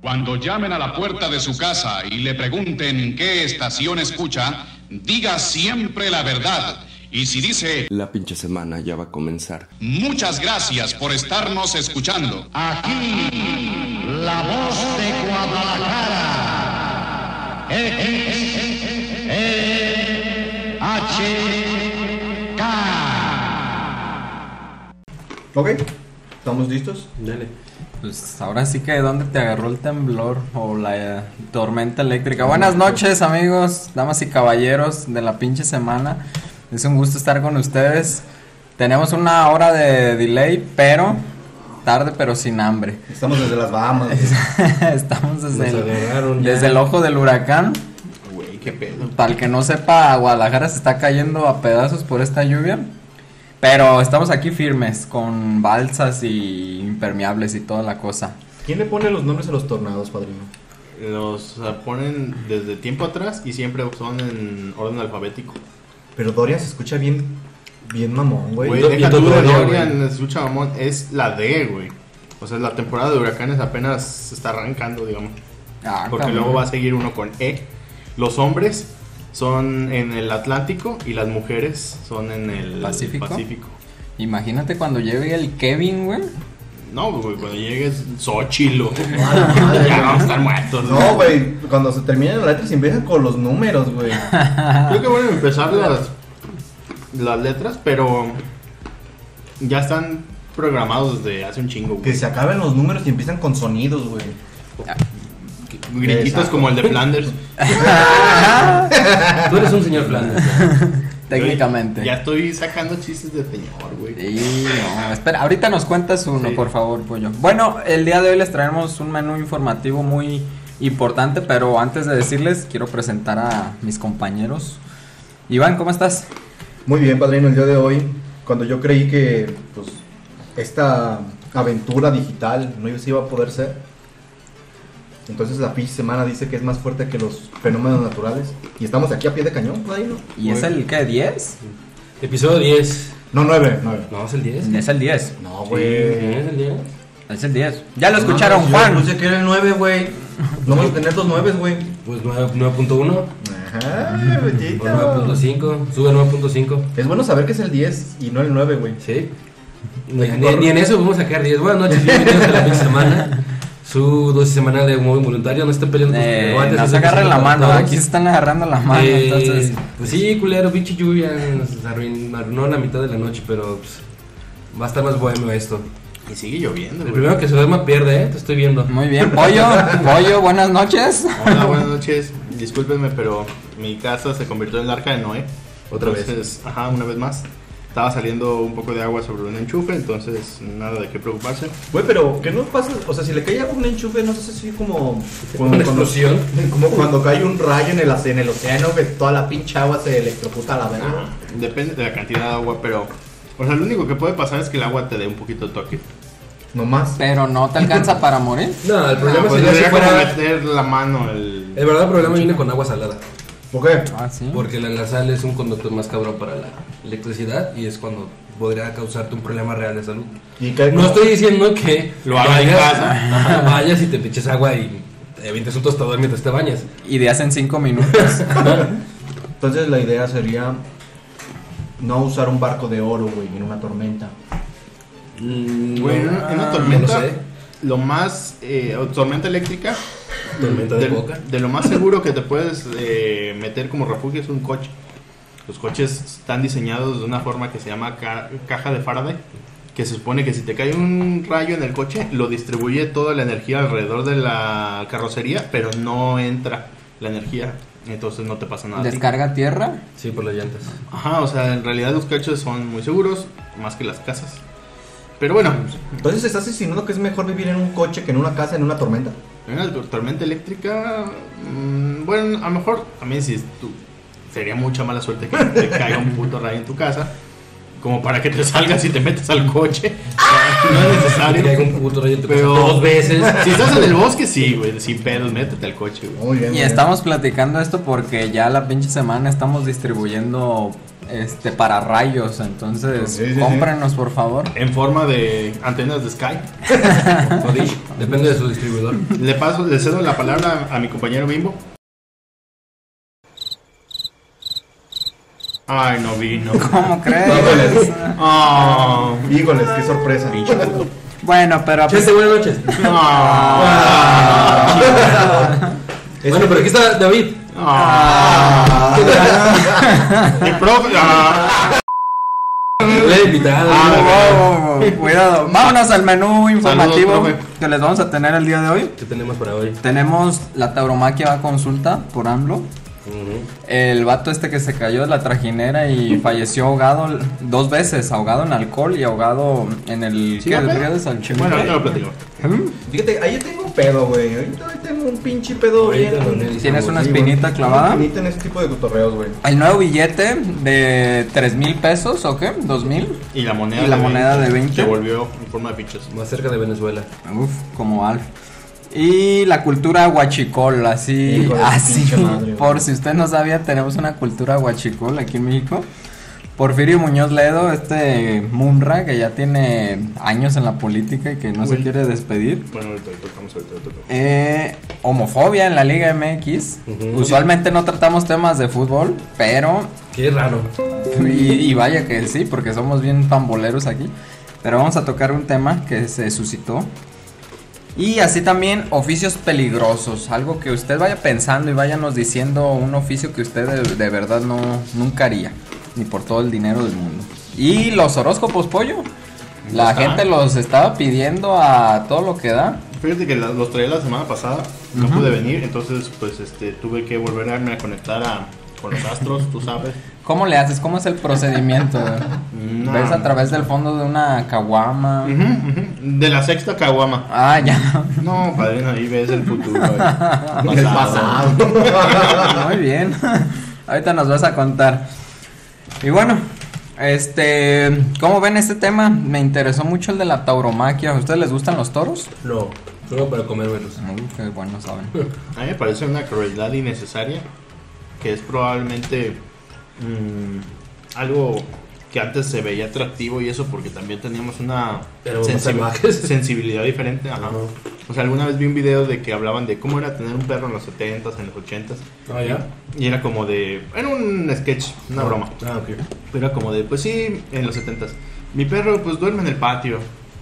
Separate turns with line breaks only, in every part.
Cuando llamen a la puerta de su casa y le pregunten qué estación escucha, diga siempre la verdad. Y si dice,
La pinche semana ya va a comenzar.
muchas gracias por estarnos escuchando.
Aquí, la voz de Guadalajara. X, E, H, K.
Ok, ¿estamos listos?
Dale. Pues ahora sí que dónde te agarró el temblor o la eh, tormenta eléctrica. Buenas noches amigos, damas y caballeros de la pinche semana. Es un gusto estar con ustedes. Tenemos una hora de delay, pero tarde pero sin hambre.
Estamos desde las Bahamas. güey.
Estamos desde
Nos agarraron
el,
ya.
desde el ojo del huracán.
Güey, qué pedo.
Para el que no sepa, Guadalajara se está cayendo a pedazos por esta lluvia. Pero estamos aquí firmes, con balsas y impermeables y toda la cosa.
¿Quién le pone los nombres a los tornados, padrino?
Los ah, ponen desde tiempo atrás y siempre son en orden alfabético.
Pero Doria se escucha bien, bien mamón, güey.
Güey,
Do-
deja
y
tú
Dorian,
Dorian,
güey.
escucha, mamón, es la D, güey. O sea, la temporada de huracanes apenas se está arrancando, digamos.
Ah,
Porque
cabrón.
luego va a seguir uno con E. Los hombres son en el Atlántico y las mujeres son en el
¿Pacífico?
Pacífico.
Imagínate cuando llegue el Kevin, güey.
No, güey, cuando llegues Xochilo. ya vamos a estar muertos.
No, güey, cuando se terminan las letras empiezan con los números, güey.
Creo que van a empezar las, las letras, pero ya están programados desde hace un chingo. güey.
Que se acaben los números y empiezan con sonidos, güey.
Grititos
Exacto.
como el de Flanders.
Tú eres un señor Flanders.
Técnicamente.
Ya estoy sacando chistes de señor, güey.
Sí, no, espera, ahorita nos cuentas uno,
Sí.
por favor, pollo. Bueno, el día de hoy les traemos un menú informativo muy importante, pero antes de decirles, quiero presentar a mis compañeros. Iván, ¿cómo estás?
Muy bien, padrino, el día de hoy, cuando yo creí que pues, esta aventura digital no se iba a poder ser, entonces la pinche semana dice que es más fuerte que los fenómenos naturales. Y estamos aquí a pie de cañón, padrino.
¿Y es el qué? ¿10?
Episodio 10.
No, nueve, nueve.
¿No es el 10?
Es el 10.
No,
Sí,
güey.
¿Es el 10?
Es el 10. Ya lo escucharon,
No, yo
Juan.
puse que era el nueve, güey. No vamos a tener los nueves, güey.
Pues nueve- Pues 9.1.
Ajá,
O
bellito.
9.5. Sube 9.5.
pues, Es bueno saber que es el 10 y no el 9, güey.
Sí. Ni, ni- ni en eso vamos a sacar 10. Buenas noches, bienvenidos a la pinche semana. Su dosis semanal de humor involuntario. No estén peleando sus
Eh,
guantes,
no
no
se
estén
agarren la
peleando
mano,
todos.
aquí se están agarrando la mano,
Eh,
entonces...
Pues sí, culero, pinche lluvia. Nos arruin- arruinó la mitad de la noche, pero pues, va a estar más bueno esto.
Y sigue lloviendo,
El
güey.
primero que se duerma pierde, ¿eh? Te estoy viendo.
Muy bien, pollo, pollo, buenas noches.
Hola, buenas noches. Discúlpenme, pero mi casa se convirtió en el arca de Noé.
Otra vez.
Entonces, Ajá, una vez más. Estaba saliendo un poco de agua sobre un enchufe, entonces nada de qué preocuparse.
Güey, pero ¿qué no pasa? O sea, si le cae un enchufe, no sé si como... como
Una
cuando-
explosión.
Como cuando cae un rayo en el, oce- en el océano, que toda la pinche agua se electrocuta a la verga.
Depende de la cantidad de agua, pero. O sea, lo único que puede pasar es que el agua te dé un poquito de toque.
No más.
Pero no te alcanza para morir.
No, el
Ah,
problema
pues
sería si
debería como
fuera.
meter la mano el.
El verdadero problema viene con agua salada.
¿Por qué?
Ah, sí.
Porque la, la sal es un conducto más cabrón para la electricidad y es cuando podría causarte un problema real de salud.
Y cae
No
como-
estoy diciendo que
Lo haga en casa.
Ajá, vayas y te pinches agua y te avientes un tostador mientras te bañas.
Ideas en 5 minutos.
Entonces la idea sería no usar un barco de oro, güey, en una tormenta.
Mm,
Güey, en
no,
una- en una
no
tormenta,
lo sé.
lo más. eh, o tormenta eléctrica,
Tormenta de boca.
de lo más seguro que te puedes eh, meter como refugio es un coche. Los coches están diseñados de una forma que se llama ca- caja de Faraday, que se supone que si te cae un rayo en el coche, lo distribuye toda la energía alrededor de la carrocería, pero no entra la energía, entonces no te pasa nada. a ti.
Descarga tierra.
Sí, por las llantas.
Ajá, o sea, en realidad los coches son muy seguros, más que las casas. Pero bueno,
Entonces estás insinuando que es mejor vivir en un coche que en una casa en una tormenta.
En una tor- tormenta eléctrica, mm, bueno, a lo mejor también si tú, sería mucha mala suerte que te caiga un puto rayo en tu casa, como para que te salgas y te metas al coche. No es
Que caiga
necesario.
un puto rayo en tu
Pero-
casa dos veces.
Si estás en el bosque, sí, güey, sin pedos, métete al coche, güey.
Muy bien. muy
Y
bien.
estamos platicando esto porque ya la pinche semana estamos distribuyendo este, para rayos. Entonces,
Sí, sí, sí.
cómprenos, por favor.
En forma de antenas de Sky.
O Dish, depende de su distribuidor.
Le paso, le cedo la palabra a mi compañero Bimbo. Ay, no vino.
¿Cómo crees?
Ah,
Híjoles, qué sorpresa.
bueno, pero pues, a
Chente, buenas noches.
ah,
Bueno, pero aquí está David.
Ah.
mi profe- ah.
Le he invitado.
oh, Wow, wow, wow, oh, Cuidado. Vámonos al menú informativo
Saludos,
que les vamos a tener el día de hoy.
¿Qué tenemos para hoy?
Tenemos la tauromaquia a consulta por AMLO.
Ujú.
El vato este que se cayó de la trajinera y falleció ahogado dos veces, ahogado en alcohol y ahogado en el, ¿qué? el río de Salchimilco.
Bueno, ahorita lo platico.
Fíjate, ahí yo tengo un pedo, güey. Ahorita hoy tengo un pinche pedo.
Ahorita
bien-
lo analizamos.
Tienes una
Sí, güey.
espinita clavada.
Una espinita en este tipo de cotorreos, güey.
El nuevo billete de 3 mil pesos o qué, 2 mil.
Y la moneda,
Y la moneda de 20.
Se volvió en forma de fichas.
Más cerca de Venezuela.
Uf, como Alf. Y la cultura huachicol, así,
Hijo de su
así.
pinche madre, güey.
por si usted no sabía, tenemos una cultura huachicol aquí en México. Porfirio Muñoz Ledo, este Munra, que ya tiene años en la política y que no se
Güey.
quiere despedir.
Bueno, ahorita lo tocamos, ahorita lo tocamos.
Eh, homofobia en la Liga MX.
Ujú.
Usualmente no tratamos temas de fútbol, pero
Qué raro.
y, y vaya que sí, porque somos bien pamboleros aquí. Pero vamos a tocar un tema que se suscitó. Y así también oficios peligrosos. Algo que usted vaya pensando y váyanos diciendo un oficio que usted de, de verdad no, nunca haría. Ni por todo el dinero del mundo. Y los horóscopos pollo. La
Está.
gente los estaba pidiendo a todo lo que da.
Fíjate que la- los traía la semana pasada, no pude venir, entonces pues este tuve que volverme a conectar a, con los astros, tú sabes.
¿Cómo le haces? ¿Cómo es el procedimiento?
No.
¿Ves a través del fondo de una caguama?
Ujú, ujú. De la sexta caguama.
Ah, ya.
No, padrino, ahí ves el futuro. El pasado.
El pasado.
Muy bien. Ahorita nos vas a contar. Y bueno, este, ¿cómo ven este tema? Me interesó mucho el de la tauromaquia. ¿A ustedes les gustan los toros?
No, solo para comérmelos.
Uy, qué bueno saben.
A mí me parece una crueldad innecesaria, que es probablemente mm, algo que antes se veía atractivo y eso porque también teníamos una
Éramos más
sensi-
salvajes.
sensibilidad diferente. ajá.
Ajá.
O sea, alguna vez vi un video de que hablaban de cómo era tener un perro en los 70s, en los 80s,
Ah, ya.
y era como de... Era un sketch, una broma.
Ah, ok.
Era como de, pues sí, en los 70 Mi perro pues duerme en el patio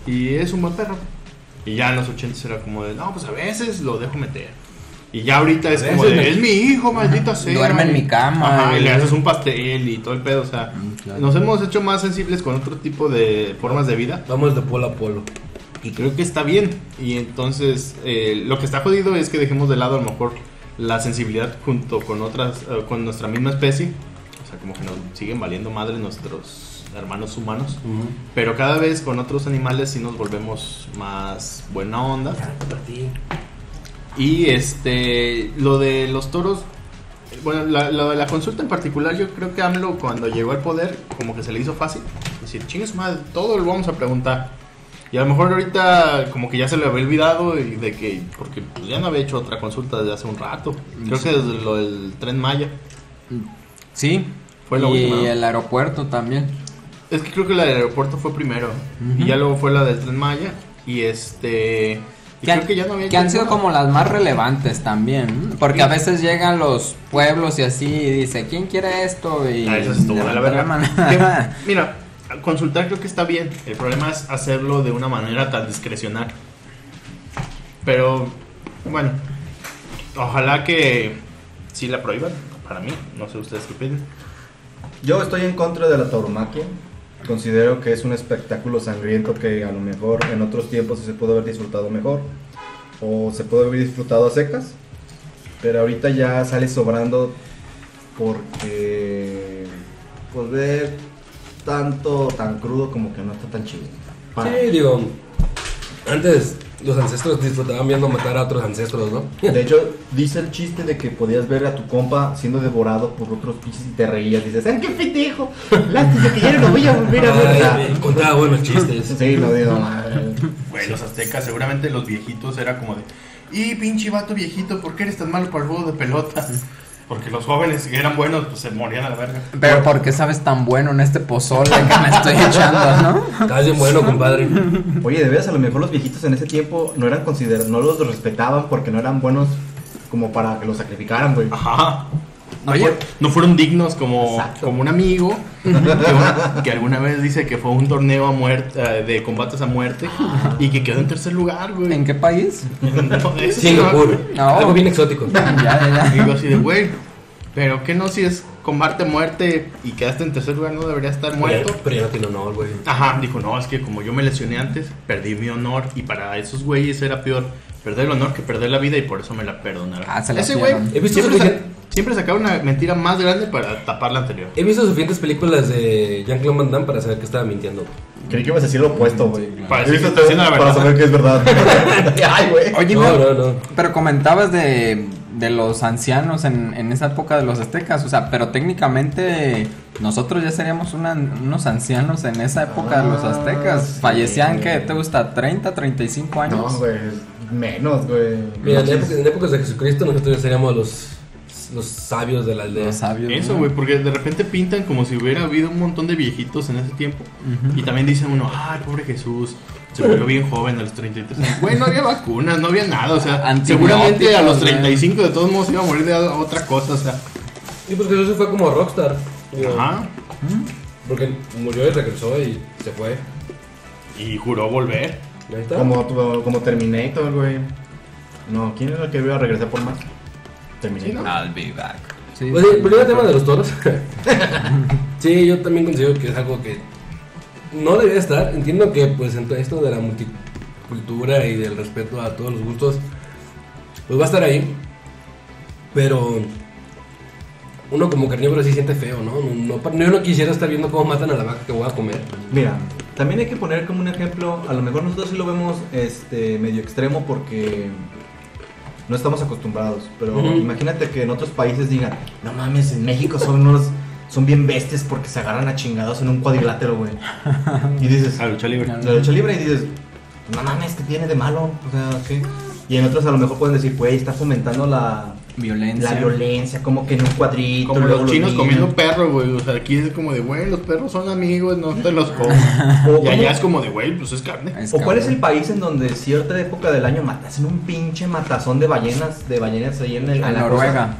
y es un buen perro. Y ya en los 80 era como de, no, pues a veces lo dejo meter. Y ya ahorita es
A
como
veces
de,
me-
es mi hijo, maldita sea.
Duerme en mi cama.
Ajá, y le haces un pastel y todo el pedo. O sea,
Mm, claro.
nos hemos hecho más sensibles con otro tipo de formas de vida.
Vamos de polo a polo.
Y creo que está bien. Y entonces, eh, lo que está jodido es que dejemos de lado a lo mejor la sensibilidad junto con otras, eh, con nuestra misma especie. O sea, como que nos siguen valiendo madre nuestros hermanos humanos. Pero cada vez con otros animales sí nos volvemos más buena onda. Y este, lo de los toros, bueno, la- lo de la consulta en particular, yo creo que AMLO cuando llegó al poder, como que se le hizo fácil. Decir, chingues madre, todo lo vamos a preguntar. Y a lo mejor ahorita como que ya se le había olvidado y de que, porque pues, ya no había hecho otra consulta desde hace un rato. Creo que desde lo del tren Maya.
Sí.
Fue la
y
última.
el aeropuerto también.
Es que creo que la del aeropuerto fue primero. Y ya luego fue la del tren Maya. Y este... Y
Que han,
creo que ya no había
que
hecho
han sido
ninguna.
como las más relevantes también. ¿no? Porque a veces llegan los pueblos y así y dice, ¿quién quiere esto? Y
Ah, eso estuvo de la
levantar
verga.
mano.
Que, Mira, consultar creo que está bien. El problema es hacerlo de una manera tan discrecional. Pero, bueno, ojalá que sí la prohíban. Para mí, no sé ustedes qué opinan.
Yo estoy en contra de la tauromaquia. Considero que es un espectáculo sangriento que a lo mejor en otros tiempos se pudo haber disfrutado mejor. O se pudo haber disfrutado a secas. Pero ahorita ya sale sobrando porque pues ver tanto tan crudo como que no está tan chido. Para-
Sí, digo, antes los ancestros disfrutaban viendo matar a otros ancestros, ¿no?
De hecho, dice el chiste de que podías ver a tu compa siendo devorado por otros bichos y te reías. Dices, ¡ay, qué pendejo! Lástima que ya no lo voy a volver a
Ay,
ver.
Contaba buenos chistes.
Sí, lo digo, madre.
Güey, los aztecas, seguramente los viejitos era como de. Y pinche vato viejito, ¿por qué eres tan malo para el juego de pelota? Porque los jóvenes que eran buenos pues se morían a la verga.
Pero ¿por qué sabes tan bueno en este pozole que me estoy echando, no?
Estás bien bueno, compadre.
Oye, de veras, a lo mejor los viejitos en ese tiempo no eran considerados, no los respetaban porque no eran buenos como para que los sacrificaran, güey.
Ajá. No,
Oye.
fuer- no fueron dignos como,
Exacto.
como un amigo que, una- que alguna vez dice que fue a un torneo a muerte, eh, de combates a muerte y que quedó en tercer lugar, güey.
¿En qué país?
No, eso sí no-
Singapur.
No.
Algo bien exótico.
Ya, ya, ya.
Y yo así de, güey, pero que no si es combate a muerte y quedaste en tercer lugar, no debería estar muerto.
Pero ya no tiene honor, güey.
Ajá, dijo, no, es que como yo me lesioné antes, perdí mi honor y para esos güeyes era peor perder el honor que perder la vida y por eso me la perdonaron.
Ah, se la
Ese güey
dieron.
He visto
siempre,
ese
sa-
güey
siempre sacaba una mentira más grande para tapar la anterior.
He visto suficientes películas de Jean-Claude Van Damme para saber que estaba mintiendo.
Creí que ibas a decir lo opuesto, güey.
Para
Yo
decir que
hice
está
todo
haciendo la
para
verdad.
saber que es verdad. Ay, güey.
Oye,
No,
pero-
no, no.
pero comentabas de, de los ancianos en, en esa época de los aztecas, o sea, pero técnicamente nosotros ya seríamos una- unos ancianos en esa época de los
Ah,
aztecas.
sí.
Fallecían, que ¿Te gusta? ¿30, 35 años?
No, güey. Menos, güey.
Mira, en,
Manches.
época- en épocas de Jesucristo nosotros ya seríamos los, los sabios de la aldea.
Los sabios.
Eso,
¿no?
güey, porque de repente pintan como si hubiera habido un montón de viejitos en ese tiempo. Y también dicen uno, ay, pobre Jesús, se murió bien joven a los 33 años. Güey, no había vacunas, no había nada, o sea, seguramente a los
Antibióticos, güey.
35 de todos modos iba a morir de a- otra cosa, o sea.
Y pues Jesús se fue como rockstar. digo,
Ajá,
Porque murió y regresó y se fue.
y juró volver.
Ahí está.
Como, tu- como Terminator, güey. No, ¿quién era el que iba a regresar por más? Terminator.
I'll be back. Sí,
Oye,
sí.
volviendo Pues al tema de los toros. sí, yo también considero que es algo que no debería estar. Entiendo que pues en todo esto de la multicultura y del respeto a todos los gustos, pues va a estar ahí. Pero uno como carnívoro sí siente feo, ¿no? No, no- yo no quisiera estar viendo cómo matan a la vaca que voy a comer.
Mira, también hay que poner como un ejemplo, a lo mejor nosotros sí lo vemos este medio extremo porque no estamos acostumbrados, pero
Ujú.
imagínate que en otros países digan, no mames, en México son unos son bien bestias porque se agarran a chingados en un cuadrilátero, güey. Y dices,
A lucha libre.
la lucha libre y dices, no mames, ¿qué tiene de malo? O sea, ¿qué? Y en otros a lo mejor pueden decir, güey, está fomentando la,
Violencia.
la violencia, como que en un cuadrito.
Como
luego
los chinos
niños.
comiendo perro, güey. O sea, aquí es como de, güey, los perros son amigos, no te los
O
comas. Y
como-
allá es como de, güey, pues es carne.
Es
¿O cuál es el
cabrón.
país en donde cierta época del año matas en un pinche matazón de ballenas, de ballenas ahí en el
En
la
Noruega.
cosa?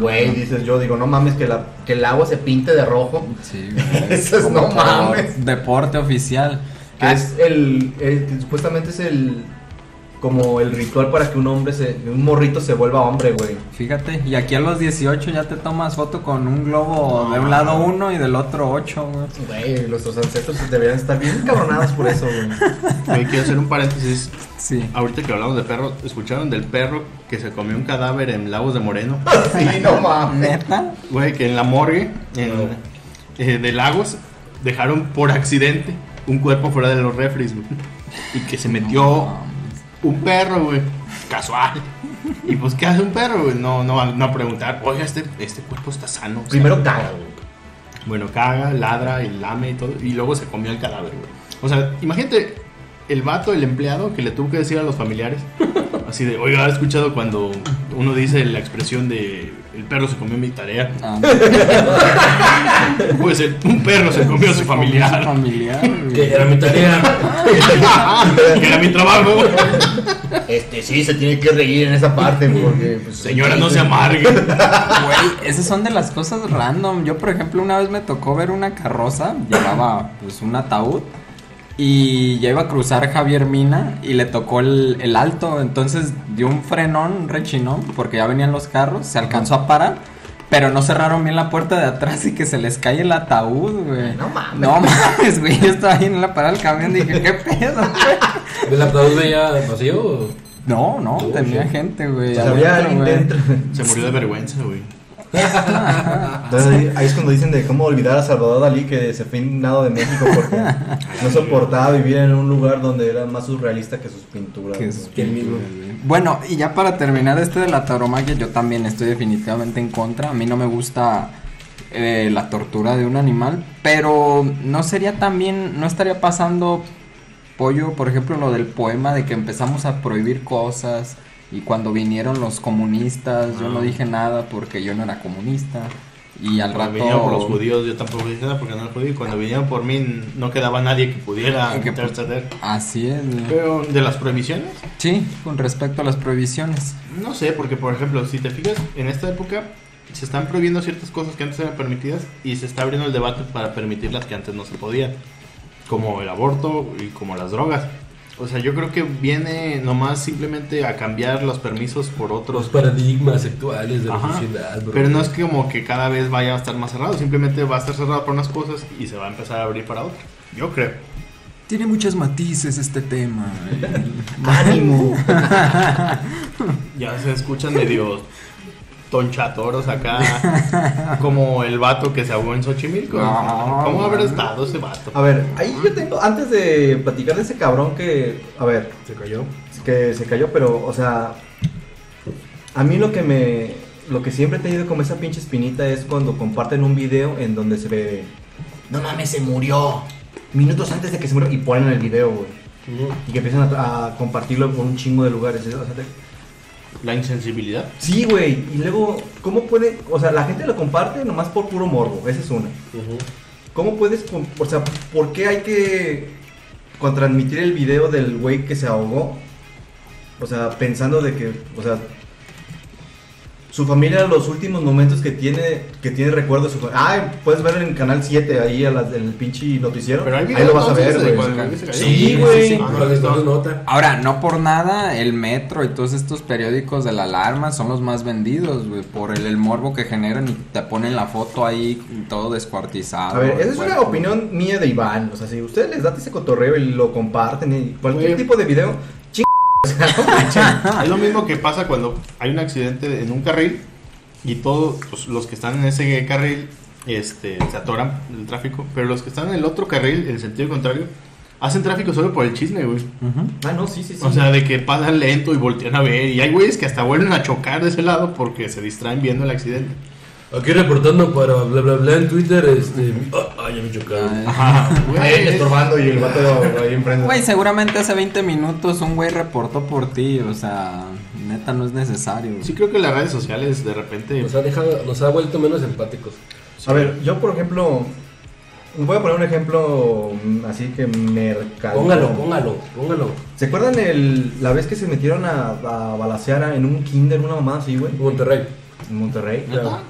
Güey,
Noruega.
dices yo, digo, no mames que, la, que el agua se pinte de rojo,
Sí, güey.
Eso es
como
no
por
mames. Ah,
Deporte oficial.
que es el, el- que supuestamente es el como el ritual para que un hombre se un morrito se vuelva hombre, güey.
Fíjate, y aquí a los 18 ya te tomas foto con un globo de un lado uno y del otro ocho, güey.
Güey, nuestros ancestros deberían estar bien cabronados por eso, güey.
Güey, quiero hacer un paréntesis.
Sí.
Ahorita que hablamos de perros, ¿escucharon del perro que se comió un cadáver en Lagos de Moreno?
Sí, no mames.
¿Neta?
Güey, que en la morgue en-
No.
eh, de Lagos dejaron por accidente un cuerpo fuera de los refres, güey. Y que se metió un perro, güey. Casual. Y pues, ¿qué hace un perro, güey? No, no, va- no va a preguntar, oiga, este, este cuerpo está sano. o sea,
Primero caga, güey.
Bueno, caga, ladra y lame y todo. Y luego se comió el cadáver, güey. O sea, imagínate el vato, el empleado, que le tuvo que decir a los familiares. Así de, oiga, ¿has escuchado cuando uno dice la expresión de el perro se comió mi tarea?
Ah, no,
Pues el- un perro se comió a su
es
familiar.
familiar, güey.
Que era mi tarea.
que era mi trabajo.
Este sí se tiene que reír en esa parte porque pues,
Señora, no se amargue.
Güey, esas son de las cosas random. Yo, por ejemplo, una vez me tocó ver una carroza, llevaba pues un ataúd y ya iba a cruzar Javier Mina y le tocó el, el alto, entonces dio un frenón, un rechinón, porque ya venían los carros, se alcanzó a parar. Pero no cerraron bien la puerta de atrás y que se les cae el ataúd, güey.
No mames.
No mames, güey. Yo estaba ahí en la parada del camión dije, ¿qué pedo, güey?
¿El ataúd veía vacío? o?
No, no,
Oh,
tenía
sí.
gente, güey.
O sea, había
adentro,
alguien
güey.
dentro.
Se murió de vergüenza, güey.
Entonces, ahí- ahí es cuando dicen de cómo olvidar a Salvador Dalí que se fue indignado de México porque no soportaba vivir en un lugar donde era más surrealista que sus pinturas.
Que
güey.
sus Bueno, y ya para terminar este de la tauromaquia, yo también estoy definitivamente en contra. A mí no me gusta eh, la tortura de un animal, pero no sería también, no estaría pasando pollo, por ejemplo, lo del poema de que empezamos a prohibir cosas Y cuando vinieron los comunistas, yo no dije nada porque yo no era comunista. Y al
Ah. Cuando vinieron por los
rato.
judíos, yo tampoco dije nada porque no era judío. Y Cuando vinieron por mí, no quedaba nadie que pudiera
Que pu-
interceder.
Así es.
Pero de las prohibiciones,
Sí, con respecto a las prohibiciones.
no sé, porque por ejemplo, si te fijas, en esta época se están prohibiendo ciertas cosas que antes eran permitidas y se está abriendo el debate para permitir las que antes no se podían, como el aborto y como las drogas. O sea, yo creo que viene nomás simplemente a cambiar los permisos por
Los
otros.
paradigmas actuales de la
Ajá,
sociedad, bro.
Pero no es como que cada vez vaya a estar más cerrado, simplemente va a estar cerrado para unas cosas y se va a empezar a abrir para otras. Yo creo.
Tiene muchos matices este tema. ¿eh?
¡Ánimo!
Ya se escuchan medio tonchatoros acá, como el vato que se ahogó en Xochimilco.
No,
¿Cómo habrá
no.
estado ese vato?
A ver, ahí yo tengo, antes de platicar de ese cabrón que, a ver,
Se cayó.
que se cayó, pero, o sea, a mí lo que me, lo que siempre he tenido como esa pinche espinita es cuando comparten un video en donde se ve, no mames, se murió, minutos antes de que se murió, y ponen el video, güey, y que empiezan a, a compartirlo por un chingo de lugares, o sea, te-
La insensibilidad.
sí, güey, y luego, ¿cómo puede, o sea, la gente lo comparte nomás por puro morbo, esa es una. ¿Cómo puedes, con- o sea, por qué hay que contransmitir el video del güey que se ahogó? O sea, pensando de que, o sea, su familia los últimos momentos que tiene, que tiene recuerdo de su familia. Ah, puedes verlo en Canal 7 ahí a las- en el pinche noticiero.
Pero hay
ahí
videos,
lo vas a
entonces,
ver,
de
güey.
cuando el güey se cayó.
Sí,
Sí,
güey. Ah,
sí, pero les doy nota.
Ahora, no por nada, el Metro y todos estos periódicos de la alarma son los más vendidos, güey, por el, el morbo que generan y te ponen la foto ahí todo descuartizado.
A ver,
el
esa es una
cuerpo.
opinión mía de Iván. O sea, si ustedes les dan ese cotorreo y lo comparten y cualquier
Güey.
tipo de video, ching. O sea, no manchen.
Es lo mismo que pasa cuando hay un accidente en un carril y todos pues, los que están en ese carril este, se atoran el tráfico, pero los que están en el otro carril, en el sentido contrario, hacen tráfico solo por el chisme, güey.
Ujú.
Ah, no, sí, sí, sí.
O sea, de que pasan lento y voltean a ver. Y hay güeyes que hasta vuelven a chocar de ese lado porque se distraen viendo el accidente.
Aquí reportando para bla bla bla en Twitter, este. ah, ah, ya me chocaron.
Ajá,
Ahí
güey.
estorbando y el vato ahí enfrente.
Güey, seguramente hace 20 minutos un güey reportó por ti, o sea, neta no es necesario. güey.
Sí creo que las redes sociales de repente...
Nos ha dejado, nos ha vuelto menos empáticos.
A ver, yo por ejemplo, voy a poner un ejemplo mm, así que mercado.
Póngalo, póngalo, póngalo.
¿Se acuerdan el, la vez que se metieron a, a balacear a- en un kinder, una mamá así, güey?
Monterrey,
En Monterrey.
¿Neta?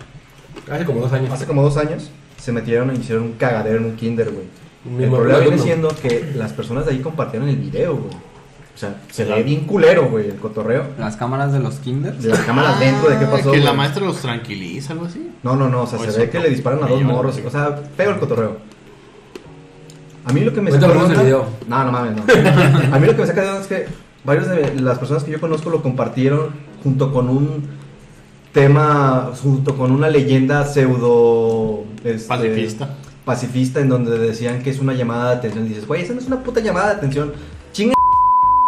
hace como dos años.
Hace como dos años se metieron e hicieron un cagadero en un kinder, güey.
Mi
el
mamá
problema viene
no.
siendo que las personas de ahí compartieron el video, güey. O sea, se ve bien culero, güey, el cotorreo.
Las cámaras de los kinders.
De las cámaras dentro, de qué pasó.
Ah, Que la
güey.
maestra los tranquiliza, algo así.
No, no, no, o sea,
O
se
eso
ve que
no.
le disparan a
Me
dos
llama la
morros. O sea, feo el cotorreo. A mí lo que me
Ahorita
saca de
ponemos el
onda-
video.
No, no mames, no. A mí lo que me saca de onda es que varias de las personas que yo conozco lo compartieron junto con un tema, junto con una leyenda pseudo. este,
Pacifista.
Pacifista, en donde decían que es una llamada de atención. Y dices, güey, esa no es una puta llamada de atención. Chinga.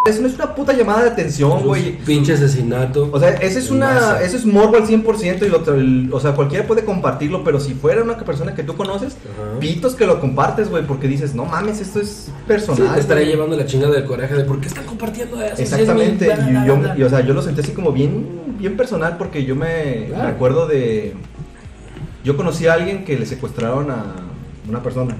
Eso no es una puta llamada de atención, güey.
Un Pinche asesinato.
O sea, ese es
en
una,
masa.
ese es morbo al 100% y lo, tra- el- o sea, cualquiera puede compartirlo, pero si fuera una persona que tú conoces,
Ajá.
pitos que lo compartes, güey, porque dices, no mames, esto es
Sí,
personal.
te estaré
güey".
llevando la chingada del coraje de por qué están compartiendo eso. Si es mi-
Exactamente,
bla, bla,
y yo,
bla, bla.
y, o sea, yo lo sentí así como bien, bien personal porque yo me,
Claro.
me acuerdo de, yo conocí a alguien que le secuestraron a una persona.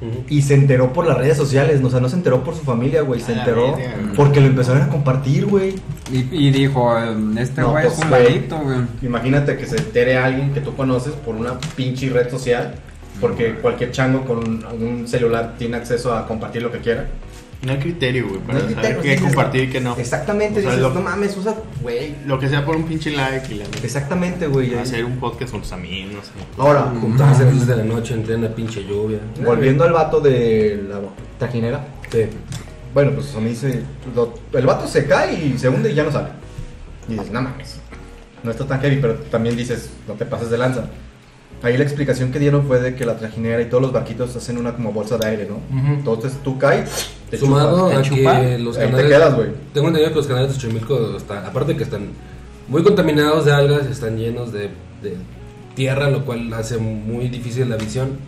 Ujú.
Y se enteró por las redes sociales, o sea, no se enteró por su familia, güey, se
A la
enteró
verga, güey.
porque lo empezaron a compartir, güey.
Y, y dijo, em, este
No,
güey
pues,
es un
güey.
ladito, güey.
Imagínate que se entere alguien que tú conoces por una pinche red social, porque cualquier chango con algún celular tiene acceso a compartir lo que quiera.
No hay criterio, güey, para
No hay
saber
criterios,
qué
dices,
compartir y qué no.
Exactamente,
O sea,
dices,
lo-
no mames, usa, güey.
Lo que sea por un pinche like y la
Exactamente, güey.
Hacer un podcast con tus amigos, no sé.
Ahora,
Mm.
Juntarse a las 10 de la noche en plena pinche lluvia.
volviendo al vato de la trajinera.
Sí.
Bueno, pues a mí se, lo- el vato se cae y se hunde y ya no sale. Y dices, no mames, no está tan heavy, pero también dices, no te pases de lanza. Ahí la explicación que dieron fue de que la trajinera y todos los barquitos hacen una como bolsa de aire, ¿no? Entonces tú caes, te
Sumado
chupa,
a
te chupa.
que los
Ahí te
canales.
quedas, güey.
Tengo entendido que los canales de Xochimilco están, aparte de que están muy contaminados de algas, están llenos de, de tierra, lo cual hace muy difícil la visión.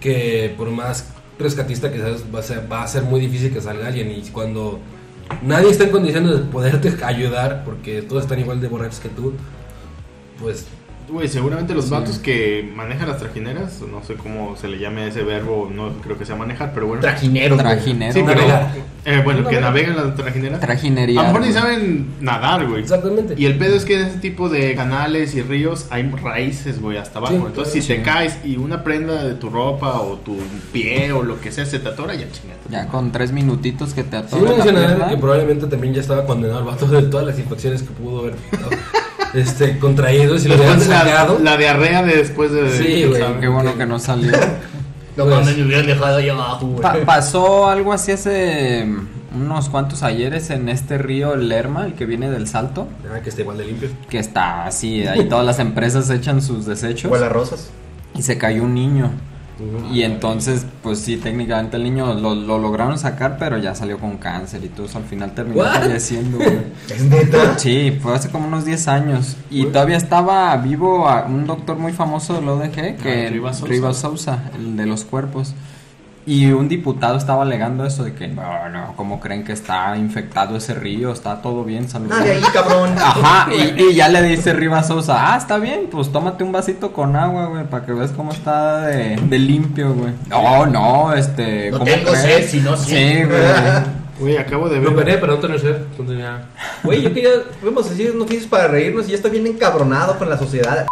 Que por más rescatista que seas, va a ser, va a ser muy difícil que salga alguien. Y cuando nadie está en condiciones de poderte ayudar porque todos están igual de borrachos que tú, pues
Güey, seguramente los vatos que manejan las trajineras, no sé cómo se le llame ese verbo, no creo que sea manejar, pero bueno.
Trajineros, güey.
Trajinero.
Sí, pero,
Navegar.
eh, bueno, que
Navegar.
navegan las trajineras.
Trajinería.
A lo mejor ni
güey.
saben nadar, güey.
exactamente.
Y el pedo es que en ese tipo de canales y ríos hay raíces, güey, hasta abajo.
Sí,
Entonces,
claro.
si te caes y una prenda de tu ropa o tu pie o lo que sea se te atora, ya chingate.
Ya con tres minutitos que te
Sí,
atoran. la
mencionar
pierna.
que probablemente también ya estaba condenado al vato de todas las infecciones que pudo haber este, contraído si lo hubieran
Después de
sacado.
la, la diarrea de después de.
Sí,
quién
güey.
sabe.
Qué bueno que no salió.
No
Pues-
mames, me hubieran dejado ahí abajo, güey.
Pa- pasó algo así hace mm, unos cuantos ayeres en este río Lerma, el que viene del Salto,
Ah, que esté igual de limpio.
que está así, ahí todas las empresas echan sus desechos
Huele a rosas.
y se cayó un niño.
Ujú.
Y entonces, pues sí, técnicamente el niño lo, lo lograron sacar, pero ya salió con cáncer y todo eso al final terminó
¿What?
falleciendo. güey.
Es neta.
Sí, fue hace como unos 10 años. Y todavía estaba vivo a un doctor muy famoso del ODG, que
Ah, Rivas Sousa.
Rivas Sousa, el de los cuerpos. Y un diputado estaba alegando eso de que, no, no, ¿cómo creen que está infectado ese río? Está todo bien,
Dale ahí,
saludable.
cabrón.
Ajá, y, y ya le dice Rivas Sousa, ah, está bien, pues tómate un vasito con agua, güey, para que veas cómo está de, de limpio, güey. No, no, este,
No
¿cómo
tengo sed, si no, sí.
Sí, güey.
Güey, acabo de
Lo
ver.
operé, pero no tener ser. Entonces ya.
Güey, yo quería. Vemos así noticias para reírnos y ya estoy bien encabronado con la sociedad.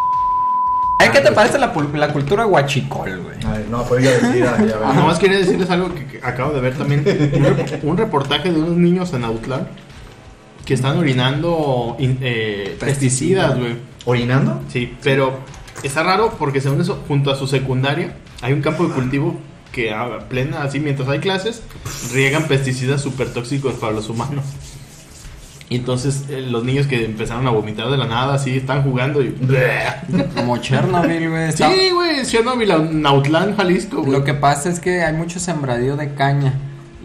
Ay, ¿Qué te parece la, pul- la cultura huachicol, güey?
A ver, no, pues yo decir, a ver, a ver.
Nomás Ah, quería decirles algo que que acabo de ver también. Un, rep- un reportaje de unos niños en Autlán que están orinando in- eh,
Pesticidas.
pesticidas, güey.
¿Orinando?
Sí, pero está raro porque según eso, junto a su secundaria, hay un campo de cultivo que a plena, así mientras hay clases, riegan pesticidas súper tóxicos para los humanos. Y entonces eh, los niños que empezaron a vomitar de la nada, así están jugando y...
Como Chernobyl, güey. está-
Sí, güey, Chernobyl, Nautlán, Jalisco, güey.
Lo que pasa es que hay mucho sembradío de caña.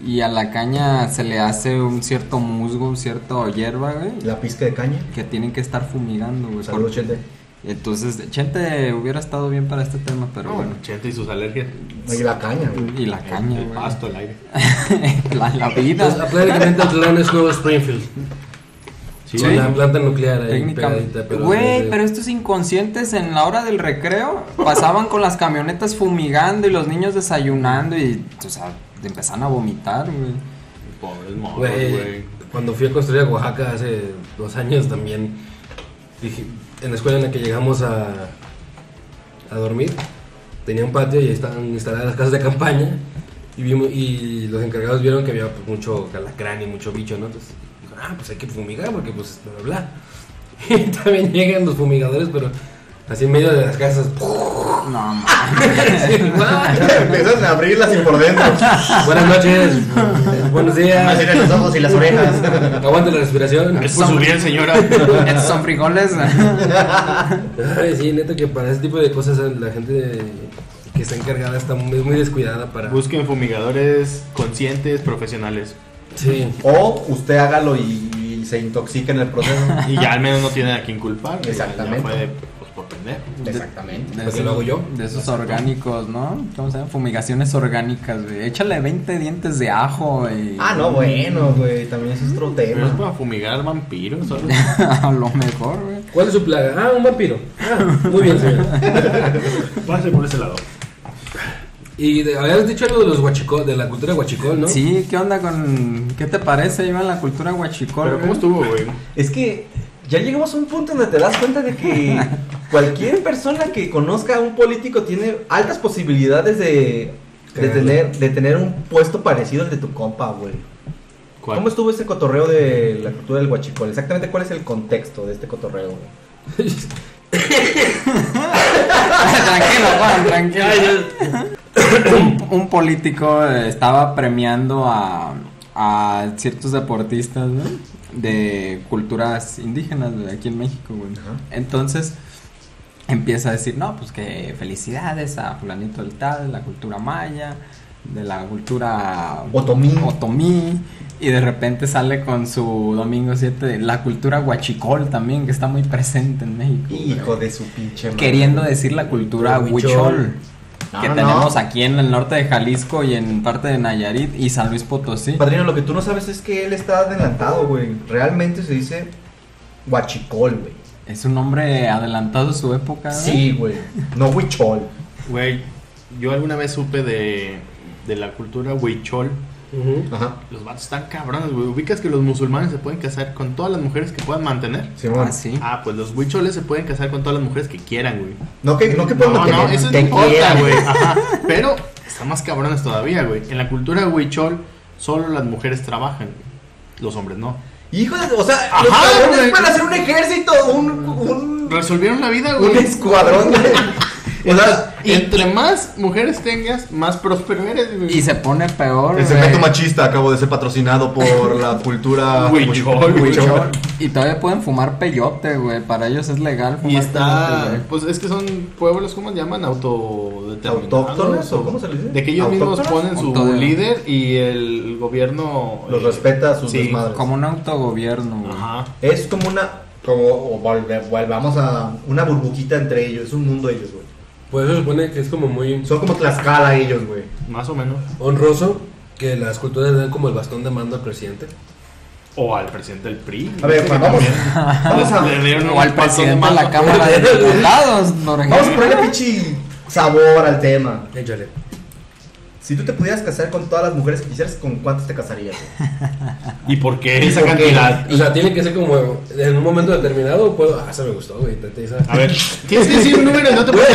Y a la caña se le hace un cierto musgo, un cierto hierba, güey.
La pizca de caña.
Que tienen que estar fumigando, güey.
Saludos,
porque-
Chente.
Entonces, Chente hubiera estado bien para este tema, pero
No,
bueno.
Chente Ah, y sus alergias.
Oye, la caña, güey.
Y la caña,
el
güey.
pasto, el aire.
la, la
Entonces,
vida.
Prácticamente el plan es nuevo Springfield.
Sí,
Con la planta nuclear ahí
Técnicamente.
pegadita, pero-
Güey, pero estos inconscientes en la hora del recreo pasaban con las camionetas fumigando y los niños desayunando y, o sea, empezaban a vomitar, güey.
pobres morros,
Güey,
güey.
cuando fui a construir a Oaxaca hace dos años también, dije, en la escuela en la que llegamos a, a dormir, tenía un patio y ahí estaban instaladas las casas de campaña. Y, vimos, y los encargados vieron que había pues, mucho calacrán y mucho bicho, ¿no? Entonces, dijeron, ah, pues hay que fumigar porque, pues, bla, bla, bla. Y también llegan los fumigadores, pero así en medio de las casas.
No, mames.
Así, "Guau".
Empiezan a abrirlas y por dentro.
Buenas noches,
Más
buenos días.
tienen los ojos y las orejas.
Aguante la respiración.
Pues subí el señora.
Estos son frijoles.
Pues Ay, sí, neta que para ese tipo de cosas la gente que está encargada está muy, muy descuidada para...
Busquen fumigadores conscientes, profesionales.
Sí.
O usted hágalo y, y se intoxica en el proceso.
Y ya al menos no tienen a quien culpar. ya-
Exactamente.
Ya fue pues, por pendejo.
Exactamente.
De
¿Por qué lo hago yo?
De esos orgánicos, ¿no? ¿Cómo se llama? Fumigaciones orgánicas, güey. Échale 20 dientes de ajo y...
Ah, no, bueno, güey. También eso es otro
Pero es
tema.
para fumigar vampiros. solo.
A lo mejor, güey.
¿Cuál es su plaga? Ah, un vampiro. Ah, muy bien, señor.
Pase por ese lado.
Y de- habías dicho algo de los huachicol, de la cultura huachicol, ¿no?
Sí, ¿qué onda con...? ¿Qué te parece, Iván, la cultura huachicol?
Pero
güey?
¿cómo estuvo, güey?
Es que ya llegamos a un punto donde te das cuenta de que cualquier persona que conozca a un político tiene altas posibilidades de, de,
Cagarla.
tener, de tener un puesto parecido al de tu compa, güey.
¿Cuál?
¿Cómo estuvo ese cotorreo de la cultura del guachicol? Exactamente, ¿cuál es el contexto de este cotorreo, güey?
tranquilo, Juan, tranquilo. un, un político eh, estaba premiando a, a ciertos deportistas ¿no? de culturas indígenas de aquí en México, güey.
Ajá.
Entonces empieza a decir, no, pues que felicidades a fulanito del tal, de la cultura maya, de la cultura
Otomí.
otomí, y de repente sale con su domingo 7 de la cultura huachicol también, que está muy presente en México. güey
Hijo de su pinche madre.
queriendo decir la cultura
Huichol.
huichol. que
No, no,
tenemos
no.
aquí en el norte de Jalisco y en parte de Nayarit y San Luis Potosí.
Padrino, lo que tú no sabes es que él está adelantado, güey. Realmente se dice guachicol, güey.
Es un hombre adelantado a su época. ¿eh?
Sí, güey. No huichol.
Güey, yo alguna vez supe de, de la cultura huichol.
Ujú.
Ajá.
Los vatos están cabrones, güey. Ubicas que los musulmanes se pueden casar con todas las mujeres que puedan mantener.
Simón.
Ah, sí.
Ah, pues los huicholes se pueden casar con todas las mujeres que quieran, güey.
No que no que
No,
puedan
no,
mantener,
eso no
que
importa,
quieran.
güey. Ajá. Pero está más cabrones todavía, güey. En la cultura huichol, solo las mujeres trabajan, güey. Los hombres no.
Hijo de, o sea,
Ajá,
los cabrones
güey.
van a hacer un ejército, un un,
Resolvieron la vida,
un
Pues,
güey.
escuadrón de o sea,
Y entre más mujeres tengas, más próspero eres, güey.
Y se pone peor.
el
güey.
segmento machista acabo de ser patrocinado por la cultura
Huichol,
huichol.
Y todavía pueden fumar peyote, güey. Para ellos es legal fumar
Y
peyote,
está,
güey.
pues es que son pueblos, ¿cómo se llaman? Autodeterminados.
¿Autóctonos o cómo se les dice?
De que ellos mismos
¿Autóctonos?
ponen su
Autodem-
líder y el gobierno...
Los
eh,
respeta sus
sí.
desmadres.
Como un autogobierno, güey.
Ajá.
Es como una como o volve- volvamos a una burbujita entre ellos, es un mundo ellos, güey.
Pues eso supone que es como muy
Son como Tlaxcala ellos, güey.
Más o menos.
honroso que las culturas le dan como el bastón de mando al presidente.
O al presidente del PRI.
A ver, Juan, vamos. Vamos a
Le dieron
O
un
al
paso
presidente de
de mando.
la Cámara de Diputados, por
Vamos a
ejemplo.
ponerle pinche sabor al tema.
Échale.
Si tú te pudieras casar con todas las mujeres que quisieras, ¿con cuántas te casarías? güey?
¿Y por qué
¿Y
esa
por qué?
cantidad?
O sea, tiene que ser como en un momento determinado. Puedo, ah, se me gustó, güey. te- te- esa-
A ver, tienes que decir un número y no te puedes...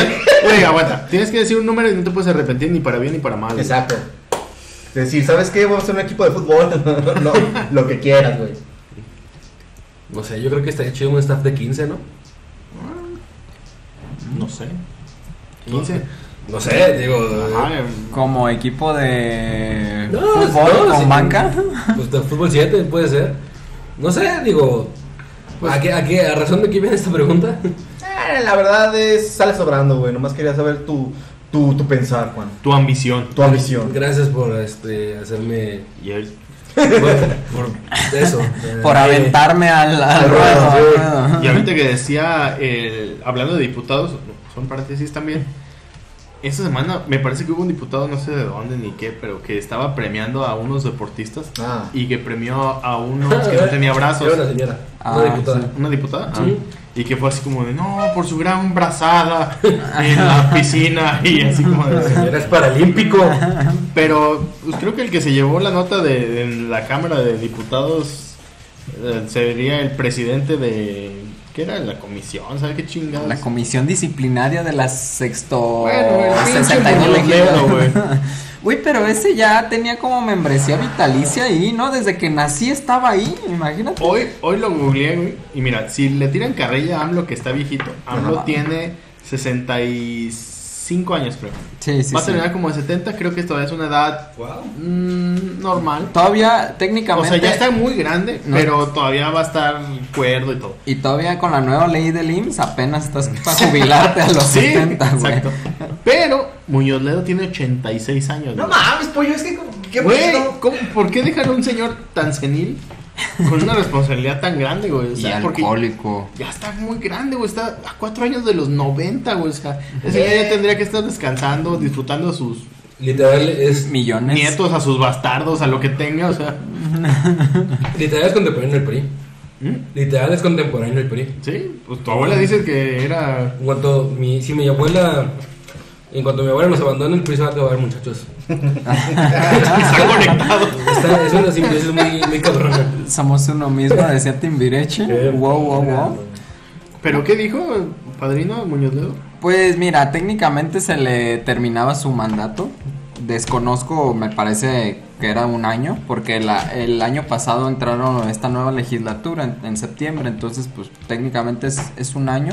Oye, aguanta. Tienes que decir un número y no te puedes arrepentir ni para bien ni para mal. güey.
Exacto. Es decir, ¿sabes qué? Vamos a ser un equipo de fútbol. lo, lo que quieras, güey.
No sé, yo creo que estaría chido un staff de 15, ¿no?
No sé. 15.
No sé, digo.
Ajá,
Como equipo de
No,
fútbol
no,
con
sí.
banca.
Pues de fútbol 7 puede ser. No sé, digo.
Pues
¿a, qué, a, qué- ¿A razón de qué viene esta pregunta?
Eh, la verdad es, sale sobrando, güey. Nomás quería saber tu, tu, tu pensar, Juan.
tu ambición.
Tu ambición.
Gracias por este, hacerme.
Y el-
Por, por eso. eh,
Por aventarme al, al
Al ruedo,
ruedo,
sí.
al ruedo.
Y ahorita que decía, el- hablando de diputados, son paréntesis también. Esta semana me parece que hubo un diputado, no sé de dónde ni qué, pero que estaba premiando a unos deportistas
Ah.
y que premió a unos que no tenía
Era una
brazos.
señora.
Ah,
una diputada.
¿Una diputada? Ah.
Sí.
Y que fue así como de, no, por su gran brazada en la piscina y así como de...
Señora es paralímpico.
Pero pues, creo que el que se llevó la nota de, de la Cámara de Diputados eh, sería el presidente de... ¿Qué era? La comisión, ¿sabes qué chingados?
La comisión disciplinaria de las sexto.
Bueno, el pinche
62
Muñoz Ledo, güey.
legislaciones. Uy, pero ese ya tenía como membresía vitalicia ahí, ¿no? Desde que nací estaba ahí, imagínate.
Hoy, hoy lo googleé, güey. Y mira, si le tiran carrilla a AMLO que está viejito, AMLO
Ajá.
tiene 65 años, creo.
Sí, sí,
Va a
sí.
terminar como de 70, creo que todavía es una edad
Wow.
mm, normal.
Todavía
O
técnicamente.
sea, ya está muy grande,
No.
pero todavía va a estar cuerdo y todo.
Y todavía con la nueva ley del IMSS apenas estás para jubilarte a los
Sí,
70, güey.
exacto. Pero Muñoz Ledo tiene 86 años.
No
güey.
mames, pollo, es que. ¿Qué
Güey,
pedo?
¿cómo- ¿por qué dejar a un señor tan senil con una responsabilidad tan grande, güey? O
Y
sea, porque
alcohólico.
Ya está muy grande, güey. Está a cuatro años de los 90, güey. O sea, ese señor ya tendría que estar descansando, disfrutando a sus
Literal es,
Millones.
nietos, a sus bastardos, a lo que tenga, o sea.
literal es contemporáneo el PRI.
¿Mm?
Literal es contemporáneo el PRI.
Sí, pues tu abuela dice que era.
En cuanto mi, si mi abuela, en cuanto mi abuela nos abandone, el PRI se va a acabar, muchachos.
Está conectado.
Esta es una simbiosis muy, muy cabrona.
Somos uno mismo, decía Timbireche.
Eh,
wow, wow, wow.
¿Pero qué dijo, padrino Muñoz Ledo?
Pues mira, técnicamente se le terminaba su mandato. Desconozco, me parece que era un año, porque la- el año pasado entraron a esta nueva legislatura en, en septiembre, entonces pues técnicamente es, es un año.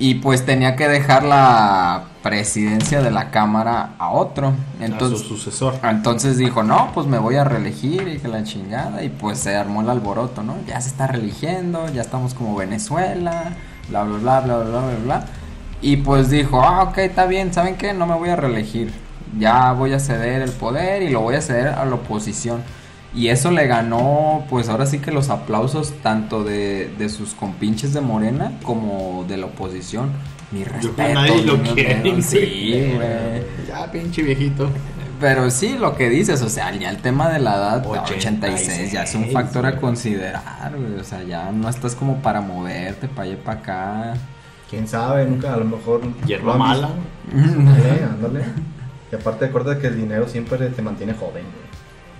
Y pues tenía que dejar la presidencia de la Cámara a otro. Entonces, ah,
a su sucesor.
entonces dijo, no, pues me voy a reelegir y que la chingada. Y pues se armó el alboroto, ¿no? Ya se está reeligiendo, ya estamos como Venezuela, bla, bla, bla, bla, bla, bla, bla. Y pues dijo, ah, ok, está bien, ¿saben qué? No me voy a reelegir. Ya voy a ceder el poder y lo voy a ceder a la oposición. Y eso le ganó, pues ahora sí que los aplausos tanto de, de sus compinches de Morena como de la oposición. Mi
Yo creo
respeto.
que nadie lo
mi
quiere,
respeto,
güey.
Sí, güey.
Ya, pinche viejito.
Pero sí, lo que dices, o sea, ya el tema de la edad, 86,
86,
ya es un factor a considerar, güey. O sea, ya no estás como para moverte, para allá, para acá.
Quién sabe, nunca, a lo mejor.
Hierba
lo han
mala.
visto. Ándale, ándale. Y aparte, acuérdate que el dinero siempre te mantiene joven. güey.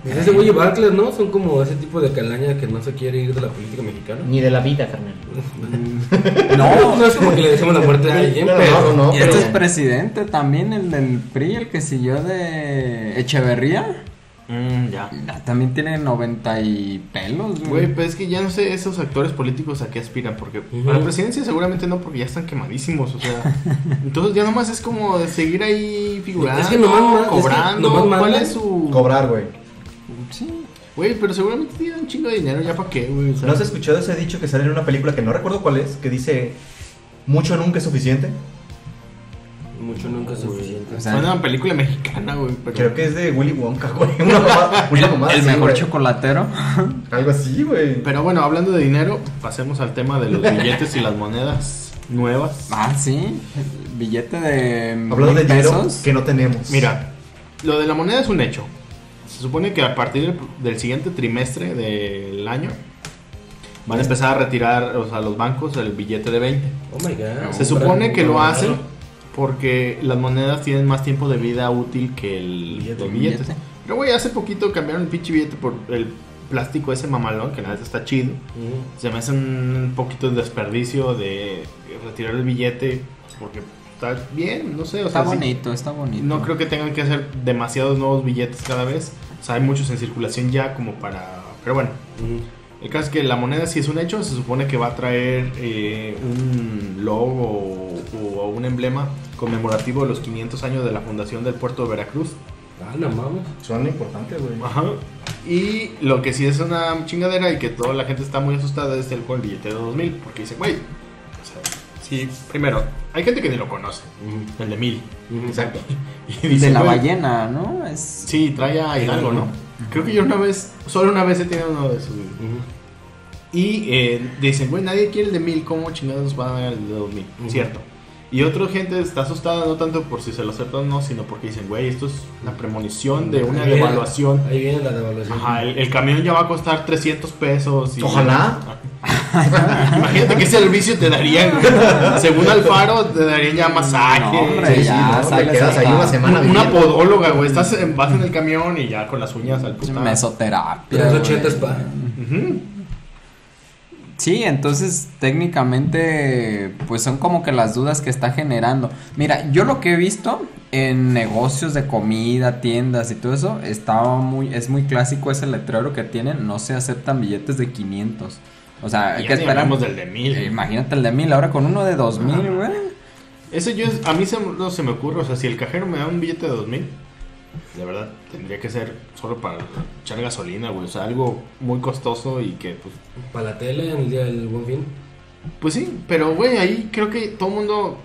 Pues ese güey y Barclays, ¿no? Son como ese tipo de calaña que no se quiere ir de la política mexicana.
Ni de la vida, carnal.
Uh.
No,
no es como que le dejemos la muerte a alguien,
Claro,
pero.
no, no,
Y este es
pero-
presidente también, el del PRI, el que siguió de Echeverría.
Mm, ya.
Ya, También tiene 90 y pelos,
Güey,
güey.
pues es que ya no sé esos actores políticos a qué aspiran, porque
Ujú.
a la presidencia seguramente no, porque ya están quemadísimos, o sea. entonces ya nomás es como de seguir ahí figurando,
Es que nomás ma- es que
cobrando.
nomás
¿Cuál
mandan
es su...?
Cobrar, güey.
Sí.
Güey, pero seguramente tienen un chingo de dinero, ¿ya para qué, güey? O sea,
¿No has escuchado ese dicho que sale en una película que no recuerdo cuál es? Que dice: Mucho nunca es suficiente.
Mucho nunca es suficiente.
O sea,
Suena a una película mexicana, güey, pero...
Creo que es de Willy Wonka, güey. Una mamá, una mamá
el
así,
mejor
güey.
chocolatero.
Algo así, güey.
Pero bueno, hablando de dinero, pasemos al tema de los billetes y las monedas nuevas.
Ah, sí. Billete de.
Hablando de
mil
dinero
pesos.
que no tenemos.
Mira, lo de la moneda es un hecho. Se supone que a partir del- del siguiente trimestre del año van a empezar a retirar, o sea, los bancos el billete de 20.
Oh my
Ah,
god.
Se supone que lo hacen porque las monedas tienen más tiempo de vida útil que el
Billete.
los billetes.
Billete.
Pero güey, hace poquito cambiaron el pinche billete por el plástico ese mamalón que nada más está chido.
Mm.
Se me hace un poquito de desperdicio de retirar el billete porque está bien, no sé, o
Está
sea, sí-
bonito, está bonito.
no creo que tengan que hacer demasiados nuevos billetes cada vez. O sea, hay muchos en circulación ya como para... Pero bueno,
Mm.
el caso es que la moneda si es un hecho. Se supone que va a traer eh, un logo o, o un emblema conmemorativo de los 500 años de la fundación del puerto de Veracruz.
Ah, no mames.
Suena importante, güey.
Ajá. Y lo que sí es una chingadera y que toda la gente está muy asustada es el con el billete de 2000. Porque dice, güey, o sea, sí, primero, hay gente que ni lo conoce. El de 1000. Exacto. Y
Y de la
"Güey,
ballena, ¿no? Es.
Sí, trae a Hidalgo, ¿no? Creo que yo una vez, solo una vez he tenido uno de esos. güey.
Ujú.
Y eh, dicen, güey, nadie quiere el de mil, ¿cómo chingados van a dar el de dos mil?
Ujú.
Cierto. Y otra gente está asustada, no tanto por si se lo aceptan o no, sino porque dicen, güey, esto es la premonición de una
Ahí viene-
devaluación.
Ahí viene la devaluación.
Ajá, el, el camión ya va a costar 300 pesos. y-
Ojalá.
Imagínate qué servicio te darían, güey. Según Alfaro, te darían ya masaje.
No, hombre,
Sí, sí,
ya
no, te
sales
quedas ahí
hasta-
una semana.
Una, una
viviendo.
podóloga, güey. Estás en, vas en el camión y ya con las uñas al puta.
Mesoterapia.
380
güey.
spa.
Ujú.
Sí, entonces técnicamente pues son como que las dudas que está generando. Mira, yo lo que he visto en negocios de comida, tiendas y todo eso, estaba muy es muy clásico ese letrero que tienen, no se aceptan billetes de 500. O sea, hay
Ya
que
ni
esperar.
hablamos del de mil.
Eh, Imagínate el de 1000 ahora con uno de 2000, güey.
Eso yo, a mí se, no se me ocurre, o sea, si el cajero me da un billete de 2000, de verdad tendría que ser solo para echar gasolina, güey, o sea, algo muy costoso y que, pues,
Para la tele en el día del buen fin.
pues sí, pero, güey, ahí creo que todo mundo...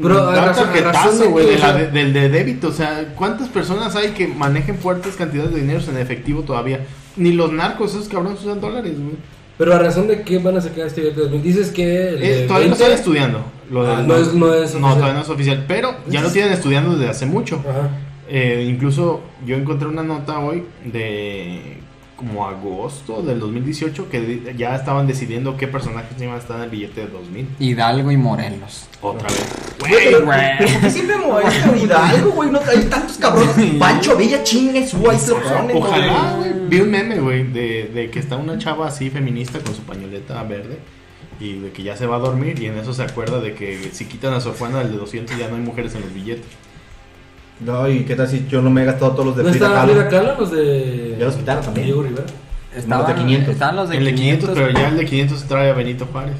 Pero, a
da
razón- a
tarjetazo,
razón de
güey,
que-
de la de- del de débito, o sea, ¿cuántas personas hay que manejen fuertes cantidades de dinero en efectivo todavía? Ni los narcos, esos cabrones usan dólares, güey.
Pero a razón de qué van a sacar este billete de 2000. Dices que. el
Eh,
de
todavía lo
20
están estudiando. Lo
Ah,
del-
no es- no es oficial.
todavía no es oficial, pero ya lo tienen estudiando desde hace mucho.
Ajá.
Eh, incluso yo encontré una nota hoy de como agosto del 2018 que di- ya estaban decidiendo qué personajes iban a estar en el billete de 2000.
Hidalgo y Morelos.
Otra vez.
Pero,
güey.
pero ¿por qué siempre me molesta a Hidalgo, güey? No hay tantos cabrones. Pancho Villa, chingue su ahí se lo ponen,
Ojalá,
güey.
güey. Vi un meme, güey, de, de que está una chava así feminista con su pañoleta verde y de que ya se va a dormir y en eso se acuerda de que si quitan a Sor Juana del de 200 ya no hay mujeres en los billetes.
No, y qué tal si yo no me he gastado todos los de
¿No
Frida
está Frida
Kahlo.
Kahlo? Los de.
Ya los quitaron también.
Diego Rivera.
Estaban,
de 500.
Estaban los de
El de 500,
500.
pero ya el de 500 trae a Benito Juárez.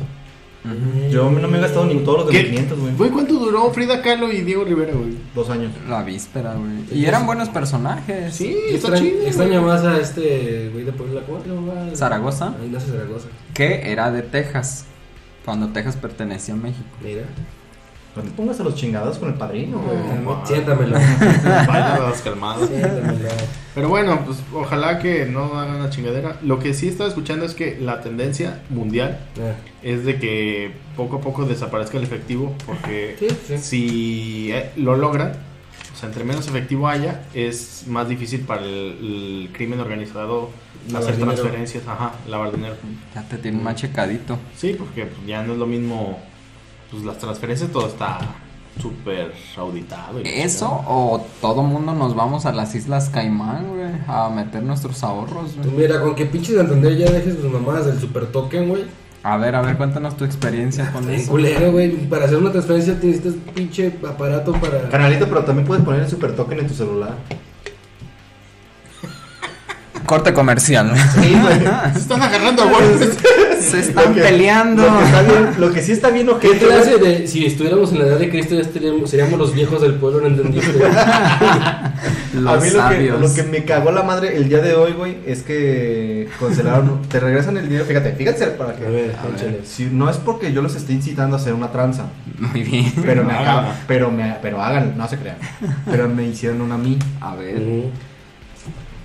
Yo no me he gastado ni todos los de
¿Qué?
500, güey.
Güey, ¿cuánto duró Frida Kahlo y Diego Rivera, güey?
Dos años.
La víspera, güey. Y eran buenos personajes.
Sí, está
Extraña,
chido. güey.
extraña más a este güey de Puebla. ¿Cómo te llamas?
Zaragoza.
A Ignacio Zaragoza.
Que era de Texas. Cuando Texas pertenecía a México.
Mira.
No te pongas a los chingados con el padrino, güey.
No,
Em, Siéntamelo.
Bailadas calmadas.
Siéntamelo.
Pero bueno, pues ojalá que no hagan una chingadera. Lo que sí estaba escuchando es que la tendencia mundial
Eh,
es de que poco a poco desaparezca el efectivo, porque
Sí, sí.
si eh, lo logran, o sea, entre menos efectivo haya, es más difícil para el, el crimen organizado
Lavar
hacer
dinero.
transferencias, ajá, lavar dinero.
Ya te
Mm.
tienen más checadito.
Sí, porque pues, ya no es lo mismo, pues las transferencias todo está súper auditado. y la
¿Eso
chingada.
o todo mundo nos vamos a las Islas Caimán, güey? A meter nuestros ahorros,
Tú
güey.
mira, con que pinche Santander ya dejes tus mamadas del super token, güey.
A ver, a ver, cuéntanos tu experiencia con
Es
eso.
culero, güey. Para hacer una transferencia te necesitas pinche aparato para.
Canalito, pero también puedes poner el super token en tu celular.
Corte comercial.
Sí, güey.
Se están agarrando a golpes.
Se están
Lo que-
peleando.
Lo que, está bien, lo que sí está bien, ojete,
¿Qué
güey,
clase de.? Si estuviéramos en la edad de Cristo, ya estaríamos- seríamos los viejos del pueblo, no entendí. güey.
A mí
Los
lo que,
sabios.
lo que me cagó la madre el día de hoy, güey, es que cancelaron, te regresan el dinero, fíjate, fíjate para
A
que...
ver, échale.
Si, no es porque yo los esté incitando a hacer una tranza,
Muy bien.
pero me
No,
acaba-
no.
pero me, pero háganlo, no se crean, pero me hicieron una a mí.
A ver.
Ujú.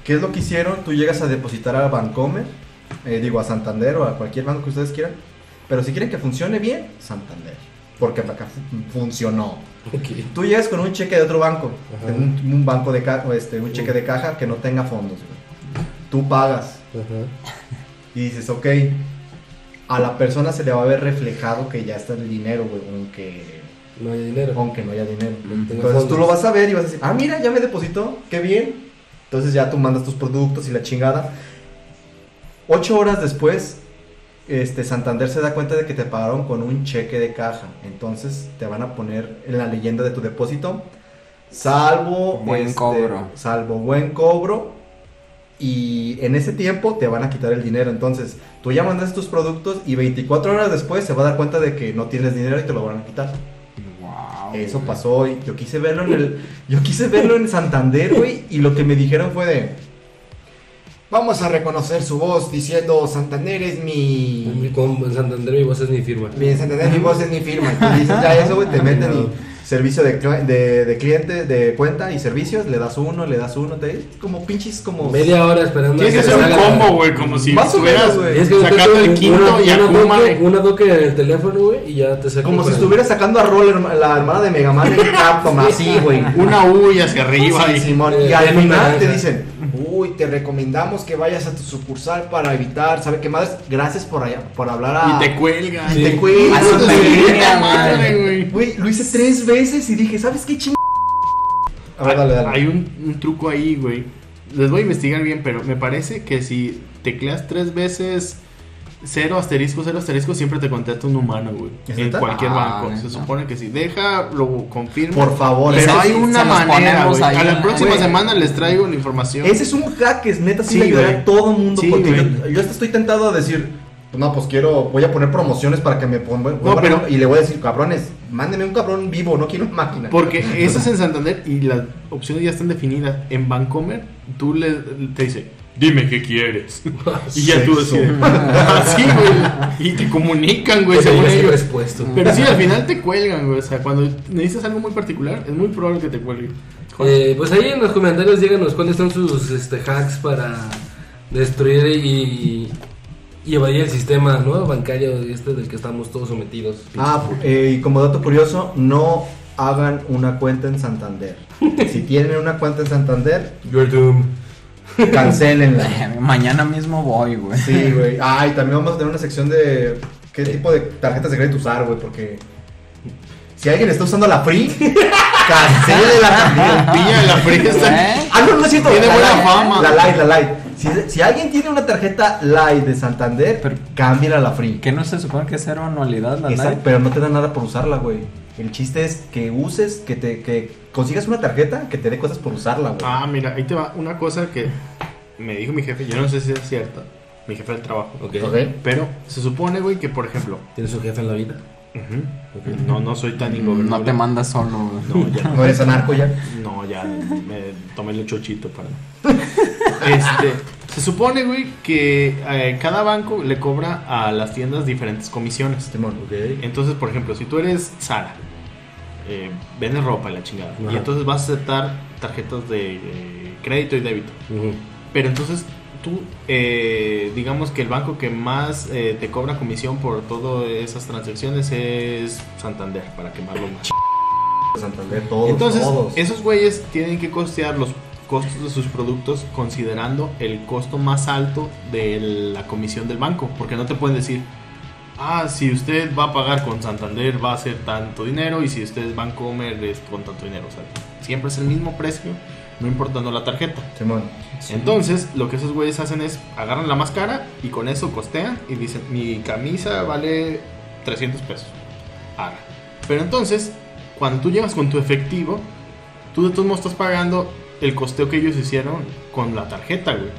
¿Qué es lo que hicieron? Tú llegas a depositar a Bancomer, eh, digo a Santander o a cualquier banco que ustedes quieran, pero si quieren que funcione bien, Santander, porque acá fu- funcionó.
Ok.
Tú llegas con un cheque de otro banco,
Ajá.
de un, un banco de ca- o este, un cheque de caja que no tenga fondos. güey. Tú pagas
Ajá.
y dices, ok, a la persona se le va a ver reflejado que ya está el dinero, güey, aunque,
No hay dinero.
aunque no haya dinero.
No tengo
Entonces tú
fondos.
lo vas a ver y vas a decir, ah, mira, ya me depositó, qué bien. Entonces ya tú mandas tus productos y la chingada. Ocho horas después, este Santander se da cuenta de que te pagaron con un cheque de caja. Entonces te van a poner en la leyenda de tu depósito, salvo este,
Buen cobro.
salvo buen cobro. Y en ese tiempo te van a quitar el dinero. Entonces tú ya mandas tus productos y 24 horas después se va a dar cuenta de que no tienes dinero y te lo van a quitar.
Wow.
Eso pasó y yo quise verlo en el yo quise verlo en Santander, güey, y lo que me dijeron fue de Vamos a reconocer su voz diciendo Santander es mi
Con en Santander mi voz es mi firma.
mi Santander mi voz es mi firma. Y dices, ya eso güey, te meten y servicio de, cli- de, de cliente, de cuenta y servicios, le das uno, le das uno, te como pinches como
Media hora esperando.
Tienes que
a
hacer
salga
un
la-
combo, güey, como si
Más o menos,
estuvieras
güey.
Tienes que
sacando
meterte
el quinto
una-
y
una
Akuma.
doque- Una doque en el teléfono, güey, y ya te saca.
como si
para-
estuviera sacando a Roll herma- la hermana de Mega Man en el campo, más así, güey.
Una U y hacia arriba.
Sí,
y-
Simón.
Eh,
Y al
tiene
final
naranja.
te dicen, uy, te recomendamos que vayas a tu sucursal para evitar, ¿sabe qué madres? Gracias por, allá, por hablar a...
Y te cuelga.
y te
Sí.
cuelgas,
A su
güey.
familia,
madre, güey.
Güey, lo hice tres veces y dije, ¿sabes qué ching... A ver, dale, dale.
Hay un, un truco ahí, güey. Les voy a investigar bien, pero me parece que si tecleas tres veces cero asterisco, cero asterisco, siempre te contesta un humano, güey.
¿Es
En
neta?
cualquier
Ah,
banco. Se
neta.
supone que sí. Deja, lo confirmo.
Por favor,
Pero
Ese
ese,
hay
sí,
una
se los
manera,
ponemos
güey.
ahí
A
en
la
la-
próxima
Güey.
semana les traigo la información.
ese es un hack, es neta, sí,
Sí,
le ayudará
güey.
a todo mundo.
Sí,
porque
güey.
yo, yo hasta estoy tentado a decir, no, pues quiero, voy a poner promociones para que me pongan...
No, pero-
Y le voy a decir, cabrones, mándenme un cabrón vivo, no quiero una máquina.
Porque eso es en Santander y las opciones ya están definidas. En Bancomer, tú le, te dice, dime qué quieres. y ya tú
Sexo.
decides. Así, güey. Y te comunican, güey,
Pues
según
yo sí
ellos.
respuesto.
Pero sí, al final te cuelgan, güey. O sea, cuando necesitas algo muy particular, es muy probable que te cuelguen.
Eh, pues ahí en los comentarios díganos cuáles son sus este, hacks para destruir y, y evadir el sistema ¿no? bancario este del que estamos todos sometidos.
Ah, eh, y como dato curioso, no hagan una cuenta en Santander. Si tienen una cuenta en Santander,
You're doomed.
cancelenla.
Mañana mismo voy, güey.
Sí, güey. Ay, también vamos a tener una sección de qué tipo de tarjetas de crédito usar, güey, porque si alguien está usando la Free, cancélela también.
Pilla de la fresa.
Ah. ¿Eh?
Ah, no, no es cierto.
Tiene
la
buena
Lite,
fama.
La Light, la Light. Si, si alguien tiene una tarjeta Light de Santander,
Pero-
cámbiala a la Free.
Que no se supone que es cero anualidad la
Exacto,
Live?
pero no te da nada por usarla, güey. El chiste es que uses, que te que consigas una tarjeta que te dé cosas por usarla, güey.
Ah, mira, ahí te va una cosa que me dijo mi jefe. Yo no sé si es cierta. Mi jefe del trabajo.
Ok.
Ok.
Pero se supone, güey, que por ejemplo.
¿Tienes un jefe en la vida?
ujú,
Ok.
No, no soy tan ingobernable.
Mm, No te manda solo, güey.
No, ya.
No eres anarco ya.
No, ya me tomé el chochito para. Este, se supone, güey, que eh, cada banco le cobra a las tiendas diferentes comisiones.
Simón.
Ok.
Entonces, por ejemplo, si tú eres Sara eh, vendes ropa y la chingada.
Ajá.
Y entonces vas a aceptar tarjetas de eh, crédito y débito.
Ujú.
Pero entonces tú, eh, digamos que el banco que más eh, te cobra comisión por todas esas transacciones es Santander, para quemarlo más.
Santander, todos,
Entonces,
todos.
esos güeyes tienen que costear los costos de sus productos considerando el costo más alto de la comisión del banco, porque no te pueden decir, ah, si usted va a pagar con Santander va a ser tanto dinero y si usted es Bancomer es con tanto dinero, o sea, siempre es el mismo precio, no importando la tarjeta.
Simón.
Entonces, lo que esos güeyes hacen es agarran la más cara y con eso costean y dicen, mi camisa vale 300 pesos. Haga. Pero entonces, cuando tú llegas con tu efectivo, tú de todos modos estás pagando el costeo que ellos hicieron con la tarjeta, güey.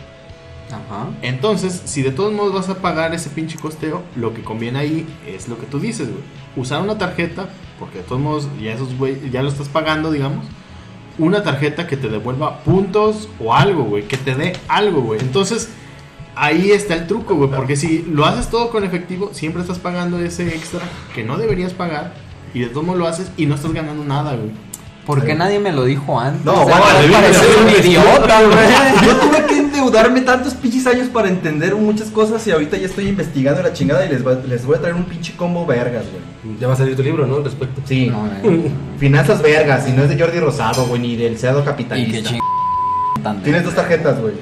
Ajá.
Entonces, si de todos modos vas a pagar ese pinche costeo, lo que conviene ahí es lo que tú dices, güey. Usar una tarjeta, porque de todos modos ya, esos güey, ya lo estás pagando, digamos. Una tarjeta que te devuelva puntos o algo, güey. Que te dé algo, güey. Entonces, ahí está el truco, güey. Porque si lo haces todo con efectivo, siempre estás pagando ese extra que no deberías pagar. Y de todos modos lo haces y no estás ganando nada, güey.
¿Por qué nadie me lo dijo antes?
No,
O sea,
Ah,
bueno,
no
debí
pareces
haber
un
sido
idiota, güey.
Yo tuve que endeudarme tantos pinches años para entender muchas cosas y ahorita ya estoy investigando la chingada y les, va- les voy a traer un pinche combo vergas, güey.
Ya va a salir tu libro, ¿no? Al respecto.
Sí.
No, güey.
Finanzas vergas, y no es de Jordi Rosado, güey, ni del Seado
Y qué
Capitalista.
ching... tan de-
Tienes dos tarjetas, güey.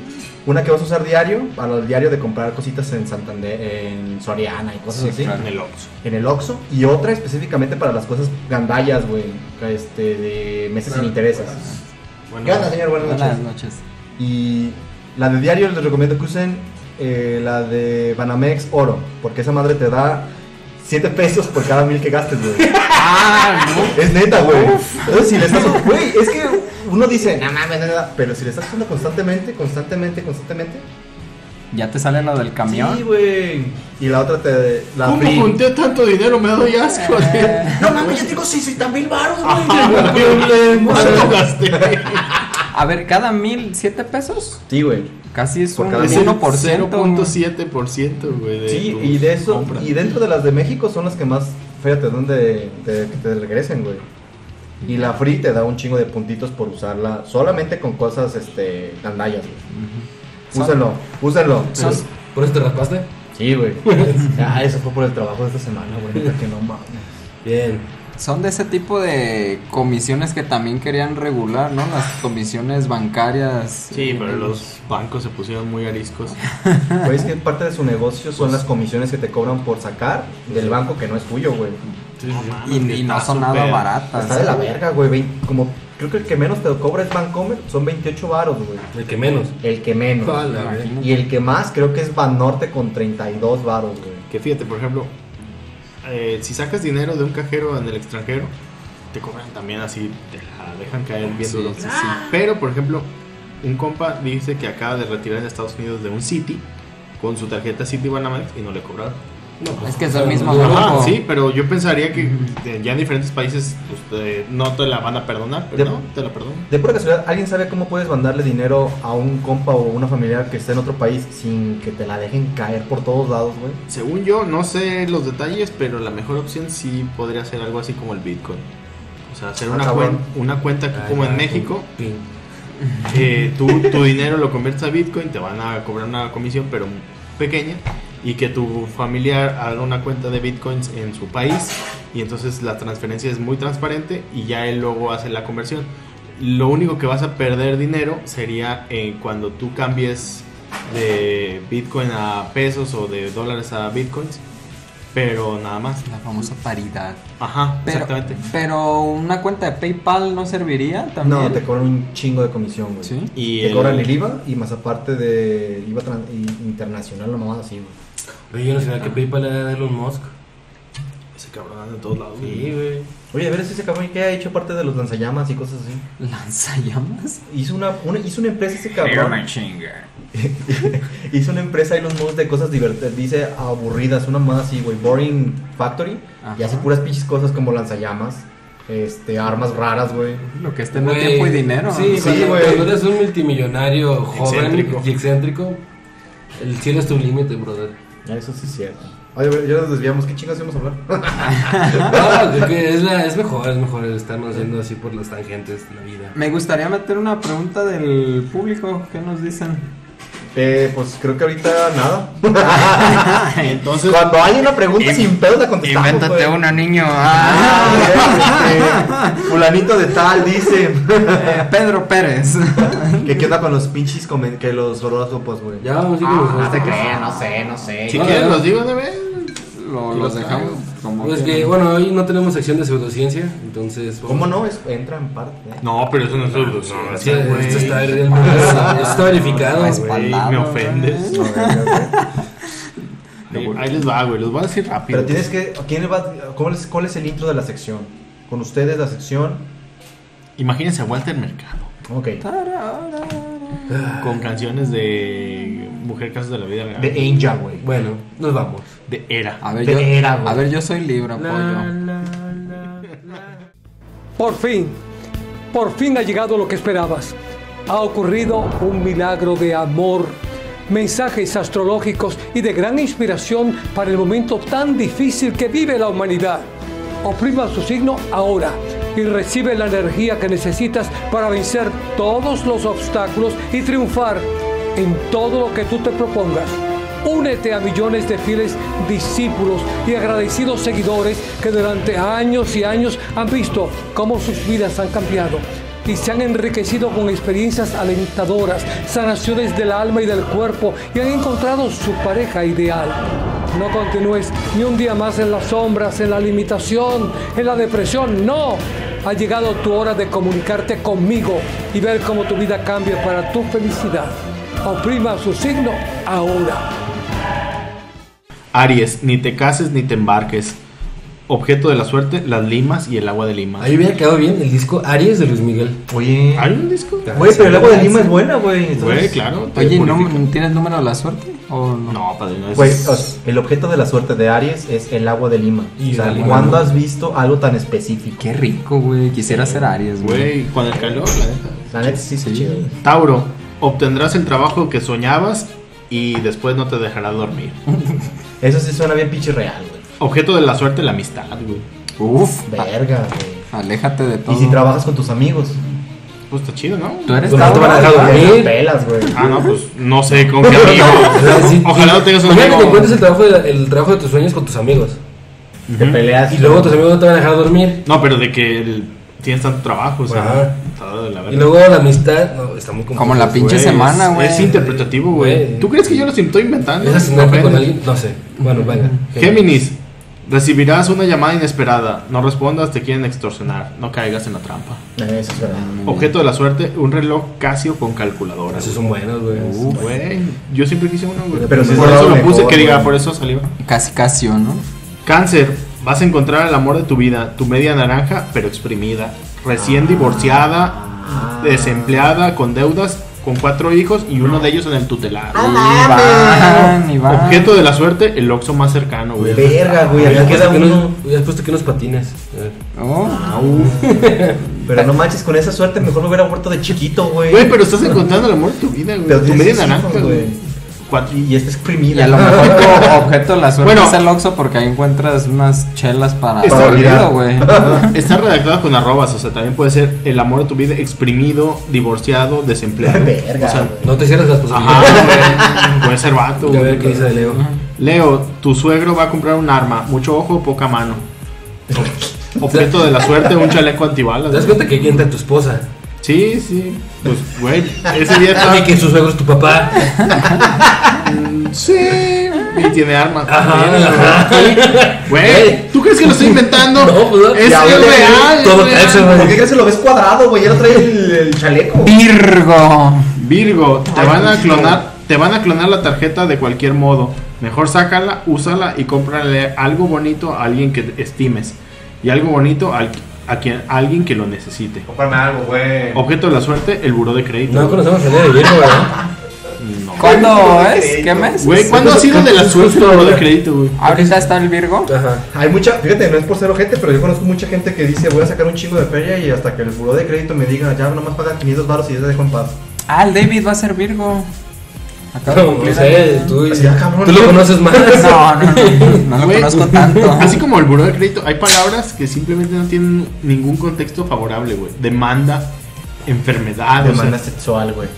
Una que vas a usar diario, para el diario de comprar cositas en Santander, en Soriana y cosas
Sí,
así.
claro.
En el Oxxo.
En el Oxxo. Y otra específicamente para las cosas gandallas, güey. Este, de meses sin intereses.
Bueno,
¿Qué onda, señor? Buenas noches.
Buenas noches.
Y la de diario les recomiendo que usen eh, la de Banamex Oro, porque esa madre te da 7 pesos por cada mil que gastes, güey.
Ah, no.
Es neta, güey. Entonces, si le estás. Güey, es que uno dice, no mames, no, no, no", Pero si le estás usando constantemente, constantemente, constantemente.
¿Ya te sale lo del camión?
Sí, güey. Y la otra te. La
¿Cómo
free.
junté tanto dinero? Me doy asco.
Eh,
Ah. No mames, yo tengo 60 mil baros, güey.
¿Cuánto gasté?
a ver, cada mil, siete pesos.
Sí, güey.
Casi es
Por
un
cada
Es
mil.
el
1%. güey.
0.7%, güey. de
Sí,
tus
y de eso.
compras.
Y dentro de las de México son las que más fea te dan de, de que te regresen, güey. Y la free te da un chingo de puntitos por usarla solamente con cosas, este, gandallas, güey.
Son-
Úsenlo, úsenlo.
Son-
¿Por eso te raspaste?
Sí, güey. ah, eso fue por el trabajo de esta semana, güey. neta que no mames.
Bien.
Son de ese tipo de comisiones que también querían regular, ¿no? Las comisiones bancarias. eh,
Sí, pero los bancos se pusieron muy ariscos.
Güey, es que parte de su negocio son las comisiones que te cobran por sacar del banco que no es tuyo, güey.
Y, y no son nada baratas.
Está de la verga, güey. vein- Como creo que el que menos te cobra es Bancomer, son 28 varos, güey.
El que menos.
El que menos.
Ah, la verga.
Imagínate.
Y el que más creo que es Banorte con 32 varos, güey.
Que fíjate, por ejemplo, eh, si sacas dinero de un cajero en el extranjero, te cobran también así, te la dejan caer bien
Sí,
duro.
sí, sí.
Pero, por ejemplo, un compa dice que acaba de retirar en Estados Unidos de un City con su tarjeta City Banamex y no le cobraron.
Es que es el mismo
Ajá,
grupo.
sí, pero yo pensaría que eh, ya en diferentes países pues, eh, no te la van a perdonar, pero
De-
no, te la perdonan.
De pura casualidad, ¿alguien sabe cómo puedes mandarle dinero a un compa o una familiar que esté en otro país sin que te la dejen caer por todos lados, güey?
Según yo, no sé los detalles, pero la mejor opción sí podría ser algo así como el Bitcoin. O sea, hacer
Ah,
una,
cabrón.
cuen- una cuenta aquí como
Ah,
en México,
pin.
eh, tú, tu dinero lo conviertes a Bitcoin, te van a cobrar una comisión, pero pequeña, y que tu familiar haga una cuenta de Bitcoins en su país, y entonces la transferencia es muy transparente y ya él luego hace la conversión. Lo único que vas a perder dinero sería eh, cuando tú cambies de Bitcoin a pesos o de dólares a Bitcoins, pero nada más.
La famosa paridad.
Ajá,
Pero,
exactamente.
pero una cuenta de PayPal no serviría también.
No, te cobran un chingo de comisión, güey.
Sí.
Y
Te
el-
cobran el IVA y más aparte de IVA tran- i- internacional, la mamada así, güey.
Oye, yo no sabía que PayPal era de Elon Musk.
Ese cabrón anda en todos lados.
Sí, güey.
Oye, a ver si ese cabrón que ha hecho parte de los lanzallamas y cosas así.
¿Lanzallamas?
Hizo una, una- hizo una empresa ese cabrón. hizo una empresa Elon Musk de cosas divertidas, dice aburridas, una más así, güey, Boring Factory. Y
Ajá.
hace puras pinches cosas como lanzallamas, este, armas raras, güey.
Lo que es tener
Güey,
tiempo y dinero.
Sí,
Sí,
cuando,
güey.
cuando eres un multimillonario joven
Excéntrico.
y excéntrico, el cielo es tu límite, brother.
Eso sí es cierto. Ay, a ver, ya nos desviamos. ¿Qué chingas íbamos a hablar?
No, de que Ah, es, la- es mejor, es mejor el estarnos yendo así por las tangentes de la vida.
Me gustaría meter una pregunta del público. ¿Qué nos dicen?
Eh, pues creo que ahorita nada.
Entonces,
Cuando hay una pregunta sin pedo la contestamos. güey.
niño. Ah.
Ah, este, Fulanito de tal dice
Eh, Pedro Pérez.
que queda con los pinches comen- que los horóscopos, güey.
Ya vamos a ir con los
Ah,
No te
horóscopos.
creas, no sé, no sé.
si quieres, los digo de vez.
Lo- los dejamos como.
Pues
quieran.
que, bueno, hoy no tenemos sección de pseudociencia, entonces... vamos-
¿Cómo no? Es- entra en parte. ¿eh?
No, pero eso no es solución.
O sea, esto está, realmente-
Ah,
esto está verificado.
Respaldado,
me
güey.
ofendes.
No, güey, güey.
Sí, Ahí les va, güey. Los voy a decir rápido.
Pero tienes que. ¿quién le va, cómo es, ¿Cuál es el intro de la sección? Con ustedes la sección.
Imagínense a Walter Mercado
Ok.
Ah. con canciones de Mujer Casos de la Vida Real.
De Angel, güey.
Bueno, nos vamos.
De Era.
A ver,
De
yo,
era, güey.
a ver, yo soy Libra, pollo.
Por fin, por fin ha llegado lo que esperabas. Ha ocurrido un milagro de amor. Mensajes astrológicos y de gran inspiración para el momento tan difícil que vive la humanidad. Oprima su signo ahora y recibe la energía que necesitas para vencer todos los obstáculos y triunfar en todo lo que tú te propongas. Únete a millones de fieles discípulos y agradecidos seguidores que durante años y años han visto cómo sus vidas han cambiado y se han enriquecido con experiencias alentadoras, sanaciones del alma y del cuerpo y han encontrado su pareja ideal. No continúes ni un día más en las sombras, en la limitación, en la depresión, no. Ha llegado tu hora de comunicarte conmigo y ver cómo tu vida cambia para tu felicidad. Oprima su signo ahora.
Aries, ni te cases ni te embarques. Objeto de la suerte, las limas y el agua de lima.
Ahí hubiera quedado bien el disco Aries de Luis Miguel.
Oye.
¿Hay un disco?
Güey, pero el agua de Lima es buena, güey. Entonces-
Güey, claro. te
Oye, ¿no,
purifica.
¿tienes número de la suerte? ¿O no?
No, padre, no es.
Güey, o sea, el objeto de la suerte de Aries es el agua de Lima.
Y
o sea,
de Lima.
¿cuándo has visto algo tan específico?
Qué rico, güey. Quisiera ser Aries, güey.
Güey, con el calor, la neta.
La neta sí, sí,
Sí.
chido. güey.
Tauro, obtendrás el trabajo que soñabas y después no te dejará dormir.
Eso sí suena bien pinche real, güey.
Objeto de la suerte, la amistad, güey.
Uf.
Verga, güey.
Aléjate de todo.
Y si trabajas con tus amigos,
Pues está chido, ¿no?
Tú eres
Pues no te van a
Tauro.
dejar
Te
dormir.
pelas, güey.
Ah, no, pues no sé con qué amigo.
Sí,
Ojalá
sí.
no tengas un
Imagínate que
amigo.
encuentres el trabajo, de, el trabajo de tus sueños con tus amigos.
Te peleas.
Y luego tus amigos no te van a dejar dormir.
No, pero de que el- tienes tanto trabajo, o sea,
Ajá.
está de la
Y
verga.
luego la amistad. No, está muy complicado.
Como la pinche
Güey,
semana,
es-
güey.
Es interpretativo, güey.
Güey.
¿Tú crees que yo lo estoy inventando?
¿Es asesinato
Depende.
con alguien? No sé. Bueno, venga.
Géminis, recibirás una llamada inesperada. No respondas, te quieren extorsionar. No caigas en la trampa.
Eh, Eso es verdad.
Objeto de la suerte, un reloj Casio con calculadora.
Esos son buenos, güey.
Uh, güey. Yo siempre quise uno, güey.
Pero sí
por
se
eso
daba
lo
mejor,
puse que
güey.
diga, por eso salió.
Casi, casi, ¿o ¿no?
Cáncer, vas a encontrar el amor de tu vida, tu media naranja, pero exprimida. Recién divorciada, desempleada, con deudas, con cuatro hijos y uno de ellos en el tutelar.
Ah,
Iván, Iván.
Objeto de la suerte, el Oxxo más cercano, güey.
Verga, güey.
Hubieras
Aquí
puesto
queda
que
uno.
unos- hubieras puesto que unos patines. Eh.
Oh,
Pero no manches, con esa suerte mejor me hubiera muerto de chiquito, güey.
Güey, pero estás encontrando el amor de tu vida,
Pero
güey. Tu
tienes
media
hijos,
naranja,
güey.
güey. Cuatro-
Y está
y
exprimida.
a lo mejor tu objeto de la suerte
Bueno.
es el Oxxo porque ahí encuentras unas chelas para
Está
para
olvidado.
güey.
Está redactado con arrobas, o sea, también puede ser el amor de tu vida exprimido, divorciado, desempleado.
Verga,
o sea,
güey.
No te cierres las posibilidades.
ajá, güey. Puede ser vato,
A ver
güey.
qué dice de Leo.
Leo, tu suegro va a comprar un arma, mucho ojo, poca mano. Objeto de la suerte, un chaleco antibalas.
¿Te das
güey.
cuenta que aquí entra tu esposa?
Sí, sí. Pues, güey, ese día
Ah,
estaba.
y que su suegro es tu papá.
Sí, y tiene armas.
Ajá,
también, Güey, ¿tú crees que lo estoy inventando?
No, pues, no.
es
Ya,
es
güey,
real.
todo
es real.
calza, güey.
¿Por qué crees que lo ves cuadrado, güey? Ya lo trae el, el chaleco.
Virgo.
Virgo, te
Ay,
van a
Dios.
clonar, te van a clonar la tarjeta de cualquier modo. Mejor sácala, úsala y cómprale algo bonito a alguien que estimes y algo bonito al- a quien a alguien que lo necesite.
Cómprame algo, güey.
Objeto de la suerte, el buró de crédito.
No conocemos el día de Virgo, ¿verdad?
No.
¿Cuándo es? ¿Qué mes?
Güey, ¿cuándo ha sido de la suerte el buró de crédito, güey?
Ahorita está el Virgo.
Ajá.
Hay mucha, fíjate, no es por ser gente, pero yo conozco mucha gente que dice voy a sacar un chingo de feria y hasta que el buró de crédito me diga ya nomás paga 500 baros y yo te dejo en paz.
Ah, el David va a ser Virgo. Acabo de
No,
cumplir
sé,
años.
tú,
Así, ah, cabrón,
tú lo
¿no?
conoces más.
No, no, no, no lo
Güey,
conozco tanto.
Así como el buró de crédito, hay palabras que simplemente no tienen ningún contexto favorable, güey. Demanda, enfermedad, o sea,
Demanda sexual, güey.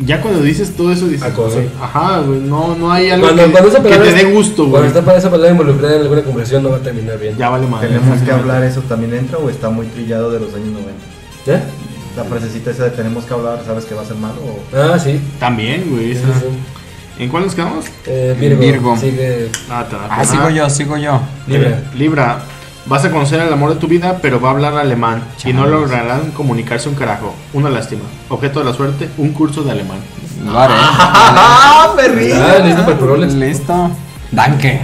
ya cuando dices todo eso, dices,
Acoso.
güey, ajá, güey, no, no hay algo
Cuando,
que,
cuando esa
que
palabra
te dé
es-
gusto, güey.
Cuando está para esa palabra involucrada en alguna conversación no va a terminar bien.
Ya vale madre.
Tenemos que
fácilmente.
hablar, eso también entra o está muy trillado de los años 90.
¿Ya?
La frasecita esa de tenemos que hablar, sabes que va a ser malo o
Ah, sí.
También, güey.
Sí,
esa-
sí, sí.
¿En cuál nos quedamos?
Eh, Virgo,
Virgo.
Sigue
Ah, está.
Ah, sigo yo, sigo yo.
Libra.
Libra, vas a conocer al amor de tu vida, pero va a hablar alemán. Y no lograrán comunicarse un carajo. Una lástima. Objeto de la suerte, un curso de alemán.
Lo haré.
¡Ah,
Ah, listo para el Prolex.
Listo. Danke.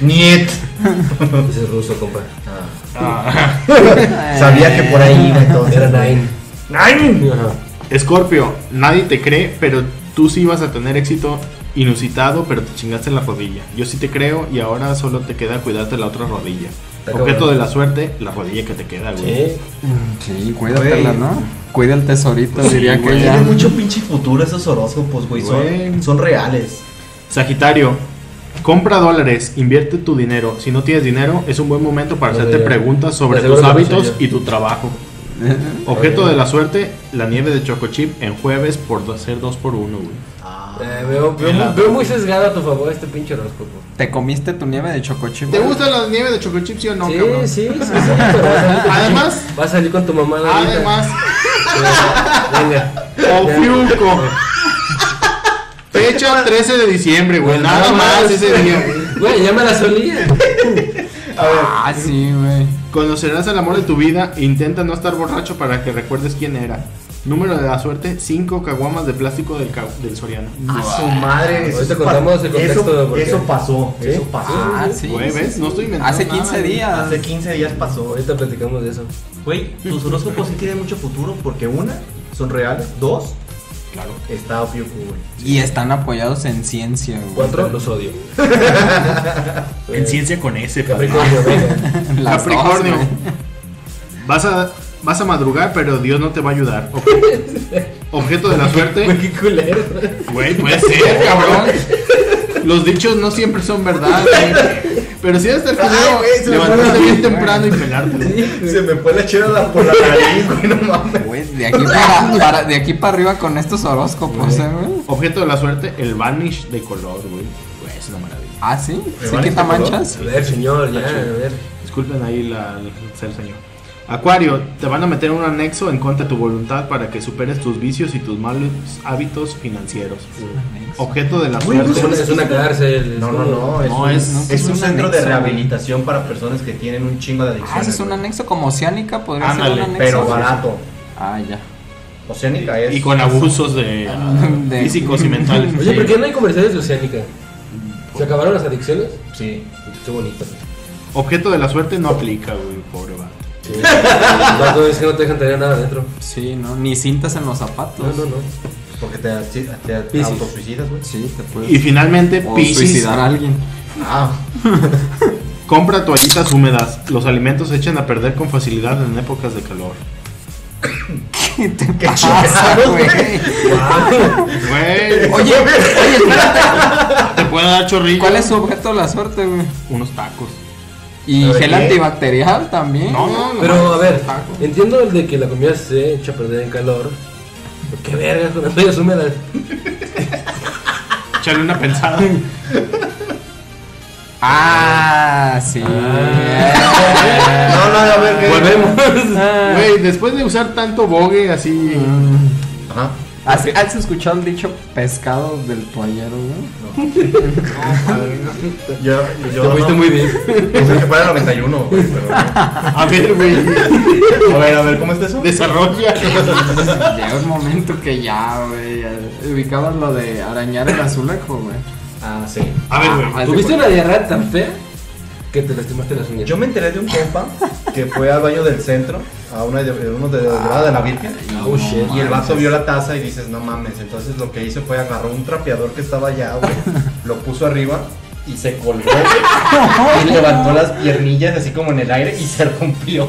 ¡Niet!
Ese es ruso, compa.
Ah. Sabía que por ahí iba entonces.
Era Nine.
¡Nine!
Ajá.
Escorpio, nadie te cree, pero tú sí vas a tener éxito inusitado, pero te chingaste la rodilla. Yo sí te creo y ahora solo te queda cuidarte la otra rodilla.
Está
Objeto
cabrón.
de la suerte, la rodilla que te queda, güey.
Sí.
Sí, cuídatela,
Güey.
¿no? Cuida el tesorito, diría que
güey.
ya.
Tiene mucho pinche futuro esos horóscopos, güey.
Güey.
Son, son reales.
Sagitario, compra dólares, invierte tu dinero. Si no tienes dinero, es un buen momento para
Lo
hacerte
de-
preguntas
lo
sobre
de
tus
seguro que
hábitos
soy yo.
y tu trabajo. Objeto de la suerte, la nieve de Choco Chip en jueves por hacer dos por uno, güey.
Ah,
Eh, veo, veo,
Bien, la-
veo muy sesgado a tu favor este pinche horóscopo.
¿Te comiste tu nieve de chocochip?
¿Te gusta la nieve de Choco Chip, sí o no,
sí,
cabrón?
sí, sí, sí, pero vas a-
Además,
vas a salir con tu mamá ahorita.
además,
Venga.
Ofiuco. Fecha 13 de diciembre,
Pues
güey. Nada más ese día. güey.
Güey, ya me la solía.
Ah, sí, güey.
Conocerás el amor de tu vida. Intenta no estar borracho para que recuerdes quién era. Número de la suerte: 5 caguamas de plástico del, ca- del Soriano.
A su madre.
Ahorita
eso
contamos el contexto
eso-
de por qué.
eso pasó.
¿Sí?
Eso pasó.
Ah, sí.
Güey,
sí,
¿ves?
sí.
No estoy inventando
Hace
nada, eh?
15
güey.
días.
Hace 15 días pasó.
Ahorita platicamos de eso.
Güey, tus horóscopos sí tienen mucho futuro porque una, son reales. Dos,
Claro.
está Ofiuco, güey.
Y están apoyados en ciencia, güey.
Cuatro, los odio.
En ciencia con ese,
Capricornio, venga.
Las dos,
Capricornio.
güey.
Vas a, vas a madrugar, pero Dios no te va a ayudar. Obje- Objeto de la
Güey,
suerte.
qué culero.
Güey, puede ser, cabrón. Los dichos no siempre son verdad, güey. Pero si eres el culero,
güey, se me
levantarte
fue la
bien temprano y pelarte.
Se me fue la chela la- por la nariz, güey, no mames.
Güey, de aquí para, para- de aquí para arriba con estos horóscopos, ¿eh, güey?
Objeto de la suerte, el vanish de color, güey. Güey, es una maravilla.
Ah, sí.
¿Me
¿Sí
van
quita
este color?
manchas?
A ver, señor, ya, a ver.
Disculpen ahí la, el señor. Acuario, te van a meter un anexo en contra de tu voluntad para que superes tus vicios y tus malos hábitos financieros. Objeto de la
Güey,
suerte.
Es una, es una cárcel. es
No, no,
como-
no. Es
No,
un,
es- no,
es
es
un
un
centro de
anexo,
rehabilitación para personas que tienen un chingo de adicciones.
Ah, ese es un
güey.
anexo como oceánica, podría ser
Ándale,
un anexo.
Pero barato.
Ah, ya.
Oceánica es.
Y con abusos de, ah,
De-
físicos y mentales.
Oye, ¿por qué no hay comerciales de Oceánica? ¿Se acabaron las adicciones?
Sí.
Qué bonito.
Objeto de la suerte no aplica, güey, pobre vato.
Sí. Vato, es que no te dejan tener nada adentro.
Sí, ¿no? Ni cintas en los zapatos.
No, no, no.
Porque te, te, te
Piscis.
autosuicidas, güey.
Sí, te puedes...
Y finalmente,
Pues, o
Piscis,
suicidar a alguien.
Ah,
compra toallitas húmedas. Los alimentos se echan a perder con facilidad en épocas de calor.
¿Qué te pasa, güey?
Güey,
Oye, oye, espérate.
te puede dar chorrillo.
¿Cuál es su objeto de la suerte, güey?
Unos tacos.
Y
¿Pero
gel
qué?
antibacterial también.
No, no, no.
Pero a ver, entiendo el de que la comida se echa a perder en calor. Pero qué verga con las toallas húmedas.
Échale una pensada.
Ah, sí.
no, no, a ver, ¿qué?
Volvemos.
Güey, después de usar tanto bogue así.
Ajá.
¿Has, Ah, has escuchado el dicho pescado del toallero, güey?
Yo, yo.
Te fuiste
no-
muy bien.
Pensé que fuera 91, güey, pero no.
A ver, güey.
A ver, a ver, ¿cómo está eso?
Desarrolla.
Llega un momento que ya, güey. ya- Ubicabas lo de arañar el azulejo, güey.
Ah, sí.
A ver, güey.
Ah, haz de
¿Tuviste
cuenta.
una diarrea tan fea que te lastimaste las uñas?
Yo me enteré de un compa que fue al baño del centro, a una de, de uno de, de la Virgen.
Oh, shit.
Y el vato vio la taza y dices, no mames. Entonces lo que hizo fue agarró un trapeador que estaba allá, güey, lo puso arriba y se colgó. güey, y levantó las piernillas así como en el aire y se rompió.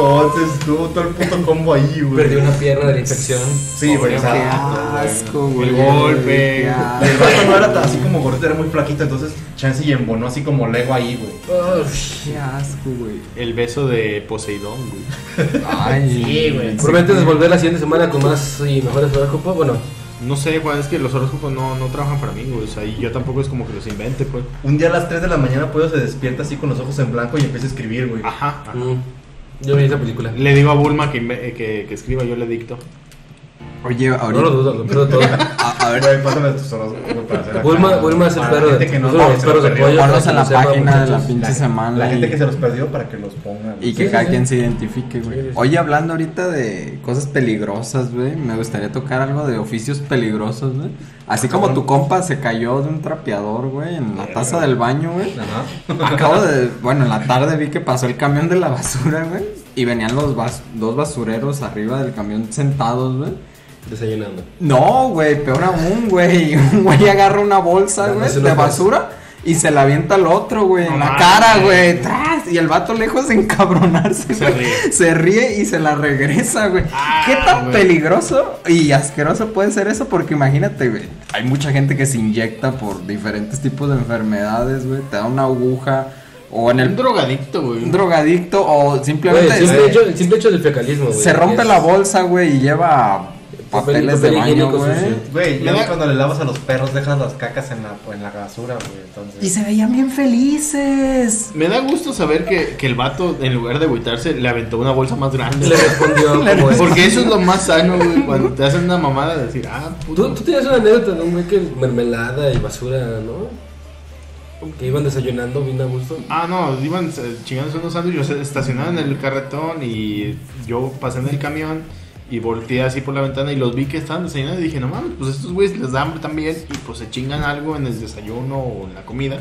Entonces tuvo todo el puto combo ahí, güey.
Perdí una pierna de la infección.
Sí, güey, o
Qué
sea.
asco, güey.
El golpe.
Y
Qué
El
asco.
vato no era tan- así como gordito, era muy flaquito, entonces Chance y embonó así como Lego ahí, güey.
Qué asco, güey.
El beso de Poseidón, güey.
Ay,
Sí, güey.
¿Prometes volver la siguiente semana con más y mejores horóscopos? Bueno,
No sé, güey, es que los horóscopos no, no trabajan para mí, güey. O sea, y yo tampoco es como que los invente, pues.
Un día a las 3 de la mañana, Puedo se despierta así con los ojos en blanco y empieza a escribir, güey.
Ajá. ajá.
mm, yo vi esa película.
Le digo a Bulma que, inve- eh, que, que escriba, yo le dicto.
Oye,
No lo
ahorita.
dudo, lo pido todo.
A, a ver,
Güey, pásame tus horas, güey, para hacer acá.
Bulma, Bulma es el
Para la
perro de,
gente que no-
es uno de los
que se
perros
lo
de
perdió.
pollo.
ponlos
para
en
que
la
lo sepan,
página de la
muchachos.
pinche semana.
La gente
y-
que se los perdió para que los ponga. güey.
Y que
Sí,
cada
sí,
quien se identifique, güey.
Sí, sí, sí.
Oye, hablando ahorita de cosas peligrosas, güey, me gustaría tocar algo de oficios peligrosos, güey.
Ah,
Así como tu compa se cayó de un trapeador, güey, en la taza del baño, güey.
Ajá.
Acabo de, bueno, en la tarde vi que pasó el camión de la basura, güey, y venían los bas- dos basureros arriba del camión sentados, güey.
Desayunando.
No, güey, peor aún, güey. Un güey agarra una bolsa, güey,
Dándose
de
los brazos.
basura y se la avienta al otro, güey, en
No
la
mames.
cara, güey. ¡Tras! Y el vato lejos de encabronarse,
Se
güey,
ríe.
se ríe y se la regresa, güey.
Ah,
¿Qué tan
güey.
peligroso y asqueroso puede ser eso? Porque imagínate, güey, hay mucha gente que se inyecta por diferentes tipos de enfermedades, güey. Te da una aguja o en
Un
el
drogadicto, güey.
un drogadicto o simplemente
Mm. Güey, el simple,
este,
hecho, el simple hecho del fecalismo, güey.
se rompe
es-
la bolsa, güey, y lleva
Papel-
papeles de
papel
baño,
higiénico
güey.
sucio.
Güey,
Me
ya
da-
ves cuando le lavas a los perros, dejas las cacas en la, en la basura, güey. Entonces.
Y se veían bien felices.
Me da gusto saber que, que el vato, en lugar de agüitarse, le aventó una bolsa más grande.
Le respondió como es.
Porque eso es lo más sano, güey. Cuando te hacen una mamada, decir, ah,
¿Tú,
puto.
tú tienes una anécdota de un güey que mermelada y basura, ¿no? Que iban desayunando bien a gusto.
Ah, no, iban eh, chingándose unos sándwiches, estacionaron en el carretón y yo pasé en el camión y volteé así por la ventana y los vi que estaban desayunando y dije, no mames, pues estos güeyes les da hambre también y pues se chingan algo en el desayuno o en la comida,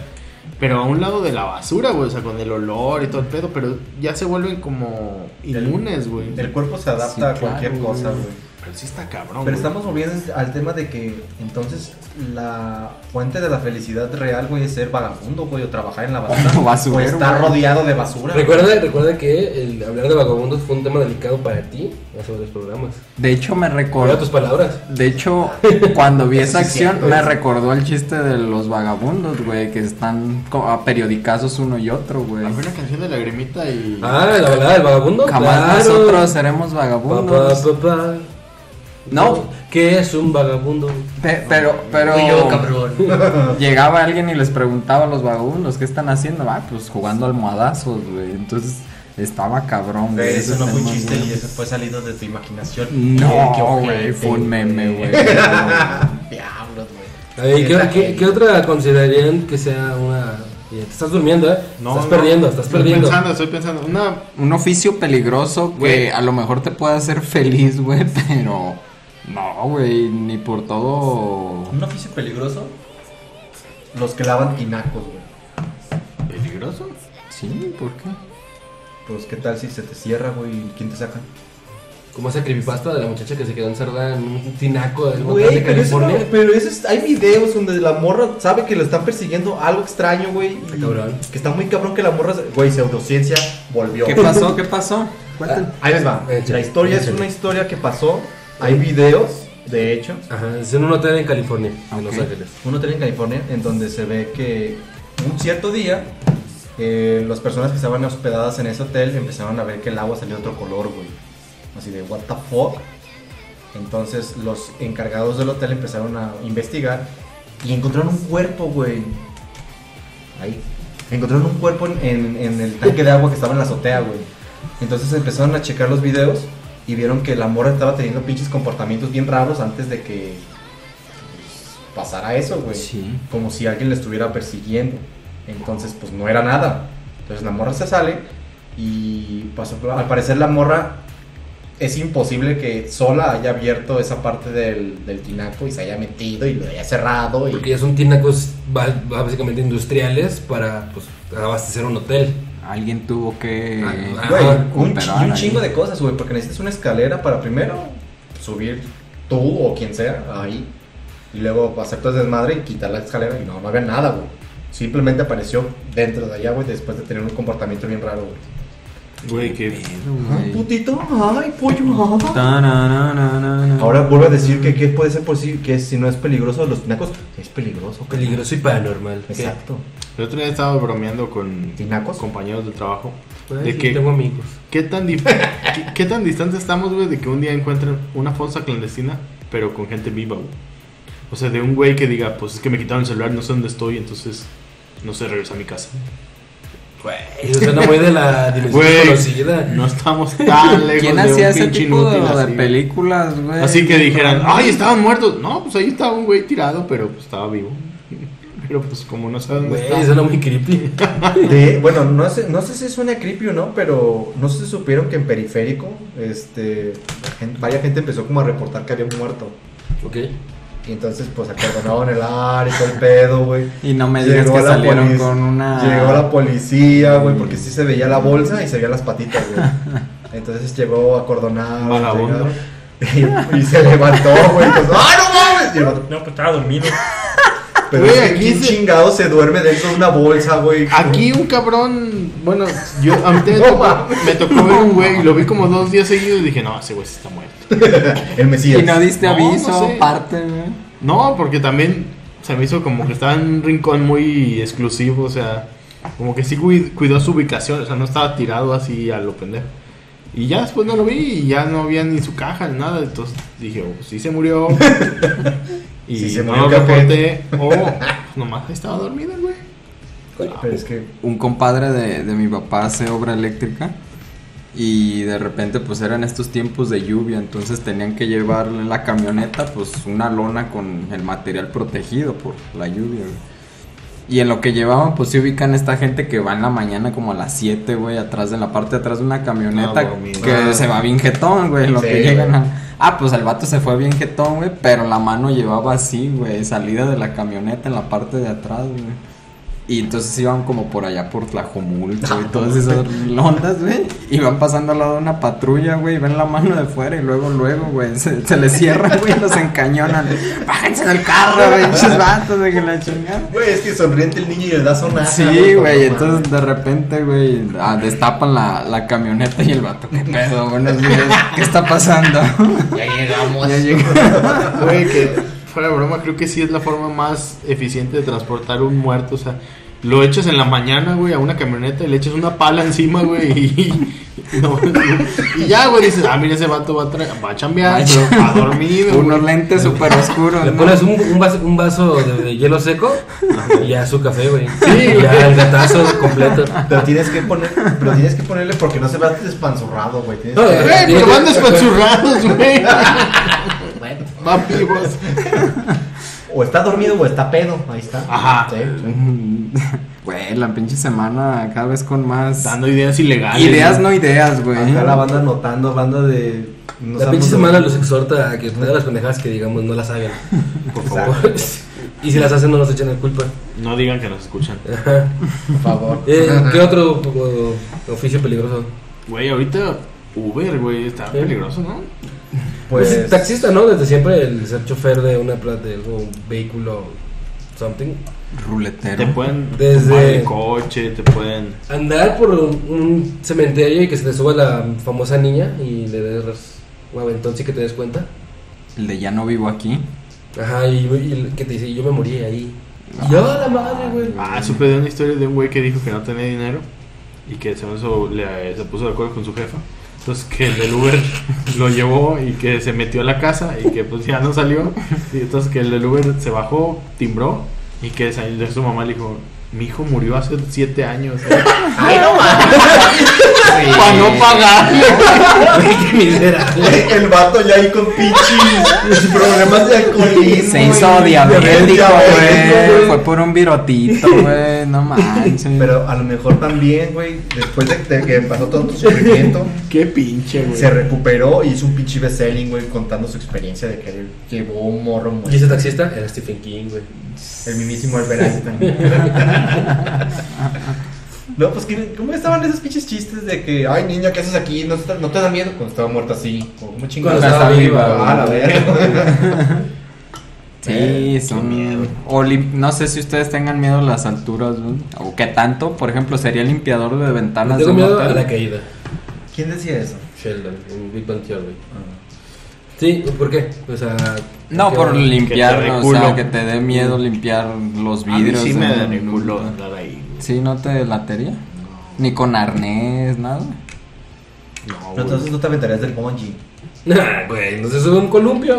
pero a un lado de la basura, güey, o sea, con el olor y todo el pedo, pero ya se vuelven como inmunes, güey.
El cuerpo se adapta
Sí,
a cualquier
claro,
cosa,
güey. Ah,
güey.
Pero sí está cabrón,
Pero
güey.
estamos volviendo al tema de que entonces la fuente de la felicidad real, güey, es ser vagabundo, güey, o trabajar en la basura.
O basurero,
o estar
güey.
rodeado de basura.
Recuerda, recuerda que el hablar de vagabundos fue un tema delicado para ti hace varios programas.
De hecho, me
Recuerda tus
recordó.
palabras.
De hecho, cuando vi esa
Sí, sí,
acción,
cierto,
me
es.
recordó el chiste de los vagabundos, güey, que están co- a periodicazos uno y otro, güey.
Había una canción de la gremita y...
Ah, la balada del vagabundo.
Jamás
claro.
nosotros seremos
Pa,
vagabundos.
pa, pa, pa.
No.
¿Qué es un vagabundo?
Pe- pero, pero.
Fui yo, cabrón.
Llegaba alguien y les preguntaba a los vagabundos, ¿qué están haciendo? Ah, pues jugando almohadazos, güey. Entonces, estaba cabrón, güey.
Güey, eso
ese
no fue un
tema,
chiste
güey.
y eso fue salido de tu imaginación. Eh, qué
No,
ojete,
güey, fue un meme, güey.
Diablos, güey.
A ver, ¿qué,
Esa
qué,
gente.
qué otra considerarían que sea una... Te estás durmiendo, ¿eh?
No,
estás
no,
perdiendo, estás
estoy
perdiendo.
pensando, estoy pensando. Una
un oficio peligroso que
Güey.
a lo mejor te puede hacer feliz, güey, pero no, güey, ni por todo.
Un oficio peligroso. Los que lavan tinacos, güey.
peligroso.
Sí, ¿por qué?
Pues qué tal si se te cierra, güey, y quién te saca.
Como esa creepypasta de la muchacha que se quedó encerrada en un tinaco del motel de
Güey, pero eso,
California.
no- pero eso es- hay videos donde la morra sabe que lo están persiguiendo algo extraño, güey. y-
cabrón.
Que está muy cabrón que la morra, se- güey, pseudociencia volvió.
¿Qué pasó? ¿Qué pasó? Cuéntame.
Ahí les va.
Échale,
La historia es
échale.
una historia que pasó. Hay videos, de hecho.
Ah, Ajá, es en un hotel en California, en Los
Ok.
Ángeles.
Un hotel en California en donde se ve que un cierto día eh, las personas que estaban hospedadas en ese hotel empezaron a ver que el agua salía de otro color, güey. Así de, what the fuck. Entonces los encargados del hotel empezaron a investigar y encontraron un cuerpo, güey. Ahí. Encontraron un cuerpo en, en- en el tanque de agua que estaba en la azotea, güey. Entonces empezaron a checar los videos y vieron que la morra estaba teniendo pinches comportamientos bien raros antes de que pues, pasara eso, güey
Sí.
como si alguien le estuviera persiguiendo. Entonces, pues no era nada. Entonces la morra se sale y pasó. Al parecer la morra es imposible que sola haya abierto esa parte del, del tinaco y se haya metido y lo haya cerrado.
Porque
Y...
ya son tinacos ba- básicamente industriales para pues, abastecer un hotel.
Alguien tuvo que.
Ah,
Güey,
Ajá,
un, chi-
cooperar
y un
ahí.
chingo de cosas, güey, porque necesitas una escalera para primero subir tú o quien sea ahí y luego hacer todo ese desmadre y quitar la escalera y no, no había nada, güey. Simplemente apareció dentro de allá, güey, después de tener un comportamiento bien raro, güey.
Güey, que.
Putito, ay, pollo, ay.
Tananana.
Ahora vuelve a decir que qué puede ser posible, que si no es peligroso los tinacos, es peligroso. carnal.
Peligroso y paranormal.
Exacto.
El otro día estaba bromeando con
¿Tinacos?
compañeros del trabajo.
Ay,
de
sí,
que,
tengo amigos.
¿qué, tan dif- qué, qué tan distante estamos, güey, de que un día encuentren una fosa clandestina, pero con gente viva, güey? O sea, de un güey que diga, pues es que me quitaron el celular, no sé dónde estoy, entonces no sé, regreso a mi casa.
Eso suena muy de la dimensión
Güey,
conocida.
no estamos tan lejos
¿Quién
de
hacía
un
ese
pinche
tipo de,
inútil
de
así, güey.
películas, güey?
Así que dijeran, ay, estaban muertos. No, pues ahí estaba un güey tirado, pero pues estaba vivo. Pero pues como no saben dónde
Güey,
está.
suena muy creepy.
De- bueno, no sé, no sé si suena creepy o no, pero no sé si supieron que en Periférico, este, la gente- varias gente empezó como a reportar que había un muerto.
Ok.
Y entonces pues acordonaban el área y todo el pedo, güey.
Y no me digas
Llegó
que
la
salieron
polic-
con una.
Llegó la policía, güey, porque sí se veía la bolsa y se veían las patitas, güey. Entonces llegó acordonado.
Vagabundo.
llegaron, Y, y se levantó, güey. y pues, ¡Ah, no mames! Y el vato,
No, pues estaba dormido.
Pero
Güey,
es que
aquí
¿quién
se-
chingado se duerme dentro de una bolsa, güey.
Aquí un cabrón, bueno, yo a mí me tocó, me tocó ver un güey, lo vi como dos días seguidos y dije, no, ese güey sí está muerto.
El Mesías.
Y no diste
No,
aviso,
no sé.
parte, güey.
No, porque también se me hizo como que estaba en un rincón muy exclusivo, o sea, como que sí cui- cuidó su ubicación, o sea, no estaba tirado así a lo pendejo. Y ya después no lo vi y ya no había ni su caja ni nada, entonces dije, oh, sí se murió. y
Sí se
no
murió,
lo
café.
reporté, o nomás estaba dormida, güey.
Pero es que
un compadre de, de mi papá hace obra eléctrica y de repente pues eran estos tiempos de lluvia, entonces tenían que llevarle en la camioneta pues una lona con el material protegido por la lluvia. güey. Y en lo que llevaban pues se ubican esta gente que va en la mañana como a las 7, güey, atrás de la parte de atrás de una camioneta
Ah, güey,
que
mira.
se va bien jetón, güey, en lo
Sí,
que llegan
güey.
a... Ah, pues el vato se fue bien jetón, güey, pero la mano llevaba así, güey, salida de la camioneta en la parte de atrás, güey. Y entonces iban como por allá por Tlajomulco y
Ah,
todas esas ondas, güey. Y van pasando al lado de una patrulla, güey. y Ven la mano de fuera y luego, luego, güey. Se, se les cierra, güey. y Los encañonan. Bájense del carro, güey. Pinches vatos de que la chingada.
Güey, es que sonriente el niño y le da sonaja.
Sí, güey.
Ah, no mames.
Entonces de repente, güey. ah, destapan la, la camioneta y el vato. ¿Qué pedo? Buenos días. ¿Qué está pasando?
Ya llegamos.
ya llegó.
Güey, que fuera de broma, creo que sí es la forma más eficiente de transportar un muerto. O sea, lo echas en la mañana, güey, a una camioneta y le echas una pala encima, güey. Y, y- no, y ya, güey, dices, ah, mira, ese vato va a, tra- va a chambear, pero va dormido.
Unos
güey".
lentes súper oscuros.
Le
¿no?
pones un, un vaso, un vaso de, de hielo seco y ya su café, güey.
Sí.
Y ya el gatazo completo.
Pero tienes que poner, pero tienes que ponerle porque no se va despanzurrado, güey. Tienes
No,
que-
Güey, pero van despachurrados, güey. Van vivos.
O está dormido o está pedo. Ahí está.
Ajá.
Sí.
Güey, la pinche semana cada vez con más...
Dando ideas ilegales.
Ideas
güey.
no ideas, güey.
Acá la banda anotando, banda de. no
La
sabemos
pinche
dónde-
semana los exhorta a que todas las pendejadas que digamos no las hagan. Por favor. y si las hacen, no nos echen la culpa.
No digan que nos escuchan.
Ajá.
Por favor.
Eh, ¿Qué otro o- oficio peligroso?
Güey, ahorita Uber, güey, está peligroso, ¿no?
Pues,
Pues.
taxista, ¿no? Desde siempre el ser chofer de una pla- de un vehículo something.
Ruletero.
Te pueden
Desde-
tomar el coche, te pueden...
Andar por un, un cementerio y que se te suba la famosa niña y le des un aventón sí que te des cuenta.
El de ya no vivo aquí.
Ajá, y, y que te dice, yo me morí ahí. Y yo, la madre, güey.
Ah, supe de una historia de un güey que dijo que no tenía dinero y que se, puso- le- se puso de acuerdo con su jefa. Entonces que el del Uber lo llevó y que se metió a la casa y que pues ya no salió. Y entonces que el del Uber se bajó, timbró y que sa- de su mamá le dijo, mi hijo murió hace siete años. ¿eh?".
¡Ay, no
Para no pagarle.
Qué miserable.
mames! El vato ya ahí con pinches problemas de alcoholismo.
Se hizo
y
diabético,
diabético,
güey. Fue por un virotito, güey. No manches.
Pero a lo mejor también, güey, después de, de que pasó todo tu sufrimiento,
Qué pinche, güey.
se recuperó y hizo un pinche best-selling, güey, contando su experiencia de que él llevó un morro
Y
muerto.
ese taxista era Stephen King, güey.
El mismísimo Albert Einstein. No, pues, ¿qué- ¿cómo estaban esos pinches chistes de que, ay, niña, ¿qué haces aquí? ¿No te, no te da miedo? Cuando estaba muerta así. O, ¿Cómo chingados?
Cuando estaba viva,
Ah, la verga.
sí, son miedo. O lim- no sé si ustedes tengan miedo a las alturas, güey. O qué tanto. Por ejemplo, sería limpiador de
Le
ventanas.
tengo
de un
miedo
hotel.
a la caída.
¿Quién decía eso?
Ah, Sheldon, en Big Bang Theory. Sí, ¿por qué? Pues a...
Ah. No, por limpiar,
que te dé
o sea,
culo.
que te dé miedo limpiar los
A mí
vidrios.
sí me
en-
da el culo andar ahí.
Sí, no te latería. Ni con arnés, nada.
No,
Pero entonces tú te aventarías del bungee.
Nah, Ah, güey, no se sube un columpio.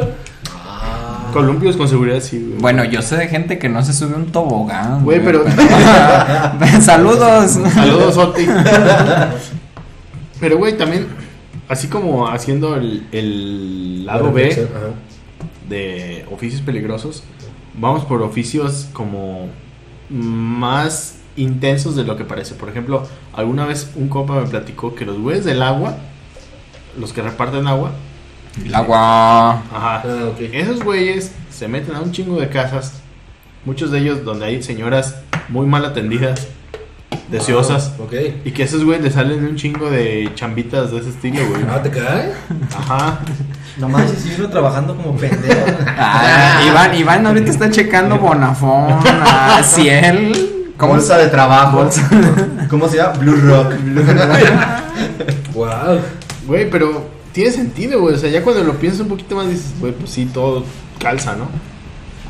Columpios con seguridad sí, güey.
Bueno, yo sé de gente que no se sube un tobogán.
Güey, pero-
Saludos.
Saludos, Oti. Pero, güey, también, así como haciendo el, el lado B
Ajá.
de oficios peligrosos, vamos por oficios como más intensos de lo que parece. Por ejemplo, alguna vez un copa me platicó que los güeyes del agua, los que reparten agua,
El agua.
ajá,
Ah, ok.
esos güeyes se meten a un chingo de casas, muchos de ellos donde hay señoras muy mal atendidas, deseosas.
Ah, ok.
Y que a esos güeyes le salen un chingo de chambitas de ese estilo, güey.
Ah, ¿te cae?
Ajá.
No manches, si uno trabajando como pendejo.
Ah.
Ay, Iván, Iván ahorita está checando Bonafón, a Ciel. ¿Cómo
Bolsa de trabajo. ¿Cómo se llama? Blue Rock.
Wow.
Güey, pero tiene sentido, güey. O sea, ya cuando lo piensas un poquito más dices, güey, pues sí, todo calza, ¿no?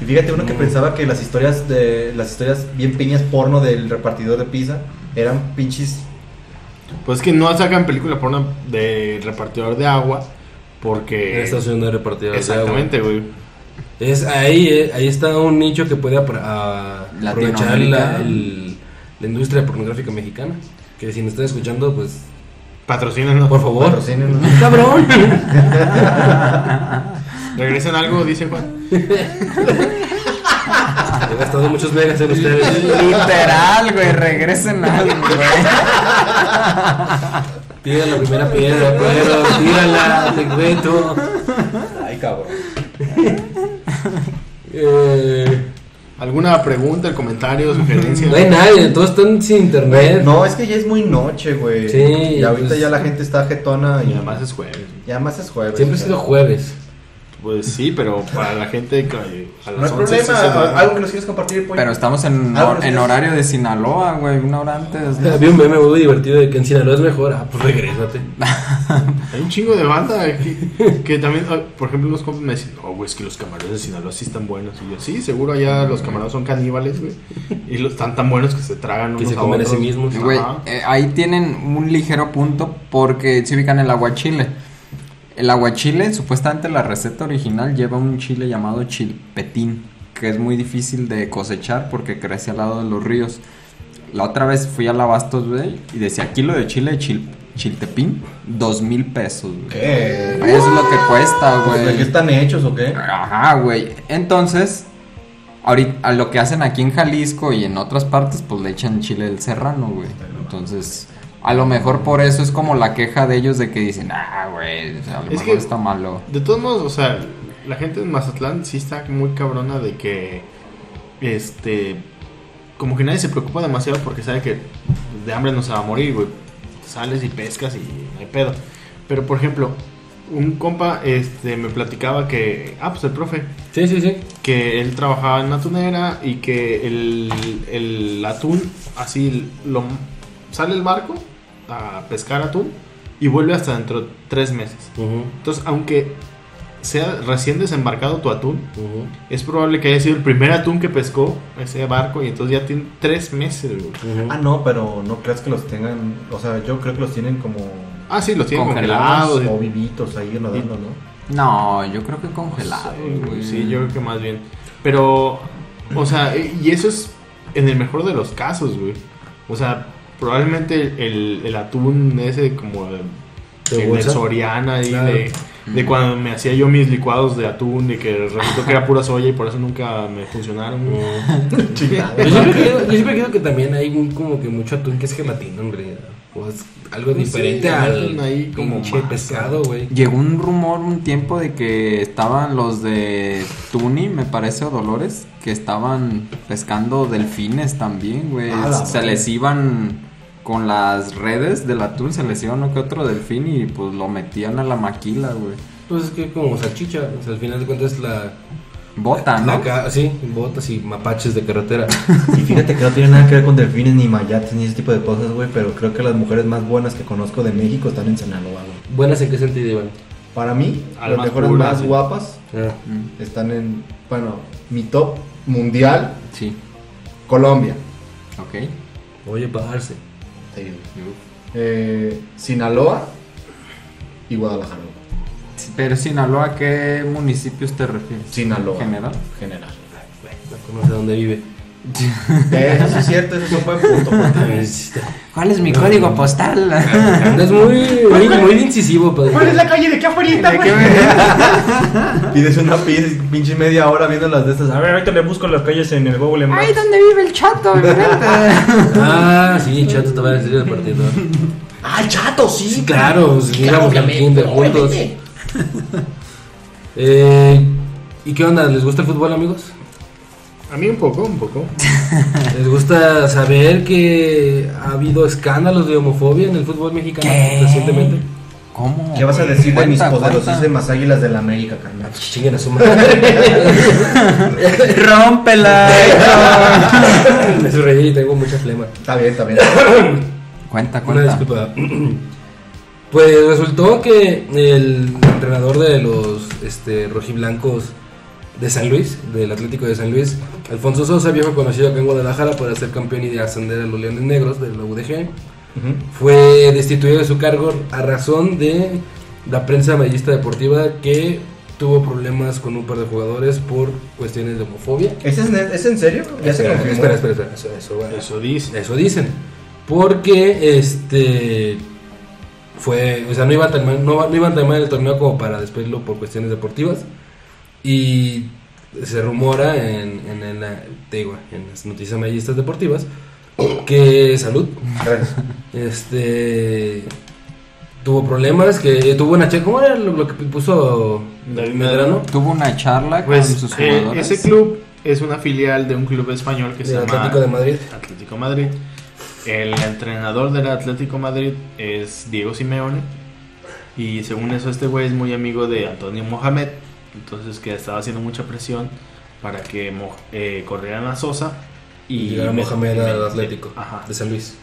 Y fíjate uno que pensaba que las historias de las historias bien piñas porno del repartidor de pizza eran pinches
Pues es que no sacan película por una de repartidor de agua porque...
En estación de repartidor de agua.
Exactamente, güey.
Es ahí, eh, ahí está un nicho que puede apro- a- aprovechar
Latinoamérica.
la, el- la industria pornográfica mexicana. Que si me están escuchando, pues
Patrocínanos.
por favor.
patrocinios, ¿no?
Cabrón.
Regresen algo, dice Juan.
He gastado muchos megas en ustedes.
Literal, güey, regresen a güey.
Tira la primera piedra, pero tírala, te cuento.
Ay, cabrón.
Eh,
¿Alguna pregunta, comentario, sugerencia?
no hay nadie, todos están sin internet.
No, es que ya es muy noche, güey.
Sí,
Y ahorita
pues-
ya la gente está jetona
Y
y
además es jueves.
Y además es jueves.
Siempre ha
ya.
sido jueves.
Pues sí, pero para la gente que a
No hay
las 11 sí se
problema.
duerme.
Algo que nos quieres compartir, pollo.
Pero estamos en,
Ah, bueno, sí,
en
sí.
horario de Sinaloa, güey, una hora antes. de-
Había un meme muy divertido de que en Sinaloa es mejor. Ah, pues regrésate.
Hay un chingo de banda que, que también, ah, por ejemplo, unos compas me dicen, oh, güey, es que los camarones de Sinaloa sí están buenos. Y yo, sí, seguro allá los camarones son caníbales, güey. Y los están tan buenos que se tragan
Que
unos
se comen a sí
otros.
mismos.
Ajá.
Güey, eh, ahí tienen un ligero punto porque se ubican el aguachile. El aguachile, supuestamente la receta original lleva un chile llamado chilpetín, que es muy difícil de cosechar porque crece al lado de los ríos. La otra vez fui al Abastos, güey, y decía kilo de chile de chil- chiltepín, dos mil pesos, güey.
¿Qué?
Eso es lo que cuesta, güey. Ah.
Pues, ¿De qué están hechos o qué?
Ajá, güey. Entonces, ahorita a lo que hacen aquí en Jalisco y en otras partes, pues le echan chile del serrano, güey. Entonces, a lo mejor por eso es como la queja de ellos de que dicen, ah, güey, o sea, a lo
Es
mejor
que-
está malo.
De todos modos, o sea, la gente en Mazatlán sí está muy cabrona de que, este, como que nadie se preocupa demasiado porque sabe que de hambre no se va a morir, güey. Sales y pescas y no hay pedo. Pero, por ejemplo, un compa, este, me platicaba que, ah, pues el profe,
Sí, sí, sí.
que él trabajaba en la tunera y que el, el atún, así lo sale el barco a pescar atún y vuelve hasta dentro de tres meses.
Ujú,
Entonces, aunque sea recién desembarcado tu atún,
ujú.
es probable que haya sido el primer atún que pescó ese barco y entonces ya tiene tres meses. güey.
Ah, no, pero no creas que los tengan. O sea, yo creo que los tienen como. pues,
Ah, sí, los tiene
Congelados,
congelados. y-
O vivitos ahí nadando, ¿no?
No, yo creo que
Sí,
congelado,
güey,
güey.
Sí, yo creo que más bien. Pero, o sea, y eso es en el mejor de los casos, güey. O sea, probablemente el, el atún ese como el,
¿De
el de
bolsa?
Soriana ahí
Claro.
de, de cuando me hacía yo mis licuados de atún de que resultó que era pura soya y por eso nunca me funcionaron. güey.
Yo siempre, creo, yo siempre creo que también hay un- como que mucho atún que es gelatina, hombre. O es algo
Pues sí,
diferente
le
al
meten ahí como
pinche
masa.
pescado, güey.
Llegó un rumor un tiempo de que estaban los de Tuni, me parece, o Dolores, que estaban pescando delfines también, güey.
A la
se
madre.
les iban con las redes del atún, se les iba uno que otro delfín y pues lo metían a la maquila, güey.
Pues es que como salchicha, o sea, al final de cuentas la
Bota, ¿no?
Acá, sí, botas y mapaches de carretera.
Y fíjate que no tiene nada que ver con delfines, ni mayates, ni ese tipo de cosas, güey. Pero creo que las mujeres más buenas que conozco de México están en Sinaloa, güey.
¿Buenas en qué sentido, Iván? Ah,
Para mí,
Almas
las mejores
puras,
más
sí.
guapas
Mm,
están en, bueno, mi top mundial,
Sí.
Colombia,
Ok.
Oye, parse.
eh, Sinaloa y Guadalajara. güey.
Sí, Pero Sinaloa, ¿a qué municipios te refieres?
Sinaloa.
General.
General.
No sé dónde vive.
Eso sí es cierto, eso es un buen punto. güey.
¿Cuál es mi código postal?
Es muy, muy, muy incisivo, padre.
calle de qué afuera?
¿De qué me-
Pides una pi- pinche media hora viendo las de estas. A ver, ahorita le busco las calles en el Google Maps.
Ah, sí, Chato te va a decir el partido.
¡Ah, chato, sí!
Sí, claro, sí, íbamos al
obviamente,
kinder juntos.
obviamente.
Eh, ¿Y qué onda? ¿Les gusta el fútbol, amigos?
A mí un poco, un poco.
¿Les gusta saber que ha habido escándalos de homofobia en el fútbol mexicano
¿Qué?
recientemente?
¿Cómo?
¿Qué vas a
güey?
decir de mis
Cuenta, cuenta.
poderosísimas águilas de la América, carnal?
Chinguen a su madre.
¡Rómpela!
Me sonreí y tengo mucha flema.
Está bien, está bien.
cuenta,
Una
cuenta.
disculpa. Pues resultó que el entrenador de los este, rojiblancos de San Luis, del Atlético de San Luis, Alfonso Sosa, viejo conocido acá en Guadalajara por ser campeón y de ascender a los Leones Negros de la UDG, fue destituido de su cargo a razón de la prensa amarillista deportiva que tuvo problemas con un par de jugadores por cuestiones de homofobia.
¿Es, en- ¿Es en serio? Ya se
Espera,
confirmó.
espera, espera, espera, eso, eso, bueno.
Eso dice.
Eso dicen. Porque este fue, o sea, no iba a terminar, no, no iban a terminar el torneo como para despedirlo por cuestiones deportivas. Y se rumora en, en, en la, te digo, en las noticias amarillistas deportivas que salud
Gracias.
este tuvo problemas, que tuvo una checa, ¿cómo era lo, lo que puso
David
Medrano?
Tuvo una charla
Pues
con sus
eh,
jugadores.
ese club es una filial de un club español que se
Del
llama
Atlético de Madrid.
Atlético Madrid. El entrenador del Atlético Madrid es Diego Simeone. Y según eso, este güey es muy amigo de Antonio Mohamed. Entonces, que estaba haciendo mucha presión para que Mo- eh, corrieran a Sosa.
Y
Y
llegaron
me-
Mohamed
me-
al Atlético
Ajá,
de San Luis.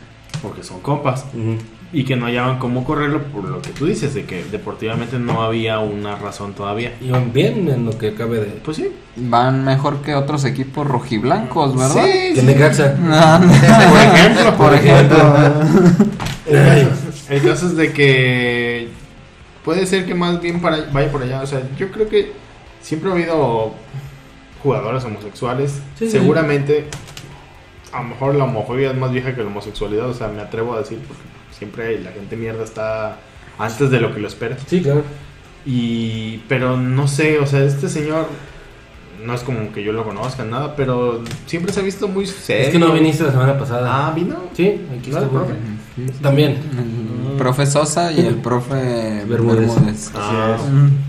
porque son compas.
Ujú.
Y que no hallaban cómo correrlo por lo que tú dices, de que deportivamente no había una razón todavía.
Iban bien en lo que cabe de...
Pues sí,
Van mejor que otros equipos rojiblancos, Pues, ¿verdad?
Que Necaxa.
No, no.
Por ejemplo,
Por ejemplo.
El caso es de que puede ser que más bien para, vaya por allá. O sea, yo creo que siempre ha habido jugadores homosexuales.
Sí, sí.
Seguramente, a lo mejor la homofobia es más vieja que la homosexualidad. O sea, me atrevo a decir, porque siempre la gente mierda está antes de lo que lo esperas.
Sí, claro.
Y, pero no sé, o sea, este señor no es como que yo lo conozca, nada, pero siempre se ha visto muy serio.
Es que no viniste la semana pasada.
Ah, vino.
Sí, aquí
Claro,
estuvo.
profe.
También.
El profe Sosa y el profe
Bermúdez.
Bermúdez.
Ah,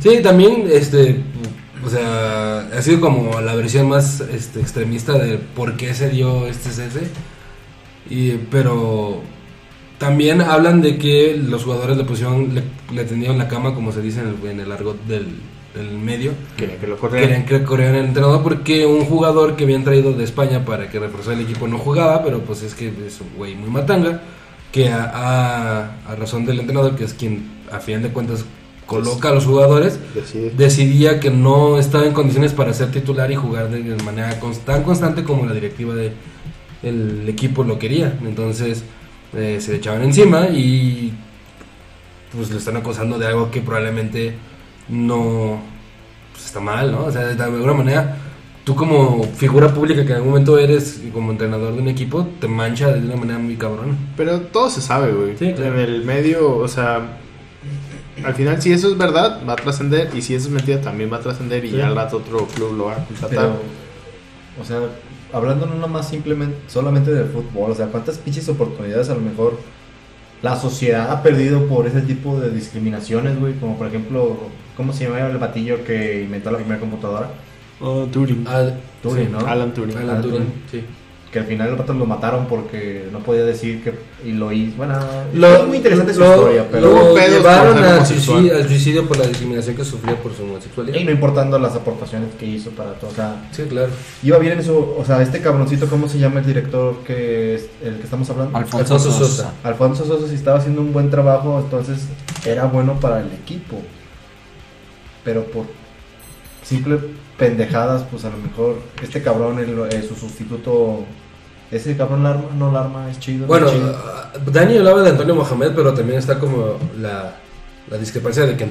Sí, también, este, o sea, ha sido como la versión más este, extremista de por qué se dio este cese. Y, pero también hablan de que los jugadores le pusieron, le, le tendieron la cama, como se dice en el, en el argot del, del medio.
quería que lo
Querían
corrieran.
que corrieran el entrenador porque un jugador que habían traído de España para que reforzara el equipo no jugaba, pero pues es que es un güey muy matanga, que a, a- a razón del entrenador, que es quien a final de cuentas coloca a los jugadores,
Decide.
decidía que no estaba en condiciones para ser titular y jugar de manera cons- tan constante como la directiva de el equipo lo quería. Entonces eh, se le echaban encima y pues lo están acosando de algo que probablemente no pues, está mal, ¿no? O sea, de alguna manera tú como figura pública que en algún momento eres y como entrenador de un equipo te mancha de una manera muy cabrona.
Pero todo se sabe, güey.
Sí, claro.
En el medio, o sea, al final si eso es verdad, va a trascender y si eso es mentira, también va a trascender y
Sí.
ya al rato otro club lo va a contratar.
Pero, o sea, hablando no nomás simplemente, solamente del fútbol, o sea, cuántas pinches oportunidades a lo mejor la sociedad ha perdido por ese tipo de discriminaciones, güey. Como por ejemplo, ¿cómo se llamaba el batillo que inventó la primera computadora?
Turing.
Ah,
Turing,
sí,
¿no?
Alan Turing.
Alan Turing, sí.
Que al final el rato lo mataron porque no podía decir que. Y lo hizo. Bueno,
Lo-
es muy interesante su
lo-
historia, pero.
Lo
pedos por
llevaron
ser
al
homosexual.
suicidio, al suicidio por la discriminación que sufría por su homosexualidad.
Y no importando las aportaciones que hizo para todo. O sea,
Sí, claro.
iba bien en eso. O sea, este cabroncito, ¿cómo se llama el director que es- el que estamos hablando?
Alfonso
Alfonso
Sosa.
Sosa.
Alfonso Sosa sí estaba haciendo un buen trabajo, entonces era bueno para el equipo. Pero por simples pendejadas, pues a lo mejor este cabrón, el- eh, su sustituto, ese cabrón la arma, no la arma, es chido. no
Bueno,
es chido.
ah, Dani hablaba de Antonio Mohamed, pero también está como la, la discrepancia de que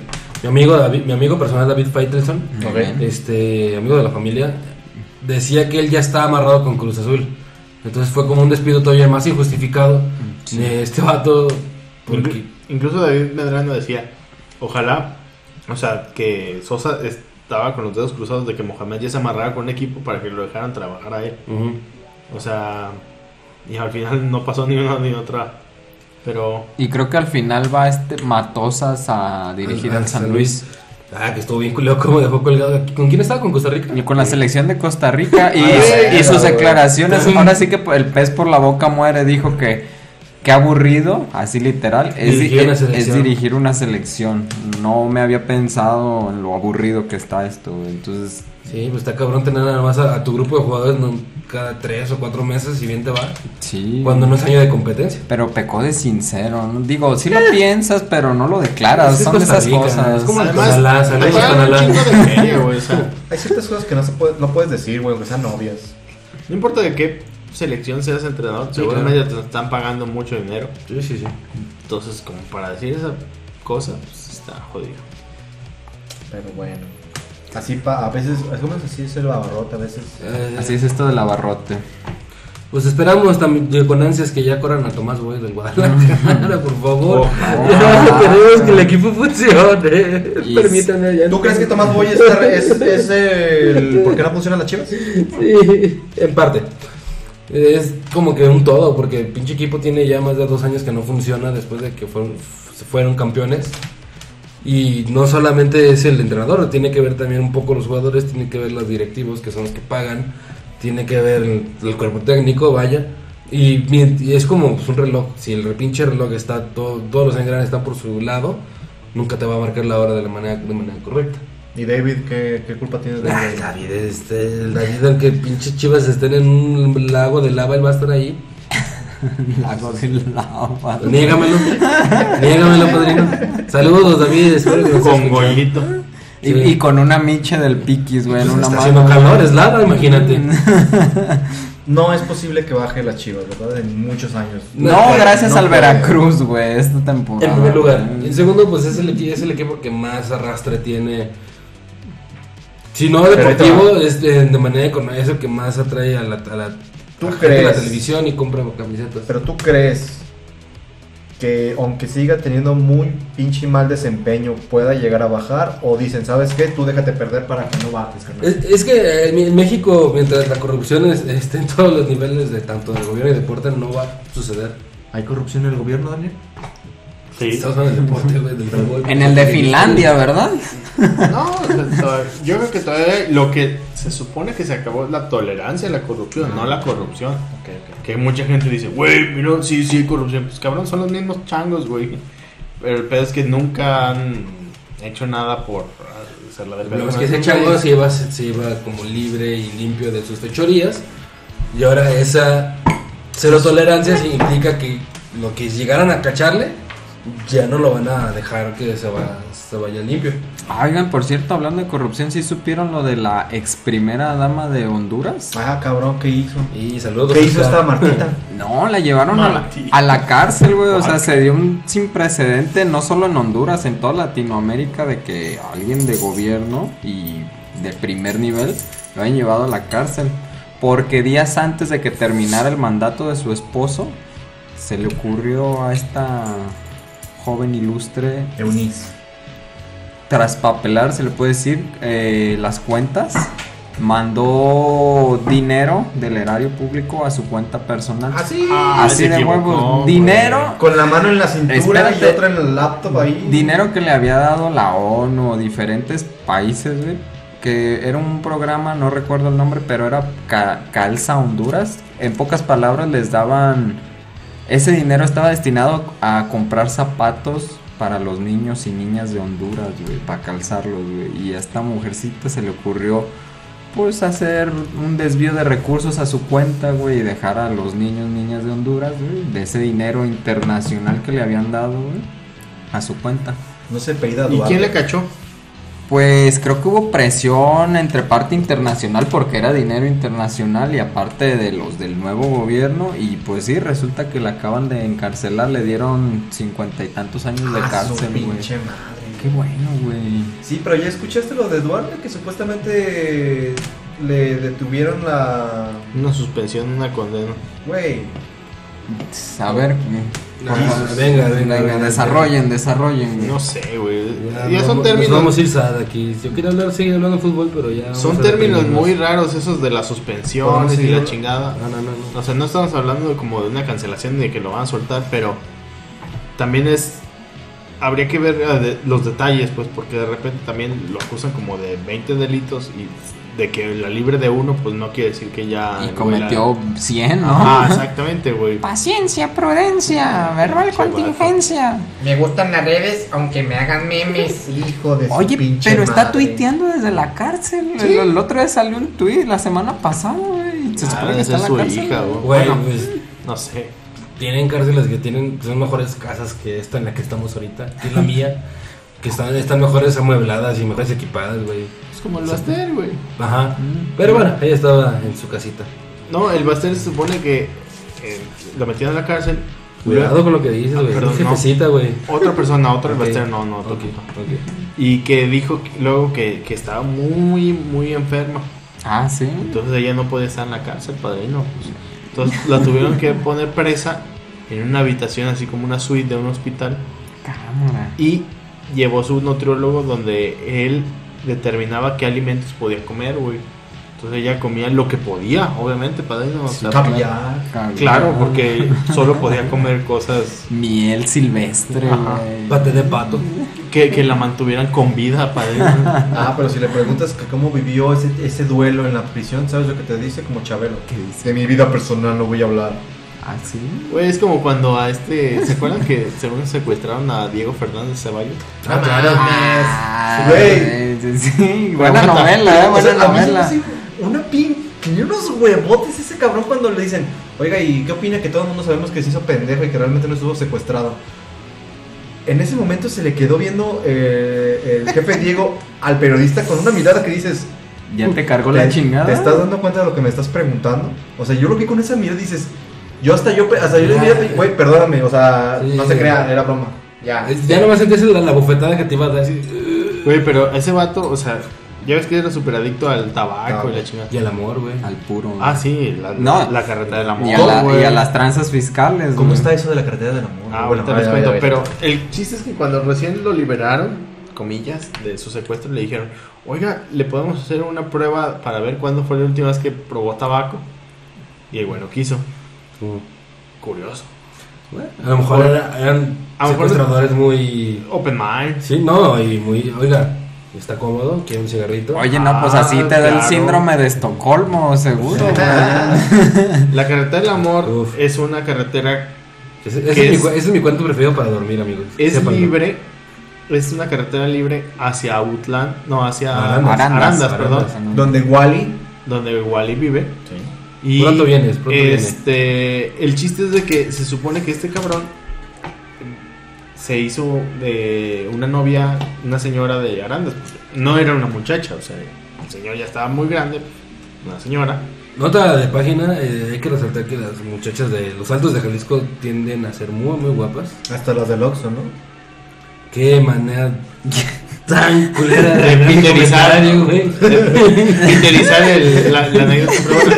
mi amigo, David- mi amigo personal David Faitelson,
Muy
Ok.
bien.
este amigo de la familia, decía que él ya está amarrado con Cruz Azul. Entonces fue como un despido todavía más injustificado
Mm,
de este vato. Porque,
Inclu- Incluso David Medrano decía, ojalá, o sea, que Sosa estaba con los dedos cruzados de que Mohamed ya se amarraba con un equipo para que lo dejaran trabajar a él.
Ujú.
O sea, y al final no pasó ni una ni otra. Pero
Y creo que al final va este Matosas a dirigir
Al-
al
al
San
San
Luis.
Ah, que estuvo bien culero como dejó colgado. aquí. ¿Con quién estaba? ¿Con Costa Rica?
Y con la selección de Costa Rica y,
Ah,
y sus
güey.
declaraciones. Ahora sí que el pez por la boca muere. Dijo que qué aburrido, así literal, es, di-
Dirigir una
es- es
selección.
dirigir una selección. No me había pensado en lo aburrido que está esto. güey. Entonces,
Sí, pues está cabrón tener nada más a, a tu grupo de jugadores ¿no? cada tres o cuatro meses, si bien te va,
sí.
cuando no es año de competencia.
Pero pecó de sincero. ¿no? Digo, sí lo piensas, pero no lo declaras.
Es
Son
Costa
esas
Rica,
cosas.
es como el
Además,
Tonalá, saludos
Ahí va un
Tonalá.
chingo de feria, güey, o sea,
Hay ciertas cosas que no, se puede, no puedes decir, güey, aunque sean novias.
no importa de qué selección seas entrenador, seguramente te están pagando mucho dinero.
Sí, sí, sí.
Entonces, como para decir esa cosa, pues está jodido.
Pero bueno. Así pa- a veces, es como así es el abarrote, a veces.
Eh,
Así es esto del abarrote.
Pues esperamos también de- con ansias que ya corran a Tomás Boy del Guadalajara, por favor. Ya queremos que el equipo funcione.
Y-
Permítanme ya.
¿Tú crees que Tomás Boy es, es, es el. ¿Por qué no funcionan las chivas?
Sí, en parte. Es como que un todo, porque el pinche equipo tiene ya más de dos años que no funciona después de que fueron, se fueron campeones. Y no solamente es el entrenador, tiene que ver también un poco los jugadores, tiene que ver los directivos, que son los que pagan, tiene que ver el, el cuerpo técnico, vaya. Y, mi- y es como pues, un reloj, si el pinche reloj está, todo, todos los engranes están por su lado, nunca te va a marcar la hora de la manera, de manera correcta.
¿Y David qué, qué culpa tiene de
Ay, David, este, el David, aunque pinche chivas estén en un lago de lava, él va a estar ahí.
Lago de lava.
Niégamelo, niégamelo, padrino. Saludos, David, espero que nos
Con
escuchen.
golito.
Y,
Sí.
y con una miche del piquis, güey, en
Pues
una
está haciendo
mano. Mm.
calor, es lava, imagínate.
No es posible que baje las chivas, ¿verdad? En muchos años.
No,
puede,
gracias
no
al
puede.
Veracruz, güey, esta temporada.
En primer lugar.
güey.
En segundo, pues es el, equi- es el equipo que más arrastre tiene. Si no deportivo, es de, de manera económica, es el que más atrae a la, a la,
¿Tú
a gente de la
crees?
televisión y compra camisetas.
Pero tú crees que aunque siga teniendo muy pinche mal desempeño, pueda llegar a bajar? ¿O dicen, ¿sabes qué? Tú déjate perder para que no bajes, carnal.
Es, es que eh, en, México, mientras la corrupción es- esté en todos los niveles de tanto de gobierno y deporte, no va a suceder.
¿Hay corrupción en el gobierno, Daniel?
Sí.
Estamos hablando del deporte, güey, del fútbol.
En el de Finlandia, ¿verdad?
No, o sea, todavía- yo creo que todavía lo que se supone que se acabó es la tolerancia a la corrupción, no la corrupción. Que mucha gente dice, güey, mira, sí, sí, hay corrupción. Pues cabrón, son los mismos changos, güey. Pero el pedo es que nunca han hecho nada por hacer la de
El
pedo.
problema es que ese chango se iba, se iba como libre y limpio de sus fechorías. Y ahora esa cero tolerancia significa que lo que llegaran a cacharle ya no lo van a dejar que se, va, se vaya limpio.
Oigan, por cierto, hablando de corrupción, ¿sí supieron lo de la ex primera dama de Honduras?
Ah, cabrón, ¿qué hizo?
Y saludos.
¿Qué hizo
a-
esta Martita?
No, la llevaron a la, a la cárcel, güey. O sea, se dio un sin precedente, no solo en Honduras, en toda Latinoamérica, de que alguien de gobierno y de primer nivel lo han llevado a la cárcel. Porque días antes de que terminara el mandato de su esposo, se le ocurrió a esta joven ilustre
Eunice.
traspapelar, se le puede decir, eh, las cuentas. Mandó dinero del erario público a su cuenta personal.
Así.
Ah,
Así
se
de
equivocó,
huevos.
güey.
Dinero.
Con la mano en la cintura
Espérate.
y otra en el laptop ahí.
Dinero que le había dado la ONU o diferentes países, güey. que era un programa, no recuerdo el nombre, pero era Ca- Calza Honduras. En pocas palabras les daban, ese dinero estaba destinado a comprar zapatos para los niños y niñas de Honduras, güey, para calzarlos, güey. Y a esta mujercita se le ocurrió, pues, hacer un desvío de recursos a su cuenta, güey, y dejar a los niños, niñas de Honduras, güey, de ese dinero internacional que le habían dado, güey, a su cuenta.
No sé, pedida
¿Y quién le cachó?
Pues creo que hubo presión entre parte internacional porque era dinero internacional y aparte de los del nuevo gobierno y pues sí, resulta que la acaban de encarcelar, le dieron cincuenta y tantos años de
Ah, su
cárcel, güey.
pinche madre.
Qué bueno, güey.
Sí, pero ya escuchaste lo de Duarte que supuestamente le detuvieron la.
Una suspensión, una condena.
Güey.
A ver,
Ah, venga, venga,
venga,
venga.
desarrollen, desarrollen. güey.
No sé, güey.
Ya,
Ya
vamos-
son
nos
términos.
Vamos a ir sad aquí. Yo quiero hablar, seguir hablando de fútbol, pero ya. vamos
Son
a
términos
deprimirnos.
muy raros esos de las
Vamos a
suspensiones y
seguir-
la chingada.
No, no, no. no.
O sea, no estamos hablando de como de una cancelación de que lo van a soltar, pero también es habría que ver eh, de- los detalles, pues, porque de repente también lo acusan como de 20 delitos y de que la libre de uno, pues, no quiere decir que ya
Y cometió 100, ¿no?
Ah, exactamente, güey.
Paciencia, prudencia, verbal
Che, vato.
contingencia.
Me gustan las redes, aunque me hagan memes.
Hijo de su
Oye,
pinche
pero está
madre.
tuiteando desde la cárcel.
Sí.
El, el otro día salió un tuit la semana pasada, güey. Se
Ah,
supone
debe
que está
ser
en la
su
cárcel.
hija, güey.
Güey,
Bueno,
pues
No sé.
tienen cárceles que tienen son mejores casas que esta en la que estamos ahorita, que es la mía, que están, están mejores amuebladas y mejores equipadas, güey.
Es como el Baster, güey.
Ajá. Pero bueno, ella estaba en su casita.
No, el Baster se supone que eh, lo metieron en la cárcel.
Cuidado con lo que dices,
Ah,
güey.
perdón,
es jefecita, güey.
Otra persona, otro
Ok.
el Baster, no, no,
Ok,
toquito.
ok.
Y que dijo que- luego que, que estaba muy, muy enferma.
ah, sí.
Entonces ella no podía estar en la cárcel, padrino. pues. Entonces la tuvieron que poner presa en una habitación, así como una suite de un hospital.
Cámara.
Y llevó su nutriólogo donde él determinaba qué alimentos podía comer, güey. Entonces ella comía lo que podía, obviamente, padrino. o
Ah,
sea,
Caviar.
Cabrón.
claro, porque solo podía comer cosas
Miel silvestre,
Ajá.
güey.
Pate de pato.
que, que la mantuvieran con vida, padrino.
Ah, pero si le preguntas que cómo vivió ese, ese duelo en la prisión, ¿sabes lo que te dice? Como Chabelo.
¿Qué dice?
De mi vida personal no voy a hablar.
Ah, sí.
Güey, es como cuando a este. ¿Se acuerdan que según secuestraron a Diego Fernández Ceballos?
Ah, claro.
Ah,
Güey.
Sí, sí. Buena
Pero,
novela, eh.
O
Buena
sea, a mí se me
novela.
hace una pin... Ni unos huevotes ese cabrón cuando le dicen, oiga, ¿y qué opina que todo el mundo sabemos que se hizo pendejo y que realmente no estuvo secuestrado? En ese momento se le quedó viendo eh, el jefe Diego al periodista con una mirada que dices,
Ya te cargó la
¿Te-
chingada.
¿Te estás dando cuenta de lo que me estás preguntando? O sea, yo lo vi con esa mirada dices, yo hasta yo, pe- hasta yo le diría, güey, perdóname, o sea,
Sí,
no se
sí.
crean, era broma.
Ya.
Es- Ya nomás sentí la, la bofetada que te iba a dar. así, "Ugh".
Güey, pero ese vato, o sea, ya ves que era súper adicto al tabaco
Tabaco.
y la chingada.
Y el amor, güey.
Al puro. güey.
Ah, sí, la,
No.
la carretera del amor.
Y a, la-
güey.
y a las tranzas fiscales,
¿Cómo
güey.
está eso de la cartera del amor?
Ah,
Bueno,
ahorita
a
les
ver,
cuento,
a ver, a ver.
pero el chiste es que cuando recién lo liberaron, comillas, de su secuestro, le dijeron, oiga, ¿le podemos hacer una prueba para ver cuándo fue la última vez que probó tabaco? Y el bueno quiso. Curioso.
Bueno, a lo mejor era- eran
A lo mejor-
secuestradores muy
Open mind.
Sí, no, y muy, oiga, está cómodo, quiere un cigarrito.
Oye, no, pues
Ah,
así te da el
claro.
síndrome de Estocolmo, seguro, güey.
La carretera del amor
Uf.
es una carretera
Ese, ese
¿Qué
es mi,
es?
cu- ese es mi cuento preferido para dormir, amigos.
Es
Sépanlo.
libre, es una carretera libre hacia Outland, no, hacia
Arandas.
Arandas,
Arandas, pues,
perdón,
Arandas.
Donde Wally,
donde Wally vive. Y
Pronto vienes, pronto
este, El chiste es de que se supone que este cabrón se hizo de una novia, una señora de Arandas. No era una muchacha, o sea, el señor ya estaba muy grande, una señora.
Nota de página, eh, hay que resaltar que las muchachas de los altos de Jalisco tienden a ser muy, muy guapas.
hasta las del Oxxo, ¿no?
Qué manera tan culera
De
de ver
pinterizar.
comentario, güey.
Interiorizar el- la, la anécdota, pero bueno.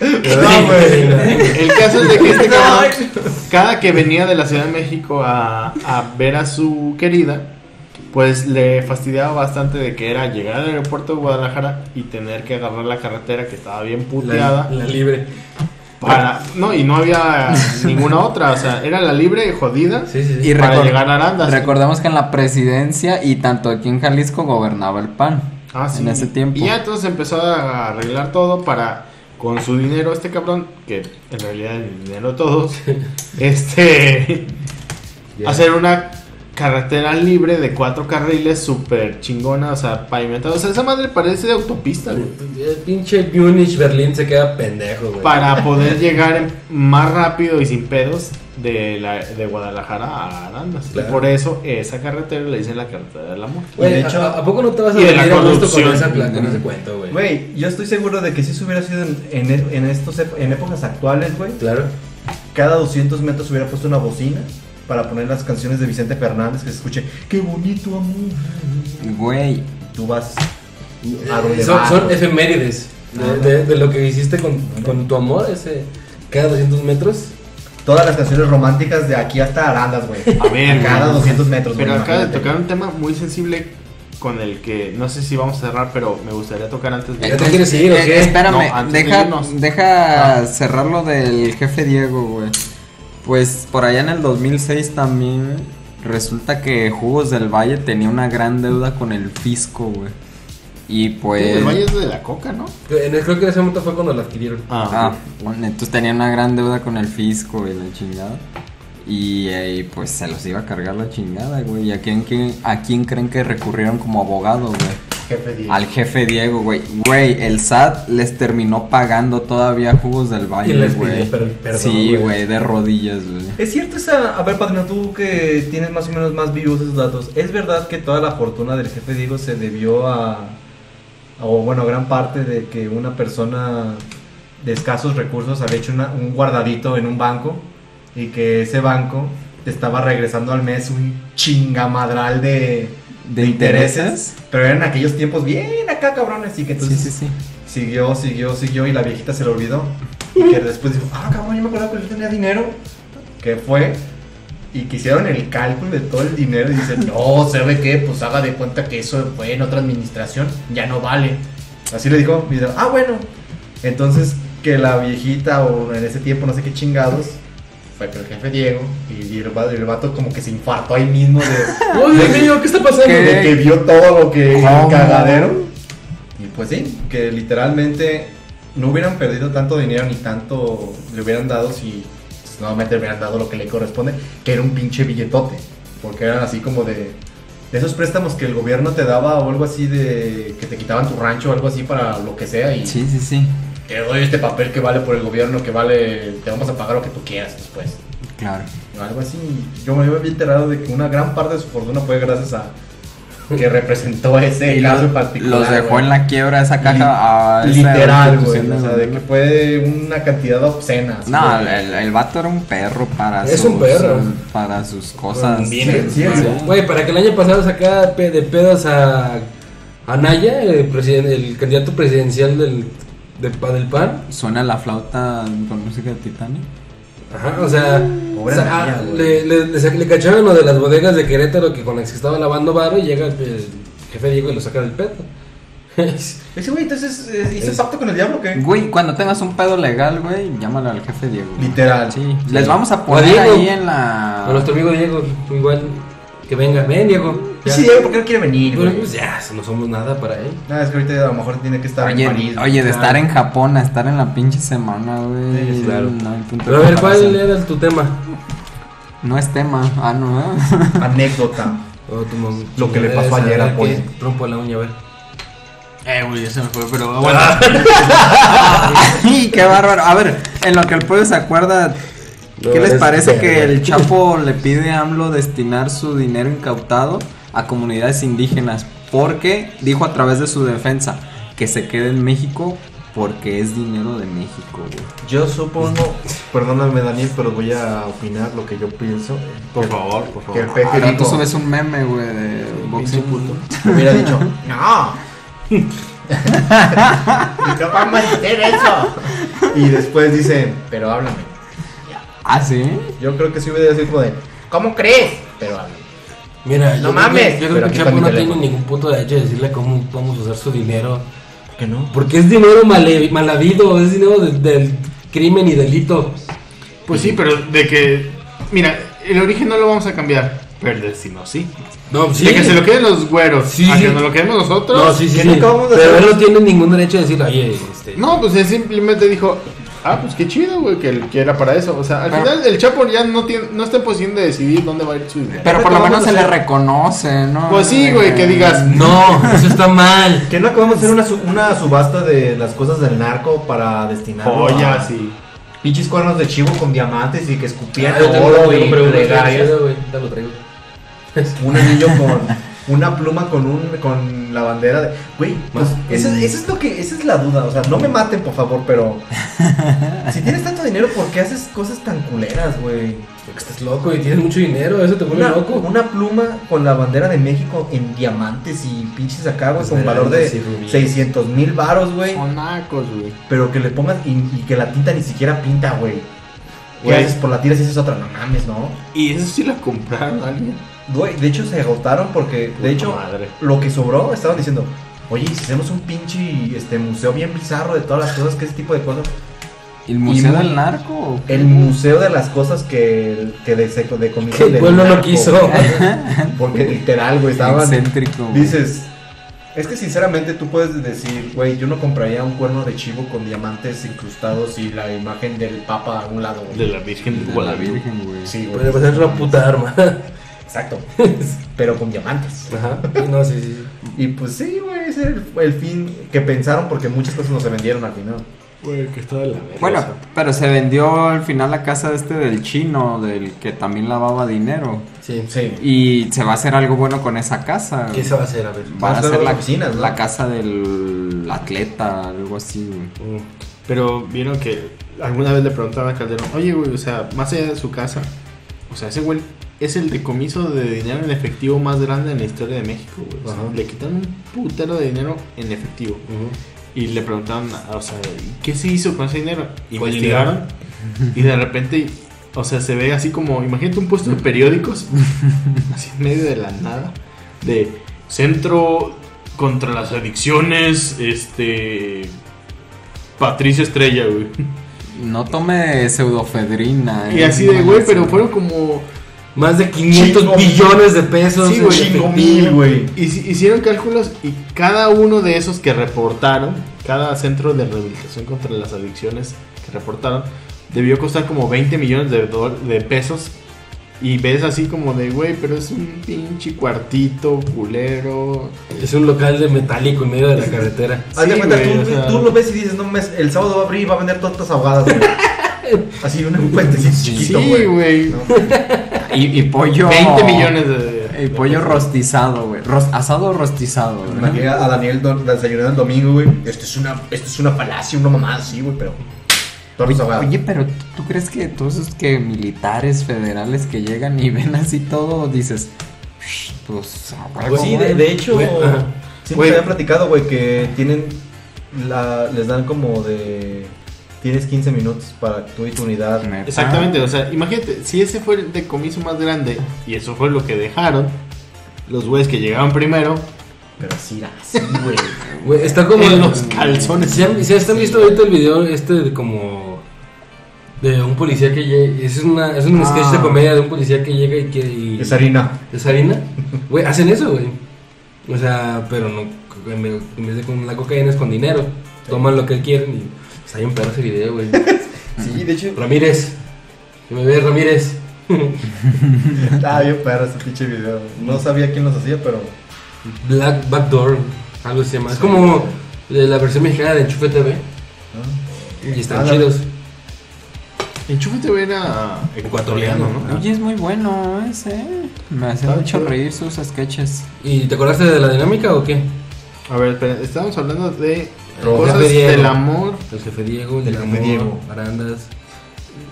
No, güey.
El caso es de que este cabrón, cada que venía de la Ciudad de México a, a ver a su querida, pues le fastidiaba bastante de que era llegar al aeropuerto de Guadalajara y tener que agarrar la carretera que estaba bien
La,
puteada.
la libre.
Para, no, y no había ninguna otra. O sea, era la libre jodida
Y
para
recor-
llegar a Arandas.
recordemos que en la presidencia y tanto aquí en Jalisco gobernaba el PAN.
Ah, sí.
En ese tiempo.
Y ya entonces empezó a arreglar todo para con su dinero este cabrón, que en realidad es el dinero de todos, este hacer una carretera libre de cuatro carriles súper chingona, o sea, pavimentada. O sea, esa madre parece de autopista, güey.
El pinche Munich Berlín se queda pendejo, güey.
Para poder llegar más rápido y sin pedos de, la, de Guadalajara a Arandas.
Claro.
Por eso esa carretera le dicen la carretera del amor.
Güey,
Y de
¿a-
hecho-
¿a, a poco no te vas a
Y de la
dormir a gusto con
corrupción.
esa pla- con ese cuento, güey?
Güey, yo estoy seguro de que si eso hubiera sido en, en, e- en estos, ep- en épocas actuales, güey,
Claro.
cada 200 metros hubiera puesto una bocina para poner las canciones de Vicente Fernández que se escuche, qué bonito amor.
Güey,
Tú vas a donde
Eh, Son,
vas,
son
güey.
efemérides de,
Ajá.
de- de lo que hiciste con, con tu amor, ese cada 200 metros.
Todas las canciones románticas de aquí hasta Arandas, güey.
A ver,
cada
güey.
200 metros, güey.
Pero acaba de
imagínate.
tocar un tema muy sensible con el que no sé si vamos a cerrar, pero me gustaría tocar antes
¿Ya
de.
te quieres ir o
Eh,
qué? Ah.
Espérame,
No, antes de
deja,
irnos.
deja cerrar lo del jefe Diego, güey. Pues por allá en el 2006 también güey, resulta que Jugos del Valle tenía una gran deuda con el fisco, güey. Y pues...
Uh, El Valle es de la Coca, ¿no?
En el- creo que en ese momento fue cuando la adquirieron.
Ah, bueno, entonces tenía una gran deuda con el fisco y la chingada. Y, eh, y, pues se los iba a cargar la chingada, güey. ¿Y a quién, quién- a quién creen que recurrieron como abogados, güey?
Jefe Diego.
Al jefe Diego, güey. Güey, el SAT les terminó pagando todavía jugos del
Y
baile,
les pidió
güey.
per- perdón,
Sí,
güey.
güey, de rodillas, güey.
Es cierto esa, a ver Padrino, tú que tienes más o menos más vivos esos datos, ¿es verdad que toda la fortuna del jefe Diego se debió a, o bueno, gran parte de que una persona de escasos recursos había hecho una- un guardadito en un banco y que ese banco te estaba regresando al mes un chingamadral de,
¿De intereses?
pero eran aquellos tiempos bien acá cabrones y que
Sí,
entonces
sí, sí.
Siguió, siguió, siguió y la viejita se lo olvidó. Y que después dijo, ah, cabrón, yo me acuerdo que yo tenía dinero. Que fue. Y que hicieron el cálculo de todo el dinero y dicen, no, ¿sabe qué? Pues haga de cuenta que eso fue en otra administración, ya no vale. Así le dijo, y dijo, ah, bueno. Entonces, que la viejita o en ese tiempo, no sé qué chingados, fue con el jefe Diego y el vato, el vato como que se infartó ahí mismo de,
¡Oh, Dios mío! ¿Qué está pasando?
de que vio todo lo que
¿Cómo?
cagadero. Y pues sí, que literalmente no hubieran perdido tanto dinero ni tanto le hubieran dado si pues, nuevamente le hubieran dado lo que le corresponde, que era un pinche billetote. Porque eran así como de, de esos préstamos que el gobierno te daba o algo así de que te quitaban tu rancho o algo así para lo que sea. Y
Sí, sí, sí.
te doy este papel que vale por el gobierno, que vale, te vamos a pagar lo que tú quieras después.
Claro.
O Algo así. Yo me había enterado de que una gran parte de su fortuna fue gracias a que representó ese
Y
caso en
los,
particular.
los dejó
güey.
en la quiebra esa caja.
Li-
a esa
Literal, güey.
institución
O sea,
de-
de que fue una cantidad obscena. así,
No,
güey.
el, el vato era un perro para
Es
sus,
un perro.
para sus cosas.
Bien, sí, sí.
Güey, para que el año pasado sacara pe- de pedas a, a Naya, el, presiden- el candidato presidencial del, de, pa- del PAN.
Suena la flauta con música de Titanic.
Ajá, o sea,
Pobre
o sea,
Naya,
ah,
güey.
le, le, le sa- le cacharon lo de las bodegas de Querétaro que con las que estaba lavando barro y llega el, el jefe Diego y lo saca del pedo.
Ese güey, entonces, eh, ¿hizo
Es-
pacto con el diablo o qué?
Güey, cuando tengas un pedo legal, güey, llámale al jefe Diego. güey.
Literal.
Sí, les vamos a
O
poner
Diego.
ahí en la.
Ah.
A nuestro amigo Diego, igual, que venga. Ven, Diego. Ya.
Pues Sí, Diego, ¿por qué no quiere venir,
Bueno,
güey?
pues ya, no somos nada para él.
Nada, es que ahorita a lo mejor tiene que estar en París.
Oye,
güey.
oye, de
Claro.
estar en Japón a estar en la pinche semana, güey.
Sí, claro.
No, hay punto de
Pero a ver, ¿cuál
comparación.
era tu tema?
No es tema. Ah, no, ¿eh?
Anécdota.
O tu mam-
Lo que le pasó
esa,
ayer
a
a
ver
Poli.
qué Trompo la uña, a ver.
Eh, güey, ya se me fue, pero bueno. ¡Ay, qué bárbaro! A ver, en lo que el pueblo se acuerda,
No,
¿qué les
es
parece que
verga.
el Chapo le pide a AMLO destinar su dinero incautado a comunidades indígenas? Porque dijo a través de su defensa que se quede en México porque es dinero de México, güey.
Yo supongo, perdóname Daniel, pero voy a opinar lo que yo pienso.
Por favor, por
Que el
favor.
peje
Pero Ah, tú
dijo-
subes un meme, güey, de boxing.
Hubiera dicho, no. no vamos a hacer eso. Y después dice, pero háblame.
¿Ah, sí?
Yo creo que sí hubiera sido como de, ¿cómo crees? Pero háblame.
Mira, yo
No
creo
mames.
que-
Pero
Yo creo que
aquí
Chapo
está mi
no tiene
teléfono.
ningún punto derecho de decirle cómo vamos a usar su dinero.
¿Por qué no?
Porque es dinero mal, mal habido, es dinero de- del crimen y delito.
Pues sí, pero de que. Mira, el origen no lo vamos a cambiar. Pero el destino sí.
No, sí.
De que se lo queden los güeros.
Sí,
a
sí.
que nos lo quedemos nosotros.
No, sí, sí.
que
sí.
nunca vamos a
Pero
hacer-
él no tiene ningún derecho a decir, oye, este.
No, pues él simplemente dijo, ah, pues qué chido, güey, que, que era para eso. O sea, al
Pero-
final el Chapo ya no tiene, no está en posición de decidir dónde va a ir su dinero.
Pero por lo
Vamos
menos
a
se le
hacer-
reconoce, ¿no?
Pues sí,
De
güey, que digas,
No, eso está mal.
Que no acabamos de hacer una, su- una subasta de las cosas del narco para destinar
joyas y...
pinches cuernos de chivo con diamantes y que escupían
Ah, yo tengo
oro
uno,
y
pero uno
plegarias.
chido, güey, te lo traigo.
Un anillo con una pluma con un con la bandera de. Güey, pues, eso, eso es lo que, esa es la duda. O sea, no me maten, por favor, pero. Si tienes tanto dinero, ¿por qué haces cosas tan culeras, güey?
Porque estás loco y tienes mucho dinero, eso te vuelve
Una,
loco.
una pluma con la bandera de México en diamantes y pinches acá,
Pues
güey, con valor
Esmeraldas y
de
rubíes.
600 mil varos, güey.
Monacos, güey.
Pero que le pongas y, y que la tinta ni siquiera pinta, güey. ¿Qué
Güey.
haces por la tira si haces otra? No mames, ¿no?
Y eso sí la compraron alguien.
Güey, de hecho se agotaron porque, de hecho,
madre.
lo que sobró estaban diciendo, oye, ¿y si hacemos un pinche este, museo bien bizarro de todas las cosas, que ese tipo de cosas.
¿Y ¿El museo
Y-
del narco?
El museo de las cosas que, que de, se- de
Que el pueblo no quiso.
Porque literal, güey, estaban...
Excéntrico. güey.
Dices, es que sinceramente tú puedes decir, güey, yo no compraría un cuerno de chivo con diamantes incrustados y la imagen del papa a un lado, güey.
De la Virgen de
De la
Guadalupe.
Virgen, güey.
Sí, güey.
Puede pasar una puta arma.
Exacto. Pero con diamantes.
Ajá. No, sí, sí.
Y pues sí, güey, ese era el, el fin que pensaron porque muchas cosas no se vendieron al final.
Güey, que está de la verga.
Bueno, pero se vendió al final la casa este del chino, del que también lavaba dinero.
Sí.
Sí.
Y se va a hacer algo bueno con esa casa.
¿Qué se va a hacer? A ver.
Van a
Vamos a
ser
ver
la,
las oficinas, ¿no?
la casa del atleta, algo así, güey.
Mm.
Pero vieron que alguna vez le preguntaban a Calderón, oye, güey, o sea, más allá de su casa, o sea, ese güey es el decomiso de dinero en efectivo más grande en la historia de México, güey. O sea,
Ajá.
le quitan un putero de dinero en efectivo. Y le preguntaron, o sea, ¿qué se hizo con ese dinero?
Pues,
Investigaron. Y de repente, o sea, se ve así como, imagínate un puesto de periódicos, así en medio de la nada, de Centro contra las Adicciones, este... Patricio Estrella, güey.
No tome pseudofedrina.
Y
eh,
así
no
de, güey,
mames,
pero fueron como...
Más de 500
Chingo.
billones de pesos.
Sí, güey.
en efectivo.
Chingo
mil, güey.
Hici- Hicieron cálculos y cada uno de esos que reportaron, cada centro de rehabilitación contra las adicciones que reportaron, debió costar como 20 millones de, dol- de pesos. Y ves así como de, güey, pero es un pinche cuartito culero.
Es un local de metálico en medio de la carretera.
Haz de
Sí,
cuenta,
güey,
tú,
o sea-
tú lo ves y dices, no mames, el sábado va a abrir y va a vender tortas ahogadas, güey. Así, un un puentecito chiquito,
sí,
güey.
güey.
No.
Y, y pollo.
20 millones de...
Y pollo rostizado, güey. Ros- asado rostizado,
Me
güey.
Imagina a Daniel do- desayunando el domingo, güey. Esto es una, esto es una falacia, una mamada así, güey, pero. Tortas ahogadas.
Oye, pero ¿tú- ¿tú crees que todos esos que militares federales que llegan y ven así todo, dices, "Shh, pues ahora
sí,
cómo
de,
es?"
de hecho,
Güey, ajá.
siempre
Güey.
había platicado, güey, que tienen. La, les dan como de. Tienes 15 minutos para tú y tu unidad.
Neta.
Exactamente, o sea, imagínate, si ese fue el decomiso más grande y eso fue lo que dejaron, los güeyes que llegaron primero,
Pero así era así, güey.
Güey, está como
en los calzones.
¿Se han, se han visto ahorita el video este de como de un policía que llega? Es, una, es un
Ah.
sketch de comedia de un policía que llega y que y-
Es harina.
es harina. Güey, hacen eso, güey. O sea, pero no en vez- en vez de con la cocaína es con dinero. Toman lo que quieren y pues, hay un perro ese video, güey.
Sí, de hecho.
Ramírez. Que me ve Ramírez.
Estaba ah, bien perro ese pinche video. No sabía quién los hacía, pero.
Black Backdoor, algo así se llama. Es como de la versión mexicana de Enchufe TV. Y
Ah,
están
la-
chidos.
enchúfate güey, era
Ah,
ecuatoriano, ¿no?
Oye, es muy bueno ese. Me hace
Está
mucho
chido.
reír sus sketches.
¿Y te acordaste de la dinámica o qué?
A ver, espera, estamos hablando de
Pero
cosas
ya me dieron.
del amor.
El jefe Diego, el del
El
amor,
jefe Diego.
Arandas.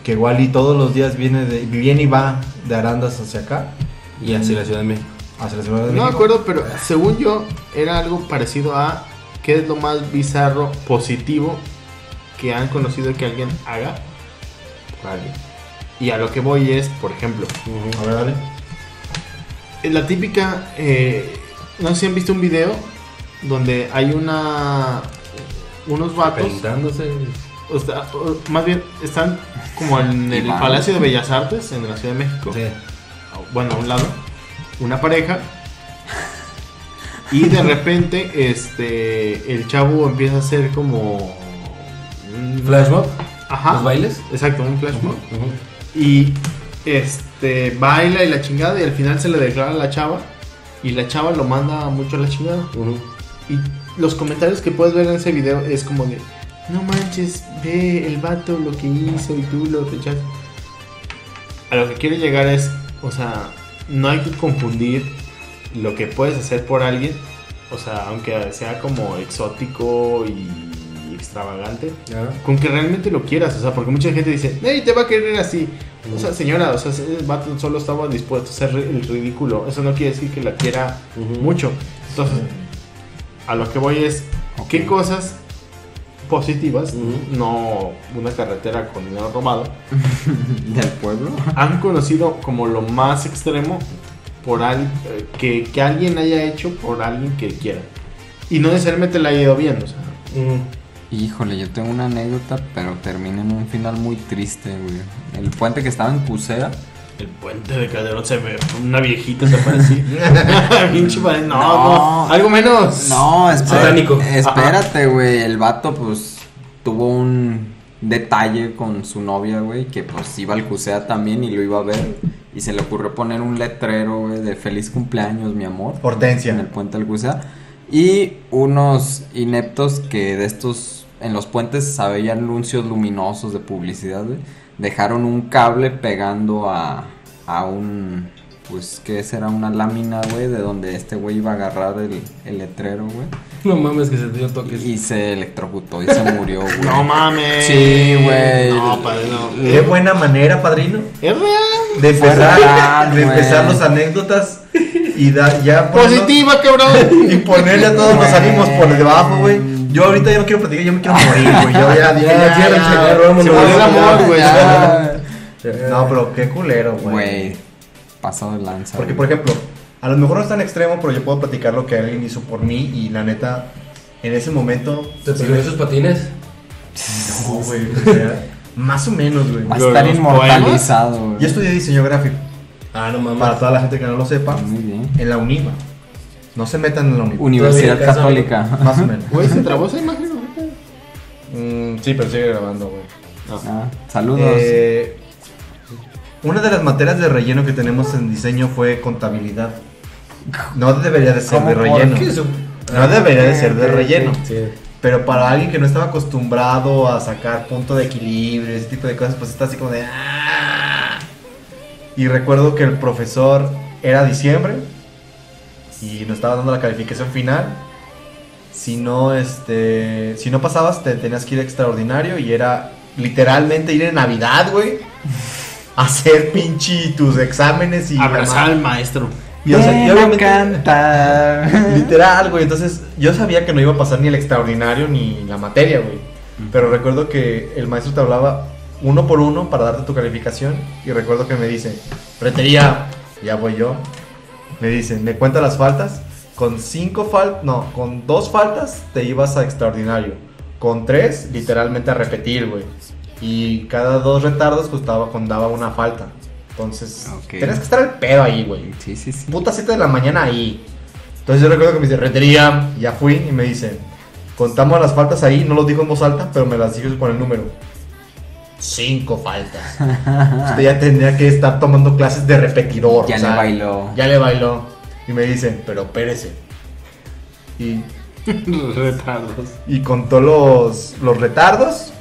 Que Wally todos los días viene, de, viene y va de Arandas hacia acá.
Y hacia la Ciudad de México.
Hacia la Ciudad de
No me
México.
acuerdo, pero según yo era algo parecido a qué es lo más bizarro positivo que han conocido que alguien haga. Y a lo que voy es, por ejemplo,
A ver, dale.
en la típica, eh, no sé si han visto un video donde hay una unos vatos
Preguntándose.
o sea, o- más bien están como en el
Iván.
Palacio de Bellas Artes en la Ciudad de México. Bueno, a un lado, una pareja. Y de repente, este, el chavo empieza a hacer como un-
Flash mob.
Ajá.
¿Los bailes?
Exacto, un flash mob.
Ujú.
Y este baila y la chingada y al final se le declara a la chava y la chava lo manda mucho a la chingada. Y los comentarios que puedes ver en ese video es como de no manches, ve el vato lo que hizo y tú lo que echaste". A lo que quiero llegar es, o sea, no hay que confundir lo que puedes hacer por alguien, o sea, aunque sea como exótico y extravagante, con que realmente lo quieras, o sea, porque mucha gente dice, hey, te va a querer así. O sea, señora, o sea, ese vato solo estaba dispuesto a hacer el ridículo. Eso no quiere decir que la quiera mucho. Entonces, a lo que voy es, ¿qué cosas positivas, no una carretera con dinero robado,
del pueblo.
han conocido como lo más extremo por al, eh, que, que alguien haya hecho por alguien que quiera? Y no necesariamente la haya ido bien, o sea,
Mm.
Híjole, yo tengo una anécdota, pero termina en un final muy triste, güey. El puente que estaba en Cusera.
el puente de Calderón se ve una viejita, se apareció. Pinche madre, no, no, algo menos.
No, espérate.
Satánico.
Espérate, güey. El vato, pues, tuvo un detalle con su novia, güey, que pues iba al CUSEA también y lo iba a ver. Y se le ocurrió poner un letrero, güey, de feliz cumpleaños, mi amor. En el
Hortensia.
puente del CUSEA. Y unos ineptos que de estos, en los puentes había anuncios luminosos de publicidad, güey. Dejaron un cable pegando a, a un, pues, ¿qué será? Una lámina, güey, de donde este güey iba a agarrar el, el letrero, güey.
No mames que se te dio toques.
Y se electrocutó y se murió, güey.
No mames.
Sí, güey.
No, padre, no.
Qué buena manera, padrino,
Es real.
de empezar,
real,
de
güey.
empezar las anécdotas y da, ya ponernos-
Positiva, cabrón.
y ponerle a todos los
Güey.
ánimos por debajo, güey. Yo ahorita ya no quiero platicar, yo me quiero morir, güey. Yo ya dije, ya, ya, ya, vámonos,
Se murió el
ya,
amor, güey.
Ya,
ya. No, pero qué culero, güey.
Güey, pasado de lanza.
Porque,
güey.
por ejemplo, a lo mejor no es tan extremo, pero yo puedo platicar lo que alguien hizo por mí y la neta, en ese momento.
¿Te perdió sus patines?
No, güey. o sea, Más o menos, güey.
Va a estar
Los
inmortalizado, güey.
Yo estudié diseño gráfico.
Ah, no
Para
mames.
toda la gente que no lo sepa,
Muy bien.
en la UNIMA. No se metan en la UNIMA.
Universidad
Todavía en casa,
Católica.
Más o menos.
Güey, se trabó esa imagen, güey.
Mm, sí, pero sigue grabando, güey.
Ah, saludos.
Eh, una de las materias de relleno que tenemos en diseño fue contabilidad. No debería de ser
¿Cómo
de
por
relleno.
¿Qué es eso?
No debería de ser de relleno.
Sí.
Pero para alguien que no estaba acostumbrado a sacar punto de equilibrio, ese tipo de cosas, pues está así como de... "Ah". Y recuerdo que el profesor era diciembre y nos estaba dando la calificación final. Si no, este, si no pasabas, te tenías que ir a extraordinario y era literalmente ir en Navidad, güey. a Hacer pinche tus exámenes y...
Abrazar al maestro.
Y, o sea, y
Ven a
obviamente-
cantar.
Literal, güey. Entonces, yo sabía que no iba a pasar ni el extraordinario ni la materia, güey. Pero recuerdo que el maestro te hablaba uno por uno para darte tu calificación. Y recuerdo que me dice, pretería, ya voy yo. Me dice, me cuenta las faltas. Con cinco faltas, no, con dos faltas te ibas a extraordinario. Con tres, literalmente a repetir, güey. Y cada dos retardos costaba, contaba una falta. Entonces,
Ok.
tenías que estar al pedo ahí, güey
Sí, sí, sí.
puta 7 de la mañana ahí. Entonces yo recuerdo que me dice, retería, ya fui y me dice, contamos las faltas ahí, no lo dijo en voz alta, pero me las dijo con el número. Cinco faltas. Usted ya tendría que estar tomando clases de repetidor.
Ya
o
le
sea,
bailó.
Ya le bailó. Y me dice, pero pérese. Y,
Retardos.
y contó los, los retardos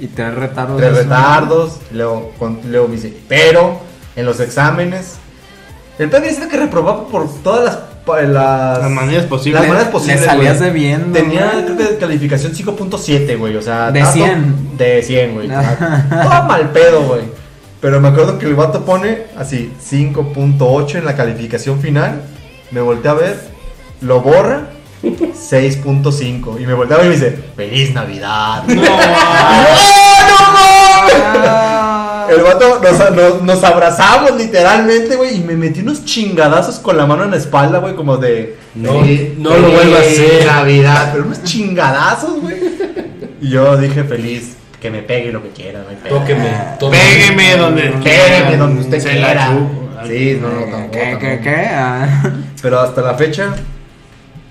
Y tres retardos.
tres
de su-
retardos, luego, con- luego me dice, pero en los exámenes. El plan diciendo que reprobaba por todas las, pa- eh, las,
Las maneras posibles.
las maneras
Le
posibles,
salías
güey.
debiendo,
Tenía
güey.
creo que, calificación 5.7, güey. O sea,
De
estaba todo-
100.
De 100, güey. o sea, todo mal pedo, güey. Pero me acuerdo que el vato pone así 5.8 en la calificación final. Me volteé a ver, lo borra 6.5. Y me volteaba y me dice: Feliz Navidad.
Ah.
El vato nos, nos- nos abrazamos literalmente, güey, y me metí unos chingadazos con la mano en la espalda, güey, como de...
No,
"Feliz-
no lo vuelvas a
feliz
hacer".
Navidad, pero unos chingadazos, güey. Y yo dije, feliz
que me pegue lo que quiera, no hay pedo.
Tóqueme,
Ah.
tóqueme.
Pégueme donde quiera,
Pégueme donde usted
se la
quiera.
chupo.
Sí, no, no, tampoco. tampoco.
Ah.
Pero hasta la fecha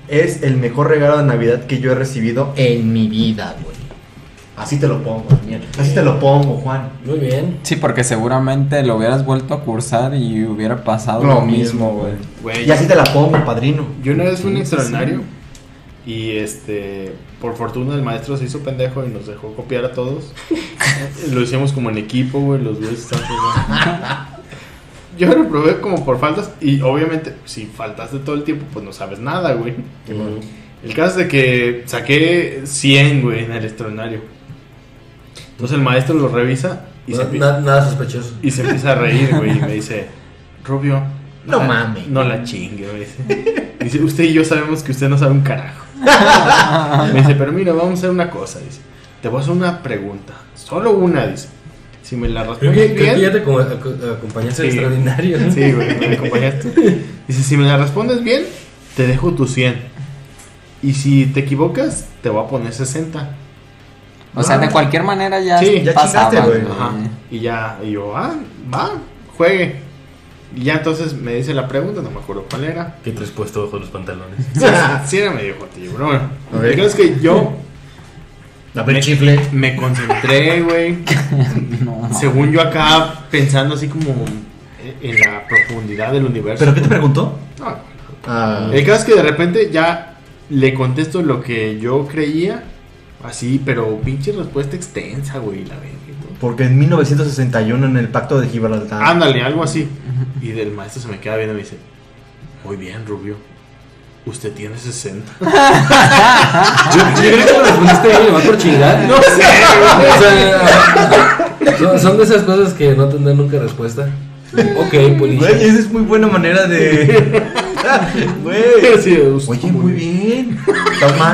es el mejor regalo de Navidad que yo he recibido en mi vida, güey. Así te lo pongo, Daniel. Así te lo pongo, Juan.
Muy bien.
Sí, porque seguramente lo hubieras vuelto a cursar y hubiera pasado
Lo
lo,
mismo,
mismo,
güey.
güey.
Güey,
Y así te la pongo, padrino.
Yo una vez fui un
Sí, sí,
extraordinario y este, por fortuna el maestro se hizo pendejo y nos dejó copiar a todos. Lo hicimos como en equipo, güey, los güeyes estaban jugando. Yo reprobé como por faltas y obviamente si faltaste todo el tiempo pues no sabes nada, güey. El caso es de que saqué 100, güey, en el extraordinario. Entonces el maestro lo revisa y se,
Na-
empie-
na- nada sospechoso.
y se empieza a reír, güey, y me dice, Rubio,
No
la-
mames.
No la chingue, güey. Dice, usted y yo sabemos que usted no sabe un carajo. Me dice, pero mira, vamos a hacer una cosa, dice. Te voy a hacer una pregunta. Solo una, dice. Si me la
Creo
respondes
que, creo que ya
bien.
te aco- aco- eh, acompañaste al
Sí.
extraordinario. ¿no?
Sí, güey, me acompañaste. Dice, si me la respondes bien, te dejo tu 100. Y si te equivocas, te voy a poner 60.
O sea, de cualquier manera ya
Sí, ya
Ah.
pasaba, Eh,
chingaste, güey.
Ajá. Y ya, y yo, ah, va, juegue. Y ya entonces me dice la pregunta, no me acuerdo cuál era.
Que te has puesto bajo los pantalones.
Sí, sí era medio jotillo, pero bueno.
Ok.
El caso es que yo
Dame el chifle.
me concentré, güey. Según yo acá pensando así como en la profundidad del universo.
¿Pero qué te preguntó?
No,
Ah,
el caso es que de repente ya le contesto lo que yo creía, así, pero pinche respuesta extensa, güey, la verga y todo.
porque en 1961 en el Pacto de Gibraltar.
Ándale, algo así. Y del maestro se me queda viendo y me dice, muy bien, Rubio. Usted tiene 60.
Yo, yo creo que lo respondiste bien, nomás por chingar.
No sé,
O sea, son, son de esas cosas que no tendrán nunca respuesta. Ok,
Güey,
policía.
esa es muy buena manera de. Güey.
Sí, usted-
Oye, muy bien. Toma.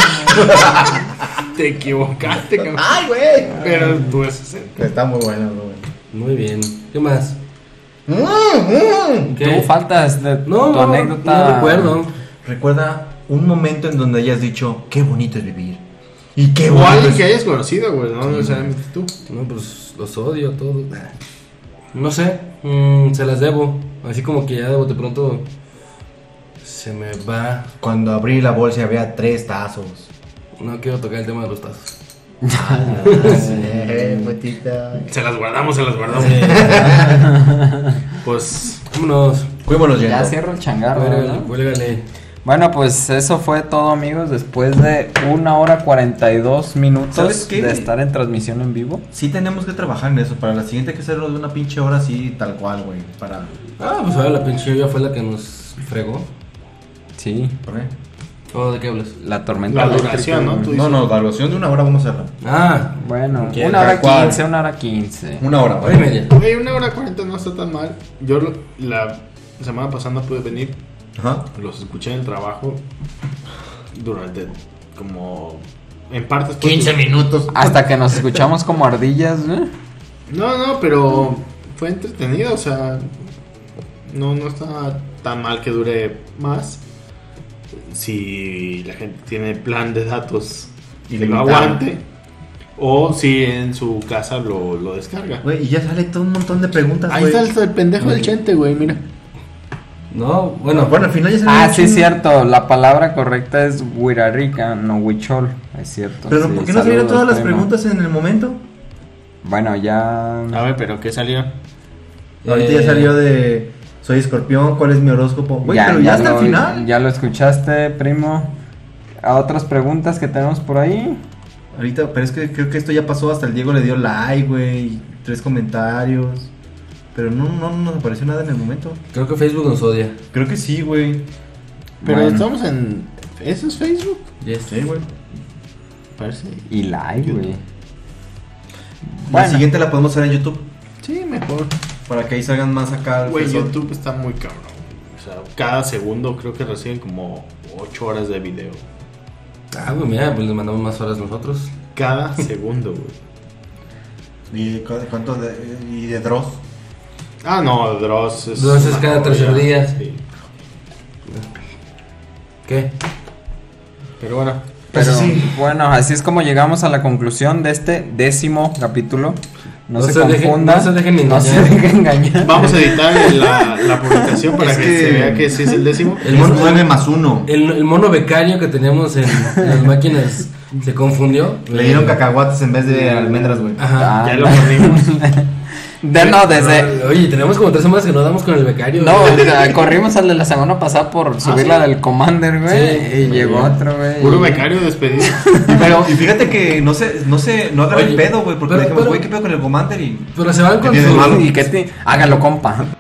Te equivocaste, cabrón.
¡Ay, güey!
Ah.
Pero tú es 60.
Está muy bueno, güey.
Muy bien. ¿Qué más?
Mm, mm.
¿Qué?
Tú faltas de
No,
tu
no,
anécdota.
no recuerdo.
Recuerda un momento en donde hayas dicho, qué bonito es vivir. Y qué
O
bonito
alguien
es...
que hayas conocido, güey. No necesariamente tú.
No, pues los odio a todos. No sé, mm, se las debo. Así como que ya de bote pronto se me va.
Cuando abrí la bolsa había tres tazos.
No quiero tocar el tema de los tazos.
Eh, putita.
Se las guardamos, se las guardamos. pues.
Vámonos.
Fuímonos yendo.
Ya cierro el changarro,
Huélgale,
¿verdad?
huélgale.
Bueno, pues eso fue todo, amigos. Después de una hora 42
¿Sabes
minutos
qué?
de estar en transmisión en vivo.
Sí tenemos que trabajar en eso. Para la siguiente hay que hacerlo de una pinche hora así, tal cual, güey. Para...
Ah, pues ahora la pinche lluvia fue la que nos fregó.
Sí,
¿Por qué?
¿O de qué hablas?
la tormenta.
La
eléctrica.
duración, ¿no? Tú dices.
No, no, evaluación de una hora vamos a hacerla.
Ah,
Bueno,
¿Quién?
una hora
¿Tal cual?
quince, una hora quince.
Una hora,
hora y
güey.
media.
Güey, una hora cuarenta no está tan mal. Yo lo- la semana pasada no pude venir.
Ajá.
Los escuché en el trabajo durante como. En partes. pues,
15 minutos.
Hasta que nos escuchamos como ardillas, ¿eh?
No, no, pero fue entretenido, o sea, no, no está tan mal que dure más. Si la gente tiene plan de datos y lo
Ilimitado.
aguante, o si en su casa lo, lo descarga.
Güey, y ya sale todo un montón de preguntas,
Ahí
güey.
está el, el pendejo del chente, güey, mira.
No, bueno,
Bueno, bueno, al final ya sale
Ah,
un
sí,
chingo.
cierto. La palabra correcta es Huirarica, no Huichol. Es cierto.
Pero
sí,
¿por qué no salieron
saludos,
todas las
primo.
preguntas en el momento?
Bueno, ya.
A ver, pero ¿qué salió?
Ahorita
Eh.
ya salió de soy escorpión, ¿cuál es mi horóscopo? Güey, pero ya, hasta
lo,
el final.
Ya lo escuchaste, primo. A otras preguntas que tenemos por ahí.
Ahorita, pero es que creo que esto ya pasó, hasta el Diego le dio like, güey, tres comentarios. Pero no, no, no nos apareció nada en el momento.
creo que Facebook nos odia.
Creo que sí, güey.
Pero
Bueno.
estamos en... ¿Eso es Facebook?
Yes.
Sí, güey.
Parece.
Y like, güey.
La
Bueno.
siguiente la podemos hacer en YouTube.
Sí, mejor.
Para que ahí salgan más acá.
Güey,
pues,
YouTube está muy cabrón. O sea, cada segundo creo que reciben como 8 horas de video.
Ah, güey, mira, pues les mandamos más horas nosotros.
Cada segundo, güey.
¿Y cu- cuánto de, y de Dross?
Ah, no, Dross es.
Dross es
una
cada tercer
joya,
día.
sí.
¿Qué?
Pero bueno,
Pero bueno, así es como llegamos a la conclusión de este décimo capítulo. No, se,
dejen,
confunda,
no se dejen
no se dejen engañar.
Vamos a editar la, la publicación para
Es
que,
que-
se vea que sí es el décimo.
El Eh, mono,
más uno.
El, el mono becario que teníamos en las máquinas se confundió.
Le dieron cacahuates en vez de almendras, güey.
Ajá.
Ah, Ya lo corrimos.
Ah, De- no, desde.
Oye, tenemos como tres semanas que no damos con el becario.
No,
güey.
o sea, corrimos al de la semana pasada por subir la del Commander, güey. y llegó otro, güey.
Puro becario despedido.
Pero, y fíjate que no se, no se, no agarra el pedo, güey, porque
pero-
dijimos,
pero-
güey, ¿qué pedo con el commander? Y
Pero se van
¿Qué
con
tiene de
su-
malo?
Y que te- hágalo, compa.